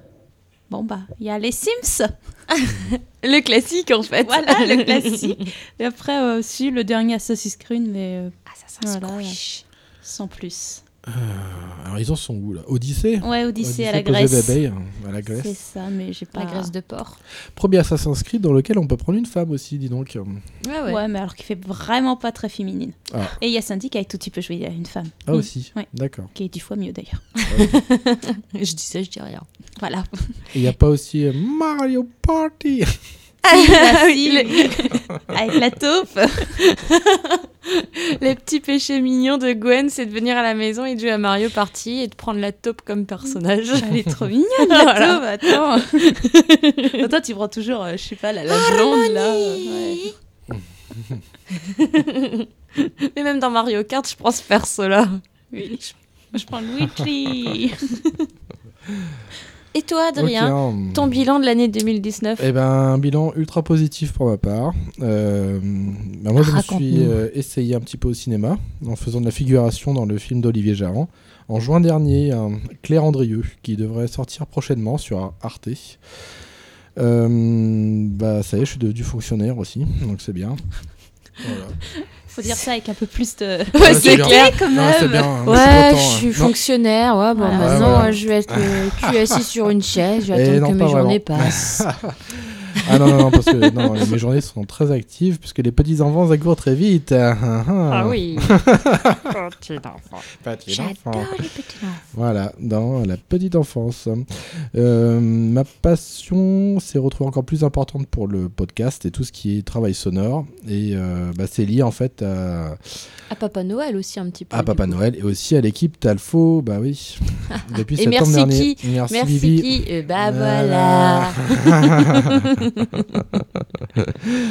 bon, bah, il y a les Sims.
Le classique, en fait.
Voilà, le classique. Et après, euh, aussi, le dernier Assassin's Creed, mais. euh,
Ah, Assassin's
voilà,
Creed.
Sans plus.
Alors, ils en sont où là Odyssey
Ouais, Odyssée à la
Odyssey posé
Grèce.
bébé, hein, à la
C'est
Grèce.
ça, mais j'ai
La
pas.
graisse de porc.
Premier Assassin's Creed dans lequel on peut prendre une femme aussi, dis donc.
Ouais,
Ouais, mais alors qu'il fait vraiment pas très féminine.
Ah,
Et il y a Sandy qui, avec tout, tu peux jouer à une femme.
ah aussi.
Mm. Ouais.
D'accord.
Qui est dix fois mieux d'ailleurs.
je dis ça, je dis rien.
Voilà.
Et il n'y a pas aussi euh, Mario Party
cible,
Ah
la cible, avec la taupe.
Les petits péchés mignons de Gwen, c'est de venir à la maison et de jouer à Mario Party et de prendre la taupe comme personnage.
Elle est trop mignonne, la taupe, attends. Toi, tu prends toujours, euh, je sais pas, la, la
Ah,
blonde, là.
Harmonie. Mais même dans Mario Kart, je prends ce perso-là.
Oui, je, je prends Luigi.
Et toi, Adrien,
Ok, hein.
ton bilan de l'année 2019
Eh ben, un bilan ultra positif pour ma part. Euh, ben moi, je me suis
Raconte-nous.
euh, essayé un petit peu au cinéma en faisant de la figuration dans le film d'Olivier Jarran. En juin dernier, un Claire Andrieux, qui devrait sortir prochainement sur Arte. Euh, bah, ça y est, je suis devenu fonctionnaire aussi, donc c'est bien. Voilà.
Faut dire ça avec un peu plus de.
Ouais, c'est
de
clair.
clé, quand
Non,
même.
c'est bien, hein.
Ouais,
content,
je suis
hein. Non.
fonctionnaire. Ouais, bon,
Ah,
maintenant,
voilà.
euh, je vais être euh, cul assis sur une chaise. Je vais
Eh
attendre
non,
que mes
pas
journées
vraiment.
passent.
Ah non, non, non, parce que non, mes journées sont très actives puisque les petits enfants accourent très vite. Ah, ah, ah.
Ah oui. Petit enfant.
Petit
J'adore
enfant.
les petits enfants.
Voilà, dans la petite enfance. Euh, ma passion s'est retrouvée encore plus importante pour le podcast et tout ce qui est travail sonore. Et euh, bah, c'est lié en fait à,
À Papa Noël aussi, un petit peu.
à
du
Ah, Papa
coup.
Noël et aussi à l'équipe Talfo. Bah oui, depuis
Et
septembre
merci
dernier.
qui Merci qui Euh,
Ah,
Bah voilà.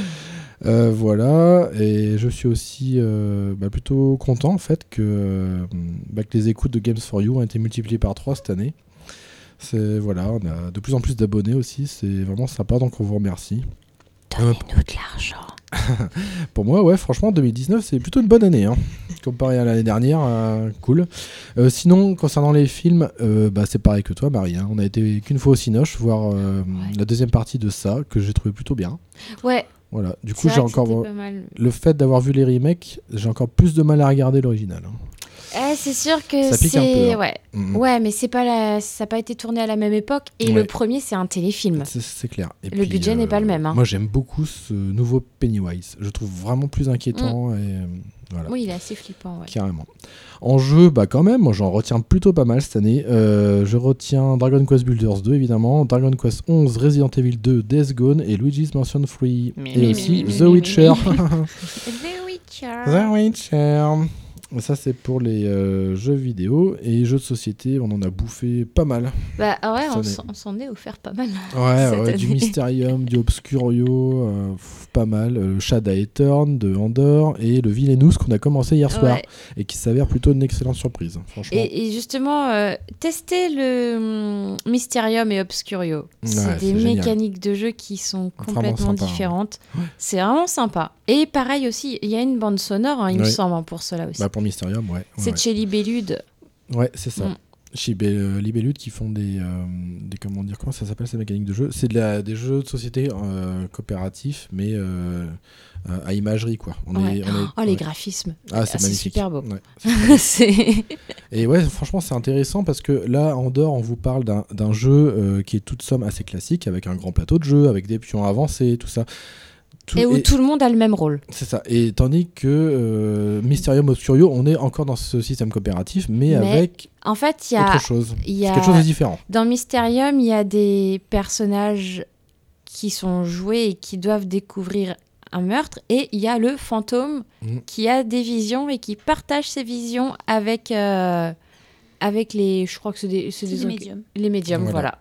Euh, voilà, et je suis aussi euh, bah, plutôt content en fait que, euh, bah, que les écoutes de Games for You ont été multipliées par 3 cette année. C'est voilà, on a de plus en plus d'abonnés aussi, c'est vraiment sympa, donc on vous remercie.
Donnez-nous de l'argent.
Pour moi, ouais, franchement, 2019, c'est plutôt une bonne année. hein. Comparé à l'année dernière, euh, cool. Euh, sinon, concernant les films, euh, bah, c'est pareil que toi, Marie. hein. On a été qu'une fois au Cinoche voir euh, la deuxième partie de ça, que j'ai trouvé plutôt bien.
Ouais.
Voilà. Du
C'est
coup,
vrai
j'ai
que
encore. euh,
c'était pas mal.
Le fait d'avoir vu les remakes, j'ai encore plus de mal à regarder l'original. hein.
Eh, c'est sûr que
Ça pique un peu,
c'est.
hein.
Ouais.
Mhm.
ouais, mais c'est pas la... ça n'a pas été tourné à la même époque. Et
Ouais.
le premier, c'est un téléfilm.
C'est- C'est clair. Et
Le
puis, euh,
budget n'est pas le même, hein.
Moi, j'aime beaucoup ce nouveau Pennywise. Je le trouve vraiment plus inquiétant. Et, euh, voilà.
Oui, il est assez flippant. Ouais.
Carrément. En jeu, bah quand même, moi j'en retiens plutôt pas mal cette année. Euh, je retiens Dragon Quest Builders 2 évidemment, Dragon Quest 11, Resident Evil 2, Death Gone et Luigi's Mansion 3 et
mi,
aussi
mi, mi,
The
mi,
Witcher.
The Witcher.
The Witcher. Ça c'est pour les euh, jeux vidéo et jeux de société, on en a bouffé pas mal.
Bah ouais,
Cette
on
année.
s'en- on s'en est offert pas mal.
Ouais,
cette
ouais, du
année.
Mysterium, du Obscurio, euh, pff, pas mal. Euh, Shadow Etern de Andor et le Villainous qu'on a commencé hier soir
Ouais.
et qui s'avère plutôt une excellente surprise, franchement.
Et, et justement, euh, tester le hum, Mysterium et Obscurio,
Ouais,
c'est
c'est
des
génial.
mécaniques de jeu qui sont
Vraiment
complètement
sympa, hein.
différentes. C'est vraiment sympa. Et pareil aussi, il y a une bande sonore, hein, il me
Ouais.
semble, hein, pour cela aussi.
Bah, pour Mysterium, ouais. ouais,
c'est
ouais.
de chez Libellude.
Ouais, c'est ça.
Mm.
Chez Bé- euh, Libellude qui font des, euh, des comment dire comment ça s'appelle ces mécaniques de jeu C'est de la- des jeux de société euh, coopératifs mais euh, euh, à imagerie quoi. On
Ouais.
est, on est-
oh, les
ouais.
graphismes.
Ah c'est magnifique.
super beau.
Ouais.
C'est-
Et ouais franchement c'est intéressant parce que là en dehors on vous parle d'un- d'un jeu euh, qui est toute somme assez classique avec un grand plateau de jeu avec des pions avancés tout ça. Tout-
et où tout le monde a le même rôle.
C'est ça. Et tandis que euh, Mysterium Obscurio, on est encore dans ce système coopératif, mais,
Mais
avec
en fait, il y a-
autre chose.
il y
C'est
a-
quelque chose de différent.
Dans Mysterium, il y a des personnages qui sont joués et qui doivent découvrir un meurtre. Et il y a le fantôme
Mhm.
qui a des visions et qui partage ses visions avec, euh, avec les. Je crois que c'est des, c'est
C'est
des
des
enquê-
médiums.
Les médiums, voilà.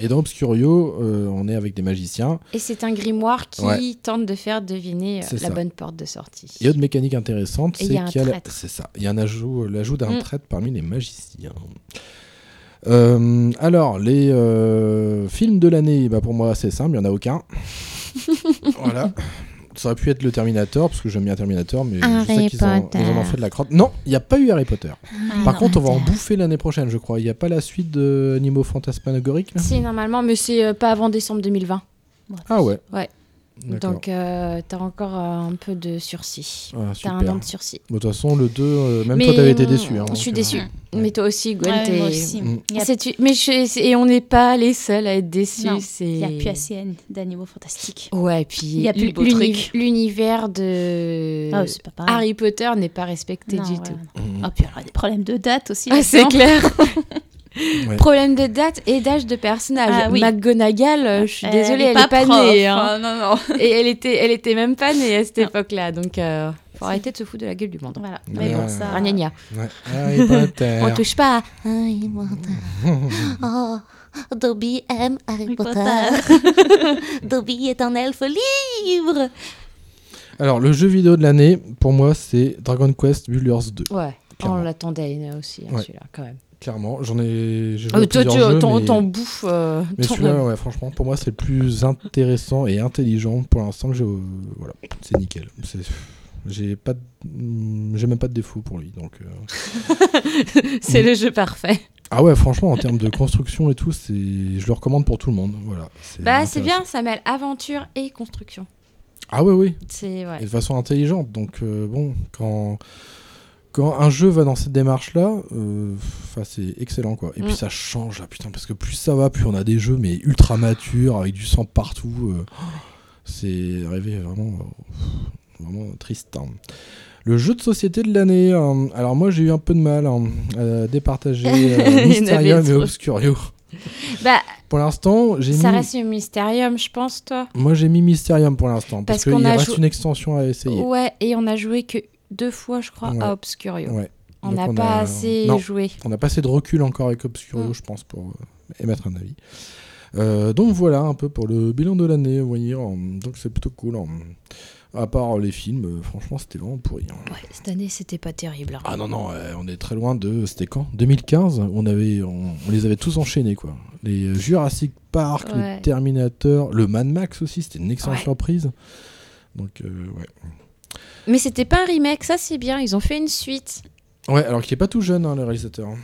Et dans Obscurio, euh, on est avec des magiciens.
Et c'est un grimoire qui
Ouais.
tente de faire deviner euh,
C'est
la
ça.
bonne porte de sortie.
Et autre mécanique intéressante, c'est
Et il y a un
qu'il y a la-
traître.
c'est ça. Il y a un ajout, euh, l'ajout d'un
Mm.
traître parmi les magiciens. Euh, alors, les euh, films de l'année, bah pour moi, c'est simple, il n'y en a aucun. voilà. Ça aurait pu être le Terminator, parce que j'aime bien Terminator, mais je sais
Harry
qu'ils en, ils en ont
Potter.
fait de la crotte. Non, il n'y a pas eu Harry Potter.
Harry
Par contre, on va en bouffer l'année prochaine, je crois. Il n'y a pas la suite de Animaux Fantasmagoriques là
Si, normalement, mais c'est euh, pas avant décembre 2020.
Ah ouais.
Ouais.
D'accord.
Donc, euh, t'as encore euh, un peu de sursis.
Ah,
t'as un
super.
an de sursis.
De toute façon, le 2, euh, même
Mais,
toi, t'avais été
mm,
déçu. hein,
je suis
donc,
déçue.
euh,
Mais toi aussi, Gwen,
Ouais,
t'es.
moi aussi.
Mm.
Il y a-
C'est tu- Mais je- c'est- Et on n'est pas les seuls à être déçus.
Non,
c'est-
Il n'y a plus assez d'animaux fantastiques.
Ouais, et puis
Il y a plus le beau
l'uni-
truc.
L'univers de
Ah, c'est pas pareil.
Euh, Harry Potter n'est pas respecté
Non,
du
ouais,
tout.
non. Ah, puis alors, il y a des problèmes de date aussi.
Ah, c'est
là-dedans.
clair.
Ouais.
Problème de date et d'âge de personnage.
Ah oui.
McGonagall, euh, je suis
Elle
désolée,
est
elle
pas
est pas
prof,
née.
hein, non, non.
Et elle était, elle était même pas née à cette époque-là. Donc, euh, faut arrêter de se foutre de la gueule du monde. hein.
Voilà.
Mais bon, ça-
Ah, Gna gna.
Ouais. Harry Potter.
On touche pas.
Harry Potter. Oh, Dobby aime Harry Potter. Dobby est un elfe libre.
Alors, le jeu vidéo de l'année, pour moi, c'est Dragon Quest Builders 2.
Ouais,
Clairement.
on l'attendait une aussi, hein,
Ouais.
celui-là, quand même.
Clairement, j'en ai. j'ai joué
Ah,
à
mais toi,
plusieurs
tu-
jeux,
t'en-
mais-
t'en bouffes, euh,
mais
t'en-
celui-là, ouais, franchement, pour moi, c'est le plus intéressant et intelligent pour l'instant que j'ai. au- Voilà, c'est nickel. C'est- J'ai pas, de- hmm, j'ai même pas de défaut pour lui. Donc. euh.
C'est le jeu parfait.
Ah ouais, franchement, en termes de construction et tout, c'est, je le recommande pour tout le monde. Voilà.
Bah,
intéressant.
c'est bien, ça mêle aventure et construction.
Ah ouais, oui.
C'est- ouais.
Et de façon intelligente. Donc euh, bon, quand quand un jeu va dans cette démarche-là, euh, 'fin, c'est excellent quoi. Et
Mm.
puis ça change là, putain, parce que plus ça va, plus on a des jeux mais ultra matures avec du sang partout. euh, c'est arrivé vraiment euh, vraiment triste. hein. Le jeu de société de l'année. hein. alors moi j'ai eu un peu de mal hein, à départager
Il y en
euh,
avait
Mysterium et
trop.
Obscurio.
Bah,
Pour l'instant, j'ai mis
ça reste un mystérium, je pense, toi.
moi j'ai mis Mysterium pour l'instant parce,
Parce qu'on
qu'il
a
reste
jou-
une extension à essayer.
Ouais, et on a joué que deux fois, je crois,
Ouais.
à Obscurio.
Ouais.
On
Donc
n'a
a-
pas assez
Non,
joué.
On n'a pas assez de recul encore avec
Mm.
Obscurio, je pense, pour euh, émettre un avis. Euh, donc voilà un peu pour le bilan de l'année, vous voyez. en- Donc c'est plutôt cool. en- À part les films, euh, franchement, c'était vraiment pourri. hein.
Cette année, c'était pas terrible. hein.
Ah non, non, euh, on est très loin de. C'était quand 2015 on, avait, on, on les avait tous enchaînés, quoi. Les euh, Jurassic Park,
Ouais.
le Terminator, le Mad Max aussi, c'était une excellente
Ouais.
surprise. Donc, euh, ouais.
Mais c'était pas un remake, ça c'est bien, ils ont fait une suite.
Ouais, alors qu'il n'est pas tout jeune, hein, le réalisateur. hein.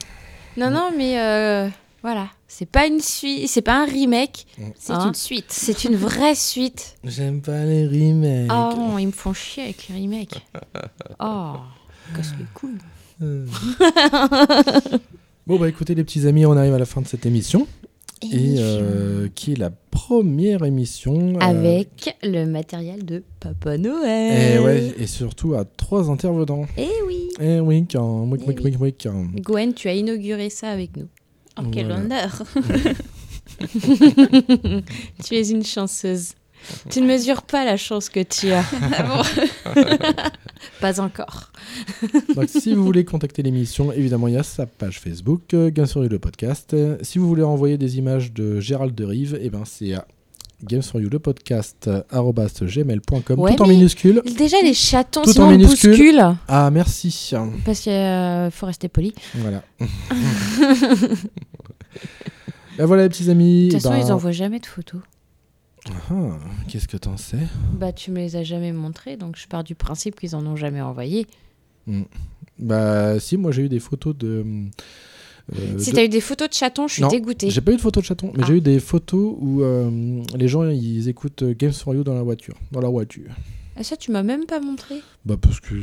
Non, non, mais euh, voilà, c'est pas une suite, c'est pas un remake.
Mm.
C'est
hein.
une suite.
C'est une vraie suite.
J'aime pas les remakes.
Oh, non, ils me font chier avec les remakes. Oh, casse les couilles.
Euh. bon, bah écoutez, les petits amis, on arrive à la fin de cette émission. Et euh, qui est la première émission. euh,
Avec le matériel de Papa Noël.
et, Eh ouais, et surtout à trois intervenants.
Eh oui.
Eh oui, quand.
Eh
mouik, mouik,
oui.
mouik, mouik, quand.
Gwen, tu as inauguré ça avec nous.
Oh, quel
Voilà.
honneur
tu es une chanceuse. Tu ne mesures pas la chance que tu as. pas encore.
Donc, si vous voulez contacter l'émission, évidemment, il y a sa page Facebook, euh, Games for You le podcast. Euh, Si vous voulez envoyer des images de Gérald de Rive, eh ben, c'est à Games for You le podcast, euh, arobase gmail.com,
Ouais,
tout en
mais
minuscule.
Déjà, les chatons,
Tout
sinon
en
on
minuscule.
bouscule.
Ah, merci.
Parce qu'il faut rester poli.
Voilà. Ben voilà, les petits amis.
De toute façon,
ben-
ils n'envoient jamais de photos.
Ah, Qu'est-ce que t'en sais
Bah, tu me les as jamais montrées, donc je pars du principe qu'ils en ont jamais envoyé.
Hmm. Bah, si, moi j'ai eu des photos de. euh,
si
de-
t'as eu des photos de chatons, je suis
Non,
dégoûtée.
J'ai pas eu de photos de chatons, mais
Ah.
j'ai eu des photos où euh, les gens ils écoutent euh, Games for You dans la voiture. Dans la voiture.
Ah, ça, tu m'as même pas montré.
Bah, parce que.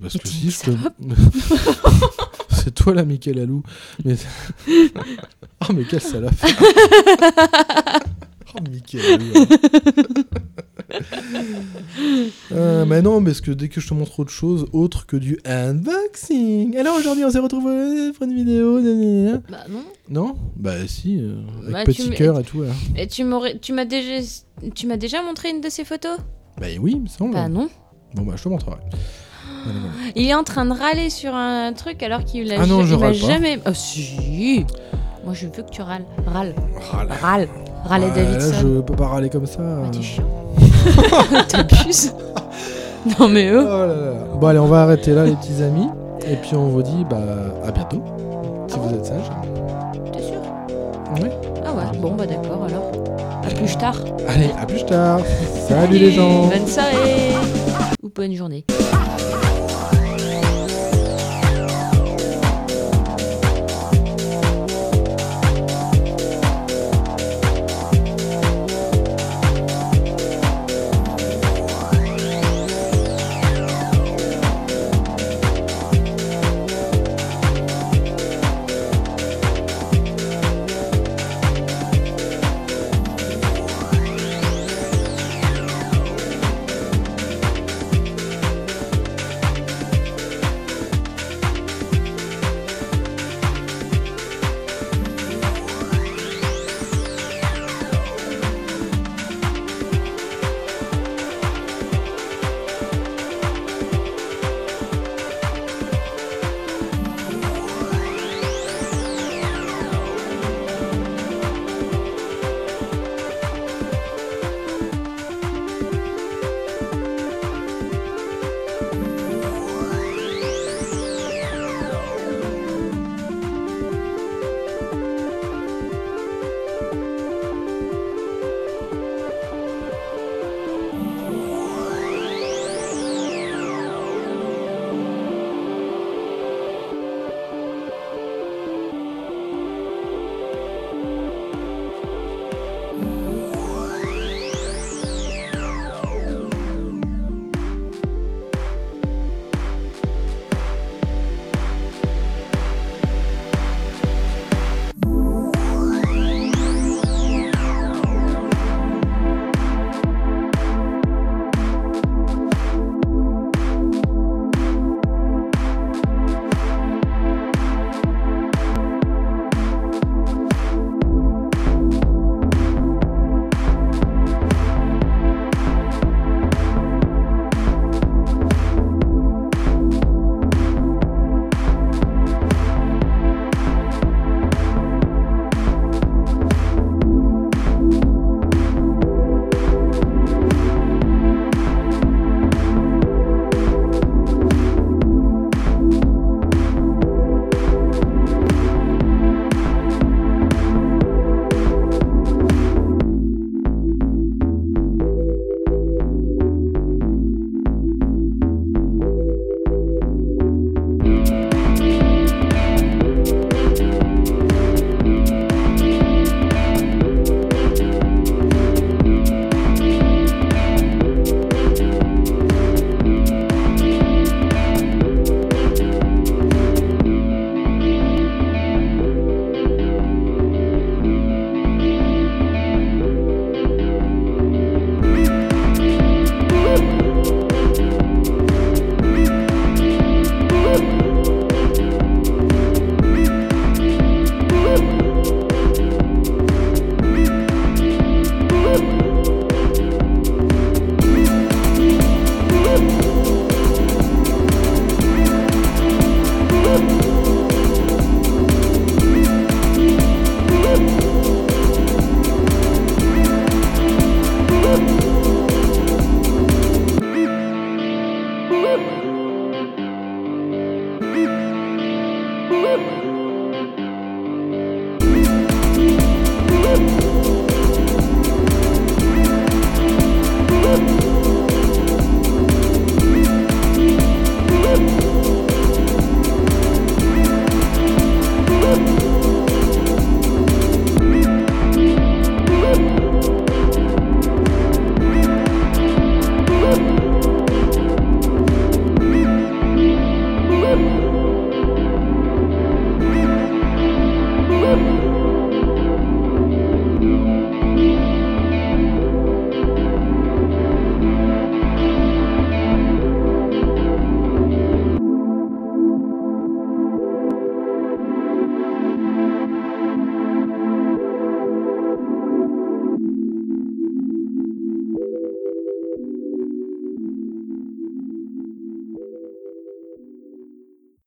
Parce que si, je te. C'est toi la Michael Alou. Mais. oh, mais quelle salope Oh, Michael Alou.
Mm.
Euh, mais non, parce que dès que je te montre autre chose, autre que du unboxing. Alors aujourd'hui, on se retrouve euh, pour une vidéo. gna, gna, gna.
Bah, non.
Non Bah si, euh, avec
Bah, tu
petit
me-
cœur et tout. hein.
Et tu m'aurais- tu m'as déjà, tu m'as déjà montré une de ces photos
Bah oui, il me semble.
Bah non.
Bon bah je te montrerai. Allez, voilà.
Il est en train de râler sur un truc alors qu'il l'a
Ah non,
il
je
m'a
râle pas.
jamais. Ah si. Moi, je veux que tu râles. Râle.
Râle.
Râle. Râle
Ouais,
et Davidson. Bah,
Là, je peux pas râler comme ça.
t'es chiant. T'abuses. Non mais eux.
Oh là là. Bon allez, on va arrêter là les petits amis. Et puis on vous dit bah à bientôt. Si vous êtes sages.
T'es sûr
Ouais.
Ah ouais. Bon bah d'accord alors. À plus tard.
Allez, à plus tard. Salut les gens.
Bonne soirée. Ou bonne journée.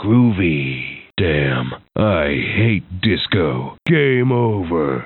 groovy. Damn, I hate disco. Game over.